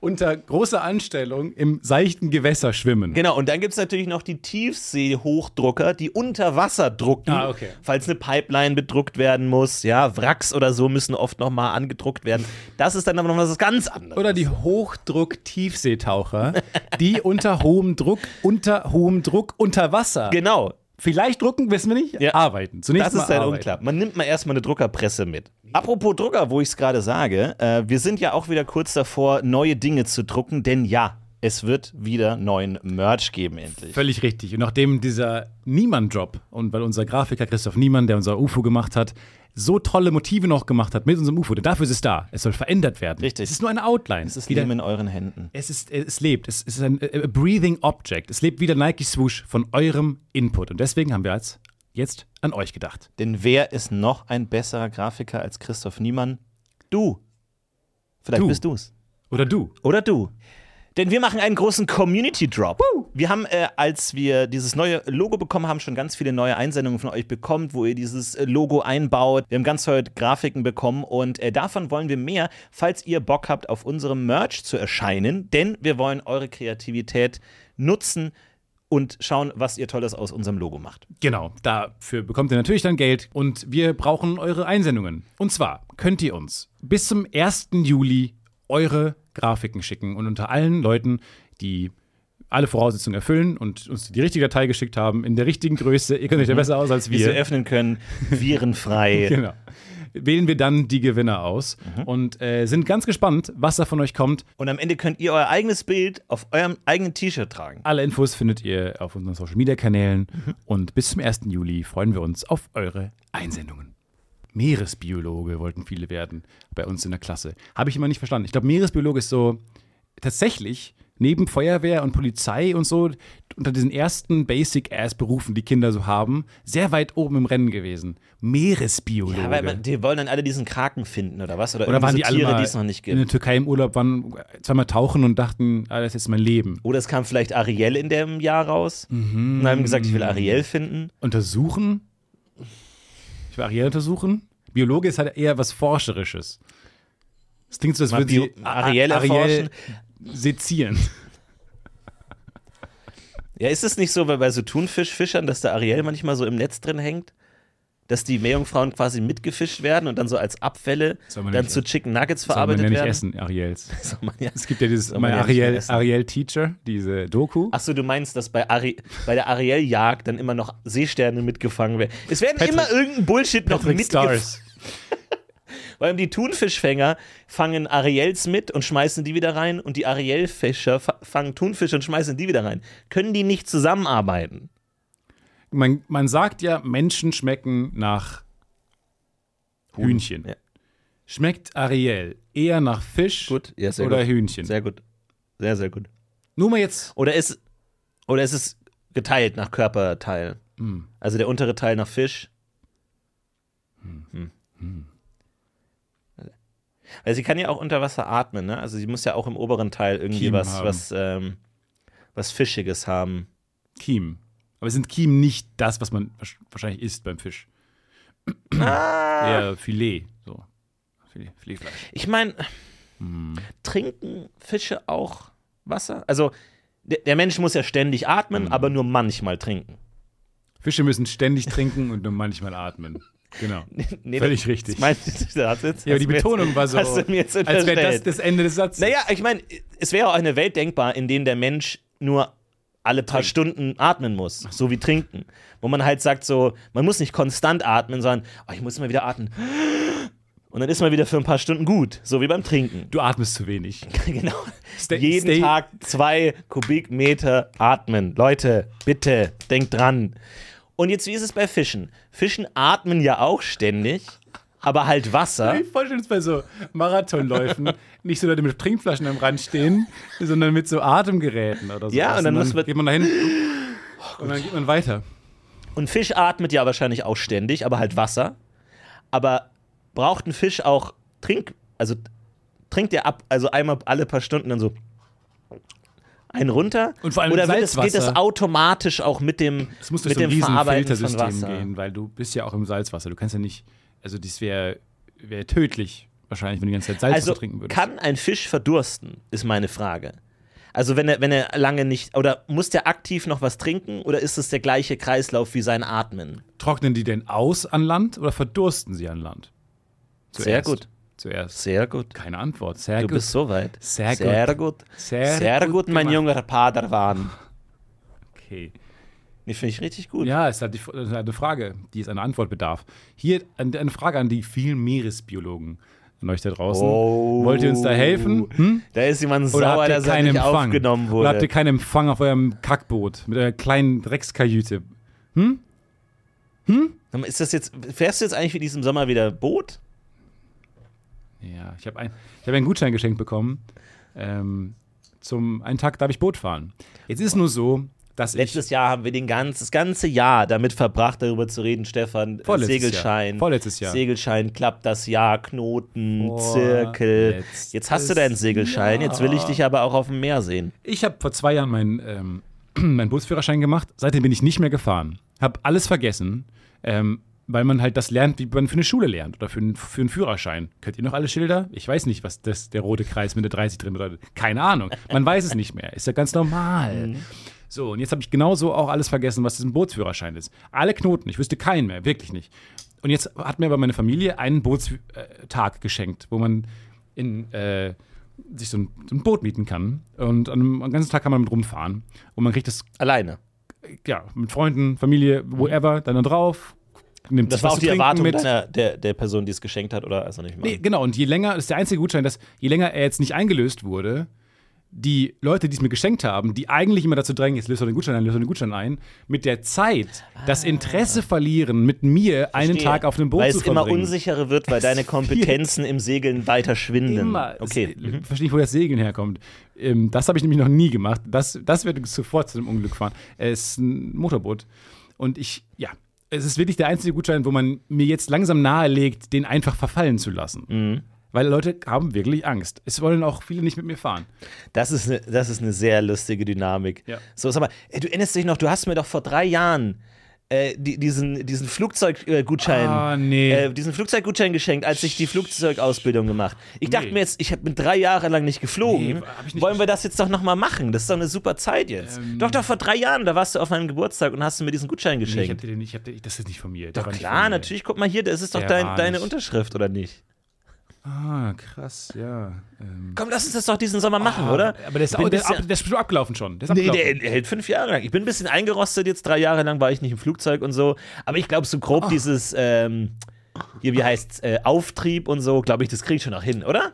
[SPEAKER 4] unter großer Anstellung im seichten Gewässer schwimmen.
[SPEAKER 3] Genau, und dann gibt es natürlich noch die Tiefsee-Hochdrucker, die unter Wasser drucken,
[SPEAKER 4] Ah, okay.
[SPEAKER 3] falls eine Pipeline bedruckt werden muss. Ja, Wracks oder so müssen oft nochmal angedruckt werden. Das ist dann aber noch was ganz anderes.
[SPEAKER 4] Oder die Hochdruck-Tiefseetaucher, <laughs> die unter hohem Druck, unter hohem Druck, unter Wasser.
[SPEAKER 3] genau,
[SPEAKER 4] Vielleicht drucken, wissen wir nicht.
[SPEAKER 3] Ja.
[SPEAKER 4] Arbeiten. Zunächst
[SPEAKER 3] das
[SPEAKER 4] mal
[SPEAKER 3] ist dann
[SPEAKER 4] arbeiten.
[SPEAKER 3] unklar. Man nimmt mal erstmal eine Druckerpresse mit. Apropos Drucker, wo ich es gerade sage, äh, wir sind ja auch wieder kurz davor, neue Dinge zu drucken, denn ja, es wird wieder neuen Merch geben endlich.
[SPEAKER 4] Völlig richtig. Und nachdem dieser Niemann-Drop und weil unser Grafiker Christoph Niemann, der unser UFO gemacht hat, so tolle Motive noch gemacht hat mit unserem UFO, denn dafür ist es da. Es soll verändert werden.
[SPEAKER 3] Richtig.
[SPEAKER 4] Es ist nur eine Outline.
[SPEAKER 3] Das
[SPEAKER 4] Wieder-
[SPEAKER 3] Leben in euren Händen.
[SPEAKER 4] es, ist, es lebt. Es ist ein äh, a breathing object. Es lebt wie der Nike Swoosh von eurem Input. Und deswegen haben wir jetzt, jetzt an euch gedacht.
[SPEAKER 3] Denn wer ist noch ein besserer Grafiker als Christoph Niemann? Du. Vielleicht
[SPEAKER 4] Du.
[SPEAKER 3] bist du's.
[SPEAKER 4] Oder du.
[SPEAKER 3] Oder du. Denn wir machen einen großen Community Drop. Wir haben, äh, als wir dieses neue Logo bekommen haben, schon ganz viele neue Einsendungen von euch bekommen, wo ihr dieses äh, Logo einbaut. Wir haben ganz tolle Grafiken bekommen und äh, davon wollen wir mehr, falls ihr Bock habt, auf unserem Merch zu erscheinen. Denn wir wollen eure Kreativität nutzen und schauen, was ihr Tolles aus unserem Logo macht.
[SPEAKER 4] Genau, dafür bekommt ihr natürlich dann Geld und wir brauchen eure Einsendungen. Und zwar könnt ihr uns bis zum 1. Juli eure Grafiken schicken und unter allen Leuten, die alle Voraussetzungen erfüllen und uns die richtige Datei geschickt haben, in der richtigen Größe, ihr könnt euch Mhm. ja besser aus als
[SPEAKER 3] Bis wir
[SPEAKER 4] wir.
[SPEAKER 3] öffnen können, virenfrei.
[SPEAKER 4] Genau. wählen wir dann die Gewinner aus und äh, sind ganz gespannt, was da von euch kommt.
[SPEAKER 3] Und am Ende könnt ihr euer eigenes Bild auf eurem eigenen T-Shirt tragen.
[SPEAKER 4] Alle Infos findet ihr auf unseren Social Media Kanälen und bis zum 1. Juli freuen wir uns auf eure Einsendungen. Meeresbiologe wollten viele werden bei uns in der Klasse. Habe ich immer nicht verstanden. Ich glaube, Meeresbiologe ist so tatsächlich neben Feuerwehr und Polizei und so unter diesen ersten Basic-Ass-Berufen, die Kinder so haben, sehr weit oben im Rennen gewesen. Meeresbiologe.
[SPEAKER 3] Ja, weil man, die wollen dann alle diesen Kraken finden oder was? Oder,
[SPEAKER 4] Oder
[SPEAKER 3] irgendwie
[SPEAKER 4] waren
[SPEAKER 3] so
[SPEAKER 4] die alle
[SPEAKER 3] Tiere,
[SPEAKER 4] mal
[SPEAKER 3] die es noch nicht
[SPEAKER 4] in der
[SPEAKER 3] gibt.
[SPEAKER 4] Türkei im Urlaub, waren zweimal tauchen und dachten, ah, das ist jetzt mein Leben.
[SPEAKER 3] Oder es kam vielleicht Ariel in dem Jahr raus
[SPEAKER 4] Mhm.
[SPEAKER 3] und haben gesagt, ich will Ariel finden.
[SPEAKER 4] Untersuchen? Ich will Ariel untersuchen? Biologe ist halt eher was Forscherisches. Es klingt so, als
[SPEAKER 3] Mal
[SPEAKER 4] würde
[SPEAKER 3] Bio-
[SPEAKER 4] sie
[SPEAKER 3] Ariel erforschen.
[SPEAKER 4] sezieren.
[SPEAKER 3] Ja, ist es nicht so bei, bei so Thunfischfischern, dass der Ariel manchmal so im Netz drin hängt? Dass die Meerjungfrauen quasi mitgefischt werden und dann so als Abfälle
[SPEAKER 4] Soll man
[SPEAKER 3] dann
[SPEAKER 4] nicht
[SPEAKER 3] zu Chicken Nuggets
[SPEAKER 4] Soll man ja
[SPEAKER 3] verarbeitet
[SPEAKER 4] nicht
[SPEAKER 3] werden?
[SPEAKER 4] essen, Ariels.
[SPEAKER 3] <laughs> Soll man ja-
[SPEAKER 4] Es gibt ja dieses
[SPEAKER 3] Soll man
[SPEAKER 4] mein
[SPEAKER 3] ja nicht mehr
[SPEAKER 4] Ariel,
[SPEAKER 3] essen.
[SPEAKER 4] Ariel Teacher, diese Doku.
[SPEAKER 3] Ach so, du meinst, dass bei, Ari bei der Ariel-Jagd dann immer noch Seesterne mitgefangen werden. Es werden
[SPEAKER 4] Patrick-
[SPEAKER 3] immer irgendein Bullshit noch
[SPEAKER 4] Patrick
[SPEAKER 3] mitgefangen. Weil die Thunfischfänger fangen Ariels mit und schmeißen die wieder rein und die Arielfischer fa- fangen Thunfische und schmeißen die wieder rein. Können die nicht zusammenarbeiten?
[SPEAKER 4] Man, man sagt ja, Menschen schmecken nach Hühnchen.
[SPEAKER 3] Ja.
[SPEAKER 4] Schmeckt Ariel eher nach Fisch
[SPEAKER 3] Gut, ja, sehr
[SPEAKER 4] oder
[SPEAKER 3] gut.
[SPEAKER 4] Hühnchen?
[SPEAKER 3] Sehr gut. Sehr, sehr gut.
[SPEAKER 4] Nur mal jetzt.
[SPEAKER 3] Oder ist, oder ist es geteilt nach Körperteil?
[SPEAKER 4] Hm.
[SPEAKER 3] Also der untere Teil nach Fisch. Hm. Also sie kann ja auch unter Wasser atmen, ne? Also sie muss ja auch im oberen Teil irgendwie
[SPEAKER 4] Kiemen
[SPEAKER 3] was,
[SPEAKER 4] haben.
[SPEAKER 3] was, ähm, was Fischiges haben.
[SPEAKER 4] Kiemen. Aber sind Kiemen nicht das, was man wahrsch- wahrscheinlich isst
[SPEAKER 3] <clears throat>
[SPEAKER 4] beim Fisch?
[SPEAKER 3] Ah.
[SPEAKER 4] Eher Filet. So. Filet, Filetfleisch.
[SPEAKER 3] Ich meine,
[SPEAKER 4] Hm.
[SPEAKER 3] trinken Fische auch Wasser? Also der, der Mensch muss ja ständig
[SPEAKER 4] Hm.
[SPEAKER 3] atmen, aber nur manchmal trinken.
[SPEAKER 4] Fische müssen ständig trinken und nur manchmal atmen.
[SPEAKER 3] <laughs>
[SPEAKER 4] Genau.
[SPEAKER 3] Nee,
[SPEAKER 4] Völlig
[SPEAKER 3] das-
[SPEAKER 4] richtig.
[SPEAKER 3] das Meinst, du- hast du jetzt,
[SPEAKER 4] Ja, aber
[SPEAKER 3] hast
[SPEAKER 4] die
[SPEAKER 3] du mir jetzt-
[SPEAKER 4] Betonung war so,
[SPEAKER 3] Hast du mir jetzt
[SPEAKER 4] als wäre das
[SPEAKER 3] unterstellt.
[SPEAKER 4] das Ende des Satzes.
[SPEAKER 3] Naja, ich meine, es wäre auch eine Welt denkbar, in der der Mensch nur alle paar Stunden atmen muss, so wie trinken. Wo man halt sagt, so, man muss nicht konstant atmen, sondern oh, ich muss mal wieder atmen. Und dann ist man wieder für ein paar Stunden gut, so wie beim Trinken.
[SPEAKER 4] Du atmest zu wenig.
[SPEAKER 3] <laughs> genau.
[SPEAKER 4] Stay-
[SPEAKER 3] Jeden
[SPEAKER 4] stay-
[SPEAKER 3] Tag zwei Kubikmeter atmen. Leute, bitte, denkt dran. Und jetzt, wie ist es bei Fischen? Fischen atmen ja auch ständig, aber halt Wasser.
[SPEAKER 4] Ich vorstelle es bei so Marathonläufen nicht so Leute mit Trinkflaschen am Rand stehen, sondern mit so Atemgeräten oder so.
[SPEAKER 3] Ja, und dann muss man- Oh
[SPEAKER 4] geht
[SPEAKER 3] <gasps>
[SPEAKER 4] man dahin und dann geht man weiter.
[SPEAKER 3] Und Fisch atmet ja wahrscheinlich auch ständig, aber halt Wasser. Aber braucht ein Fisch auch Trink, also trinkt er ab, also einmal alle paar Stunden dann so einen runter?
[SPEAKER 4] Und vor allem
[SPEAKER 3] Oder
[SPEAKER 4] mit
[SPEAKER 3] wird es, geht
[SPEAKER 4] Salzwasser.
[SPEAKER 3] das automatisch auch mit dem,
[SPEAKER 4] Es muss durch
[SPEAKER 3] mit
[SPEAKER 4] so ein
[SPEAKER 3] dem
[SPEAKER 4] riesen
[SPEAKER 3] Verarbeiten von
[SPEAKER 4] Filtersystem
[SPEAKER 3] Wasser?
[SPEAKER 4] gehen, weil du bist ja auch im Salzwasser. Du kannst ja nicht, also das wäre wär tödlich wahrscheinlich, wenn du die ganze Zeit Salzwasser
[SPEAKER 3] Also
[SPEAKER 4] trinken würdest.
[SPEAKER 3] kann ein Fisch verdursten, ist meine Frage. Also wenn er, wenn er lange nicht, oder muss der aktiv noch was trinken oder ist es der gleiche Kreislauf wie sein Atmen?
[SPEAKER 4] Trocknen die denn aus an Land oder verdursten sie an Land?
[SPEAKER 3] Sehr gut.
[SPEAKER 4] Zuerst.
[SPEAKER 3] Sehr gut.
[SPEAKER 4] Keine Antwort. Sehr
[SPEAKER 3] Du
[SPEAKER 4] gut.
[SPEAKER 3] bist so weit.
[SPEAKER 4] Sehr
[SPEAKER 3] Sehr gut.
[SPEAKER 4] Sehr
[SPEAKER 3] Sehr
[SPEAKER 4] gut
[SPEAKER 3] gut, mein
[SPEAKER 4] gemacht.
[SPEAKER 3] junger Padawan.
[SPEAKER 4] okay.
[SPEAKER 3] Die finde ich richtig gut.
[SPEAKER 4] Ja, es hat die, das ist eine Frage, die es einer Antwort bedarf. Hier an- eine Frage an die vielen Meeresbiologen an euch da draußen.
[SPEAKER 3] Oh.
[SPEAKER 4] Wollt ihr uns da helfen? Hm?
[SPEAKER 3] Da ist jemand
[SPEAKER 4] Oder
[SPEAKER 3] sauer,
[SPEAKER 4] habt ihr
[SPEAKER 3] dass er
[SPEAKER 4] keinen
[SPEAKER 3] nicht
[SPEAKER 4] Empfang?
[SPEAKER 3] aufgenommen
[SPEAKER 4] Oder habt ihr
[SPEAKER 3] wurde.
[SPEAKER 4] keinen Empfang auf eurem Kackboot mit eurer kleinen Dreckskajüte?
[SPEAKER 3] Sag mal, Ist das jetzt, fährst du jetzt eigentlich wie diesem Sommer wieder Boot?
[SPEAKER 4] Ja, ich habe ein, ich hab einen Gutschein geschenkt bekommen. Ähm, zum einen Tag darf ich Boot fahren. Jetzt ist nur so, dass ich
[SPEAKER 3] Letztes Jahr haben wir den ganz, das ganze Jahr damit verbracht, darüber zu reden, Stefan.
[SPEAKER 4] Vorletztes
[SPEAKER 3] Segelschein.
[SPEAKER 4] Jahr. Vorletztes Jahr.
[SPEAKER 3] Segelschein klappt das Jahr, Knoten,
[SPEAKER 4] Vorletztes
[SPEAKER 3] Zirkel. Jetzt hast du deinen Segelschein, jetzt will ich dich aber auch auf dem Meer sehen.
[SPEAKER 4] Ich habe vor zwei Jahren meinen ähm, <clears throat> meinen Busführerschein gemacht. Seitdem bin ich nicht mehr gefahren. Habe alles vergessen, ähm, weil man halt das lernt, wie man für eine Schule lernt oder für einen, für einen Führerschein. Könnt ihr noch alle Schilder? Ich weiß nicht, was das, der rote Kreis mit der 30 drin bedeutet. Keine Ahnung. Man weiß es nicht mehr. Ist ja ganz normal. So, und jetzt habe ich genauso auch alles vergessen, was ein Bootsführerschein ist. Alle Knoten, ich wüsste keinen mehr, wirklich nicht. Und jetzt hat mir aber meine Familie einen Bootstag äh, geschenkt, wo man in, äh, sich so ein, so ein Boot mieten kann. Und an einem, am ganzen Tag kann man mit rumfahren. Und man kriegt das,
[SPEAKER 3] Alleine.
[SPEAKER 4] ja, mit Freunden, Familie, wherever, dann da drauf, nimmt
[SPEAKER 3] Das
[SPEAKER 4] sich
[SPEAKER 3] war
[SPEAKER 4] was
[SPEAKER 3] auch die
[SPEAKER 4] zu trinken
[SPEAKER 3] Erwartung ne?
[SPEAKER 4] mit.
[SPEAKER 3] deiner, der, der Person, die es geschenkt hat, oder? Also nicht mal.
[SPEAKER 4] Nee, genau, und je länger, das ist der einzige Gutschein, dass je länger er jetzt nicht eingelöst wurde, die Leute, die es mir geschenkt haben, die eigentlich immer dazu drängen, jetzt löst doch den Gutschein ein, löst doch den Gutschein ein, mit der Zeit das Interesse verlieren, mit mir einen
[SPEAKER 3] Ah. Verstehe.
[SPEAKER 4] Tag auf dem Boot
[SPEAKER 3] Weil
[SPEAKER 4] zu
[SPEAKER 3] es immer
[SPEAKER 4] verbringen.
[SPEAKER 3] unsicherer wird, weil deine Kompetenzen im Segeln weiter schwinden.
[SPEAKER 4] Immer.
[SPEAKER 3] Okay. Mhm.
[SPEAKER 4] Es- äh, Verstehe ich, wo das Segeln herkommt. Ähm, das habe ich nämlich noch nie gemacht. Das, das wird sofort zu einem Unglück fahren. Es ist ein Motorboot. Und ich, ja, es ist wirklich der einzige Gutschein, wo man mir jetzt langsam nahelegt, den einfach verfallen zu lassen.
[SPEAKER 3] Mhm.
[SPEAKER 4] Weil Leute haben wirklich Angst. Es wollen auch viele nicht mit mir fahren.
[SPEAKER 3] Das ist eine, das ist eine sehr lustige Dynamik.
[SPEAKER 4] Ja.
[SPEAKER 3] So, sag mal, ey, du erinnerst dich noch, du hast mir doch vor drei Jahren äh, die, diesen, diesen Flugzeuggutschein.
[SPEAKER 4] Ah, nee.
[SPEAKER 3] Äh, diesen Flugzeuggutschein geschenkt, als ich die Flugzeugausbildung gemacht. Ich dachte
[SPEAKER 4] Nee.
[SPEAKER 3] mir jetzt, ich hab- bin drei Jahre lang nicht geflogen.
[SPEAKER 4] Nee, hab ich nicht Ähm.
[SPEAKER 3] Wollen wir das jetzt doch nochmal machen? Das ist doch eine super Zeit jetzt. doch, doch, vor drei Jahren, da warst du auf meinem Geburtstag und hast du mir diesen Gutschein
[SPEAKER 4] ich
[SPEAKER 3] geschenkt.
[SPEAKER 4] hatte den nicht, ich hab den, das ist nicht von mir. Der
[SPEAKER 3] doch,
[SPEAKER 4] war nicht
[SPEAKER 3] klar,
[SPEAKER 4] von mir.
[SPEAKER 3] natürlich. Guck mal hier, das ist doch
[SPEAKER 4] Der
[SPEAKER 3] dein,
[SPEAKER 4] war
[SPEAKER 3] deine
[SPEAKER 4] nicht.
[SPEAKER 3] Unterschrift, oder nicht?
[SPEAKER 4] Ah, krass, ja. Ähm,
[SPEAKER 3] Komm, lass uns das doch diesen Sommer machen, Ah, oder?
[SPEAKER 4] Ah, Aber der ist,
[SPEAKER 3] Ich bin
[SPEAKER 4] auch, der, ist
[SPEAKER 3] bisschen-
[SPEAKER 4] ab, der ist schon abgelaufen schon. Der ist
[SPEAKER 3] Nee,
[SPEAKER 4] abgelaufen.
[SPEAKER 3] der hält fünf Jahre lang. Ich bin ein bisschen eingerostet jetzt, drei Jahre lang war ich nicht im Flugzeug und so. Aber ich glaube, so
[SPEAKER 4] Oh.
[SPEAKER 3] grob dieses, ähm, hier, wie heißt äh, Auftrieb und so, glaube ich, das kriege ich schon noch hin, oder?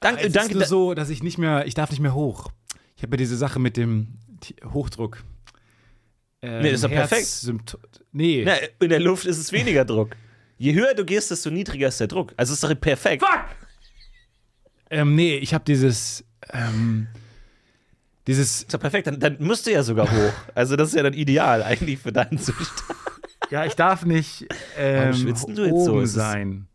[SPEAKER 3] Dank,
[SPEAKER 4] Es
[SPEAKER 3] Äh, danke.
[SPEAKER 4] ist nur
[SPEAKER 3] da-
[SPEAKER 4] so, dass ich nicht mehr, ich darf nicht mehr hoch. Ich habe ja diese Sache mit dem T- Hochdruck. Ähm,
[SPEAKER 3] Nee, das ist doch
[SPEAKER 4] Herz-
[SPEAKER 3] perfekt.
[SPEAKER 4] Sympto- Nee.
[SPEAKER 3] Na, in der Luft ist es weniger Druck. Je höher du gehst, desto niedriger ist der Druck. Also ist doch perfekt.
[SPEAKER 4] Ähm, nee, ich habe dieses, ähm, dieses,
[SPEAKER 3] Ist doch perfekt. Dann, dann müsst du ja sogar hoch. Also das ist ja dann ideal eigentlich für deinen Zustand.
[SPEAKER 4] ja, ich darf nicht ähm,
[SPEAKER 3] schwitzt denn du jetzt
[SPEAKER 4] oben
[SPEAKER 3] so? Es ist-
[SPEAKER 4] sein.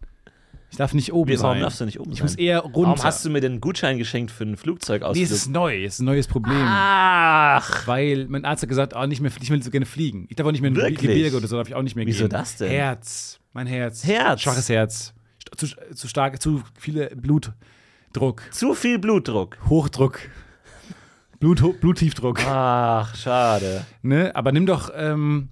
[SPEAKER 4] Ich darf nicht oben
[SPEAKER 3] Warum
[SPEAKER 4] sein.
[SPEAKER 3] darfst du nicht oben
[SPEAKER 4] ich
[SPEAKER 3] sein?
[SPEAKER 4] muss eher runter.
[SPEAKER 3] Warum hast du mir denn einen Gutschein geschenkt für einen
[SPEAKER 4] nee,
[SPEAKER 3] Flugzeugausflug?
[SPEAKER 4] es ist neu, es ist ein neues Problem.
[SPEAKER 3] Ah, Ach.
[SPEAKER 4] Weil mein Arzt hat gesagt, ah, nicht mehr, ich will so gerne fliegen. Ich darf auch nicht mehr in ein
[SPEAKER 3] Wirklich?
[SPEAKER 4] Gebirge oder so, darf ich auch nicht mehr
[SPEAKER 3] Wieso
[SPEAKER 4] gehen.
[SPEAKER 3] das denn?
[SPEAKER 4] Herz, mein Herz.
[SPEAKER 3] Herz?
[SPEAKER 4] Schwaches Herz. St- Zu, zu stark, zu viele Blutdruck,
[SPEAKER 3] Zu viel Blutdruck.
[SPEAKER 4] Hochdruck, Blut, Bluttiefdruck.
[SPEAKER 3] Ah. Ach, schade.
[SPEAKER 4] Ne? Aber nimm doch, ähm,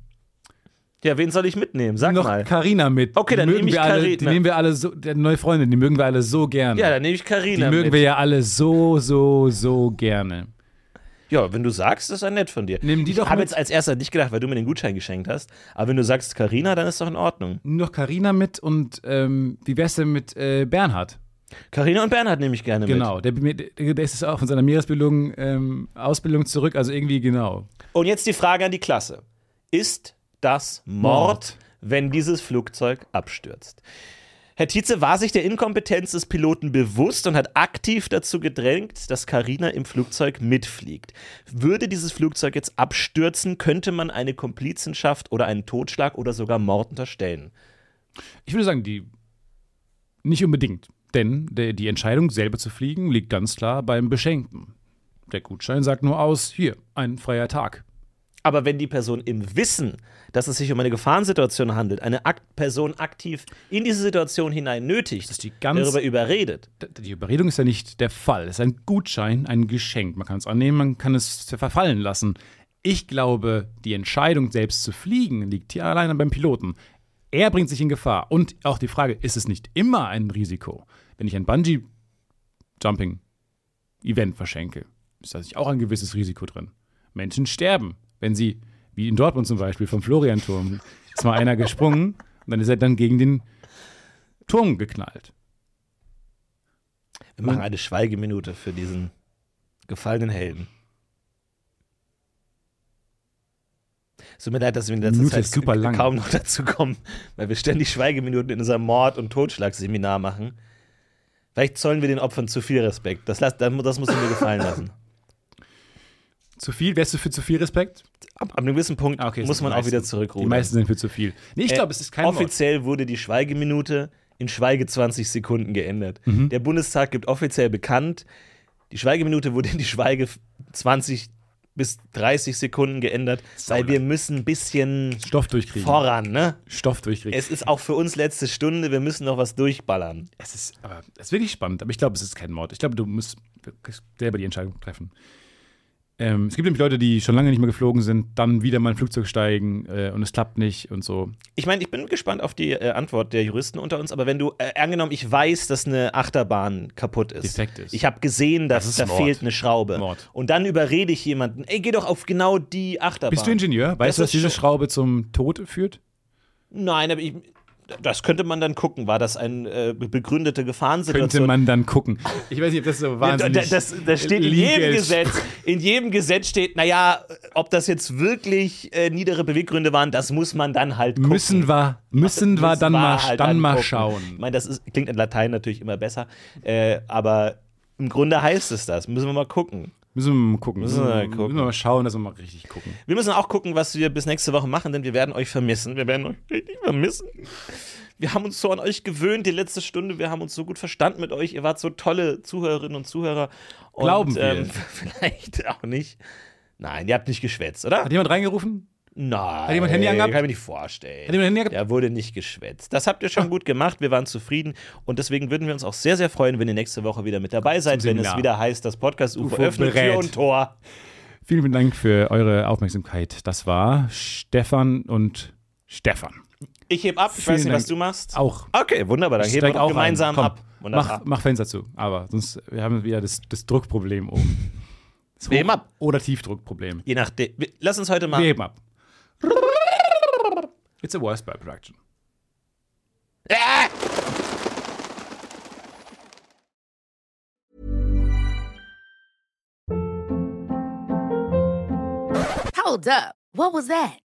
[SPEAKER 3] Ja, wen soll ich mitnehmen? Sag
[SPEAKER 4] nimm
[SPEAKER 3] mal.
[SPEAKER 4] doch Carina mit.
[SPEAKER 3] Okay,
[SPEAKER 4] Die
[SPEAKER 3] dann
[SPEAKER 4] mögen
[SPEAKER 3] nehm ich
[SPEAKER 4] wir alle, Die
[SPEAKER 3] Carina.
[SPEAKER 4] nehmen wir alle so, der neue Freundin, die mögen wir alle so gerne.
[SPEAKER 3] Ja, dann nehme ich
[SPEAKER 4] die
[SPEAKER 3] Karina
[SPEAKER 4] mögen
[SPEAKER 3] mit.
[SPEAKER 4] wir ja alle so, so, so gerne.
[SPEAKER 3] Ja, wenn du sagst, ist ja nett von dir.
[SPEAKER 4] Nimm die
[SPEAKER 3] ich
[SPEAKER 4] doch
[SPEAKER 3] habe
[SPEAKER 4] mit.
[SPEAKER 3] jetzt als erster nicht gedacht, weil du mir den Gutschein geschenkt hast. Aber wenn du sagst Karina, dann ist doch in Ordnung.
[SPEAKER 4] Nimm doch Carina mit und ähm, wie wär's denn mit äh, Bernhard?
[SPEAKER 3] Karina und Bernhard nehme ich gerne mit.
[SPEAKER 4] Genau, der, der, der ist jetzt auch von seiner Meeresbildung, ähm, Ausbildung zurück, also irgendwie genau.
[SPEAKER 3] Und jetzt die Frage an die Klasse. Ist das Mord,
[SPEAKER 4] Mord.
[SPEAKER 3] wenn dieses Flugzeug abstürzt? Herr Tietze war sich der Inkompetenz des Piloten bewusst und hat aktiv dazu gedrängt, dass Karina im Flugzeug mitfliegt. Würde dieses Flugzeug jetzt abstürzen, könnte man eine Komplizenschaft oder einen Totschlag oder sogar Mord unterstellen.
[SPEAKER 4] Ich würde sagen, die nicht unbedingt, denn der, die Entscheidung, selber zu fliegen, liegt ganz klar beim Beschenkten. Der Gutschein sagt nur aus, hier, ein freier Tag.
[SPEAKER 3] Aber wenn die Person im Wissen, dass es sich um eine Gefahrensituation handelt, eine Akt Person aktiv in diese Situation hinein nötigt,
[SPEAKER 4] ist die ganz-
[SPEAKER 3] darüber überredet,
[SPEAKER 4] D- Die Überredung ist ja nicht der Fall. Es ist ein Gutschein, ein Geschenk. Man kann es annehmen, man kann es verfallen lassen. Ich glaube, die Entscheidung, selbst zu fliegen, liegt hier alleine beim Piloten. Er bringt sich in Gefahr. Und auch die Frage, ist es nicht immer ein Risiko, wenn ich ein Bungee-Jumping-Event verschenke? Ist da nicht auch ein gewisses Risiko drin? Menschen sterben, wenn sie, wie in Dortmund zum Beispiel, vom Florianturm, ist mal einer gesprungen und dann ist er dann gegen den Turm geknallt.
[SPEAKER 3] Wir machen eine Schweigeminute für diesen gefallenen Helden. Es tut mir leid, dass wir in letzter
[SPEAKER 4] Minute
[SPEAKER 3] Zeit
[SPEAKER 4] ist super
[SPEAKER 3] k-
[SPEAKER 4] lang.
[SPEAKER 3] kaum noch dazu kommen, weil wir ständig Schweigeminuten in unserem Mord- und Totschlagseminar machen. Vielleicht zollen wir den Opfern zu viel Respekt. Das, lass, das musst du mir gefallen lassen.
[SPEAKER 4] Zu viel? Wärst du für zu viel Respekt?
[SPEAKER 3] Ab einem gewissen Punkt
[SPEAKER 4] Ah, okay,
[SPEAKER 3] muss
[SPEAKER 4] sind
[SPEAKER 3] man
[SPEAKER 4] die
[SPEAKER 3] auch wieder
[SPEAKER 4] meisten.
[SPEAKER 3] zurückrudern.
[SPEAKER 4] Die meisten sind für zu viel. Nee, ich
[SPEAKER 3] Äh,
[SPEAKER 4] glaube, es ist kein Mord.
[SPEAKER 3] Offiziell wurde die Schweigeminute in Schweige 20 Sekunden geändert. Der Bundestag gibt offiziell bekannt, die Schweigeminute wurde in die Schweige 20 bis 30 Sekunden geändert, weil wir müssen ein bisschen
[SPEAKER 4] Stoff durchkriegen.
[SPEAKER 3] voran, ne?
[SPEAKER 4] Stoff durchkriegen.
[SPEAKER 3] Es ist auch für uns letzte Stunde, wir müssen noch was durchballern.
[SPEAKER 4] Es ist, aber, es ist wirklich spannend, aber ich glaube, es ist kein Mord. Ich glaube, du musst selber die Entscheidung treffen. Ähm, es gibt nämlich Leute, die schon lange nicht mehr geflogen sind, dann wieder mal in ein Flugzeug steigen äh, und es klappt nicht und so.
[SPEAKER 3] Ich meine, ich bin gespannt auf die äh, Antwort der Juristen unter uns, aber wenn du, äh, angenommen, ich weiß, dass eine Achterbahn kaputt ist.
[SPEAKER 4] Defekt ist.
[SPEAKER 3] Ich habe gesehen, dass
[SPEAKER 4] Das ist
[SPEAKER 3] da
[SPEAKER 4] Mord.
[SPEAKER 3] fehlt eine Schraube.
[SPEAKER 4] Mord.
[SPEAKER 3] Und dann überrede ich jemanden, ey, geh doch auf genau die Achterbahn.
[SPEAKER 4] Bist du Ingenieur? Weißt
[SPEAKER 3] Das
[SPEAKER 4] du, dass
[SPEAKER 3] ist
[SPEAKER 4] diese
[SPEAKER 3] schon-
[SPEAKER 4] Schraube zum Tod führt?
[SPEAKER 3] Nein, aber ich, das könnte man dann gucken. War das eine äh, begründete
[SPEAKER 4] Könnte
[SPEAKER 3] Gefahrensituation? Äh,
[SPEAKER 4] man dann gucken. Ich weiß nicht, ob das so
[SPEAKER 3] Da-
[SPEAKER 4] wahnsinnig.
[SPEAKER 3] da- Das, das steht in
[SPEAKER 4] legal
[SPEAKER 3] jedem
[SPEAKER 4] ist.
[SPEAKER 3] Gesetz. In jedem Gesetz steht, naja, ob das jetzt wirklich äh, niedere Beweggründe waren, das muss man dann halt gucken.
[SPEAKER 4] Müssen wir, müssen wir
[SPEAKER 3] Müssen
[SPEAKER 4] dann,
[SPEAKER 3] wir
[SPEAKER 4] mal,
[SPEAKER 3] halt
[SPEAKER 4] dann mal
[SPEAKER 3] angucken. Ich
[SPEAKER 4] schauen.
[SPEAKER 3] meine, das ist, klingt in Latein natürlich immer besser, äh, aber im Grunde heißt es das. Müssen wir mal gucken.
[SPEAKER 4] Müssen wir mal gucken.
[SPEAKER 3] Müssen wir mal gucken.
[SPEAKER 4] Müssen wir mal schauen, dass wir mal richtig gucken.
[SPEAKER 3] Wir müssen auch gucken, was wir bis nächste Woche machen, denn wir werden euch vermissen. Wir werden euch richtig vermissen. Wir haben uns so an euch gewöhnt, die letzte Stunde. Wir haben uns so gut verstanden mit euch. Ihr wart so tolle Zuhörerinnen und Zuhörer. Und, ähm,
[SPEAKER 4] Glauben wir.
[SPEAKER 3] <laughs> vielleicht auch nicht. Nein, ihr habt nicht geschwätzt, oder?
[SPEAKER 4] Hat jemand reingerufen?
[SPEAKER 3] Nein.
[SPEAKER 4] Hat jemand Handy angehabt?
[SPEAKER 3] Kann ich mir nicht vorstellen.
[SPEAKER 4] Hat jemand Handy angehabt? Ah.
[SPEAKER 3] Da wurde nicht geschwätzt. Das habt ihr schon gut gemacht. Wir waren zufrieden. Und deswegen würden wir uns auch sehr, sehr freuen, wenn ihr nächste Woche wieder mit dabei seid, wenn es
[SPEAKER 4] Seminar.
[SPEAKER 3] wieder heißt, das Podcast-UFO
[SPEAKER 4] UFO
[SPEAKER 3] öffnet Tür
[SPEAKER 4] berät.
[SPEAKER 3] und Tor.
[SPEAKER 4] Vielen, vielen Dank für eure Aufmerksamkeit. Das war Stefan und Stefan.
[SPEAKER 3] Ich heb ab. Ich
[SPEAKER 4] Vielen
[SPEAKER 3] weiß nicht,
[SPEAKER 4] Dank.
[SPEAKER 3] was du machst.
[SPEAKER 4] Auch.
[SPEAKER 3] Okay, wunderbar. Dann heben
[SPEAKER 4] Steig
[SPEAKER 3] wir auch
[SPEAKER 4] ein.
[SPEAKER 3] gemeinsam
[SPEAKER 4] Komm,
[SPEAKER 3] ab. Wunderbar.
[SPEAKER 4] Mach, mach Fenster zu. Aber sonst wir haben wieder das, das Druckproblem oben. Das
[SPEAKER 3] Wir heben
[SPEAKER 4] Hoch-
[SPEAKER 3] ab.
[SPEAKER 4] Oder Tiefdruckproblem.
[SPEAKER 3] Je nachdem. Wir- Lass uns heute
[SPEAKER 4] Wir
[SPEAKER 3] mal.
[SPEAKER 4] heben ab. It's a worst by production.
[SPEAKER 3] Ah!
[SPEAKER 2] Hold up. What was that?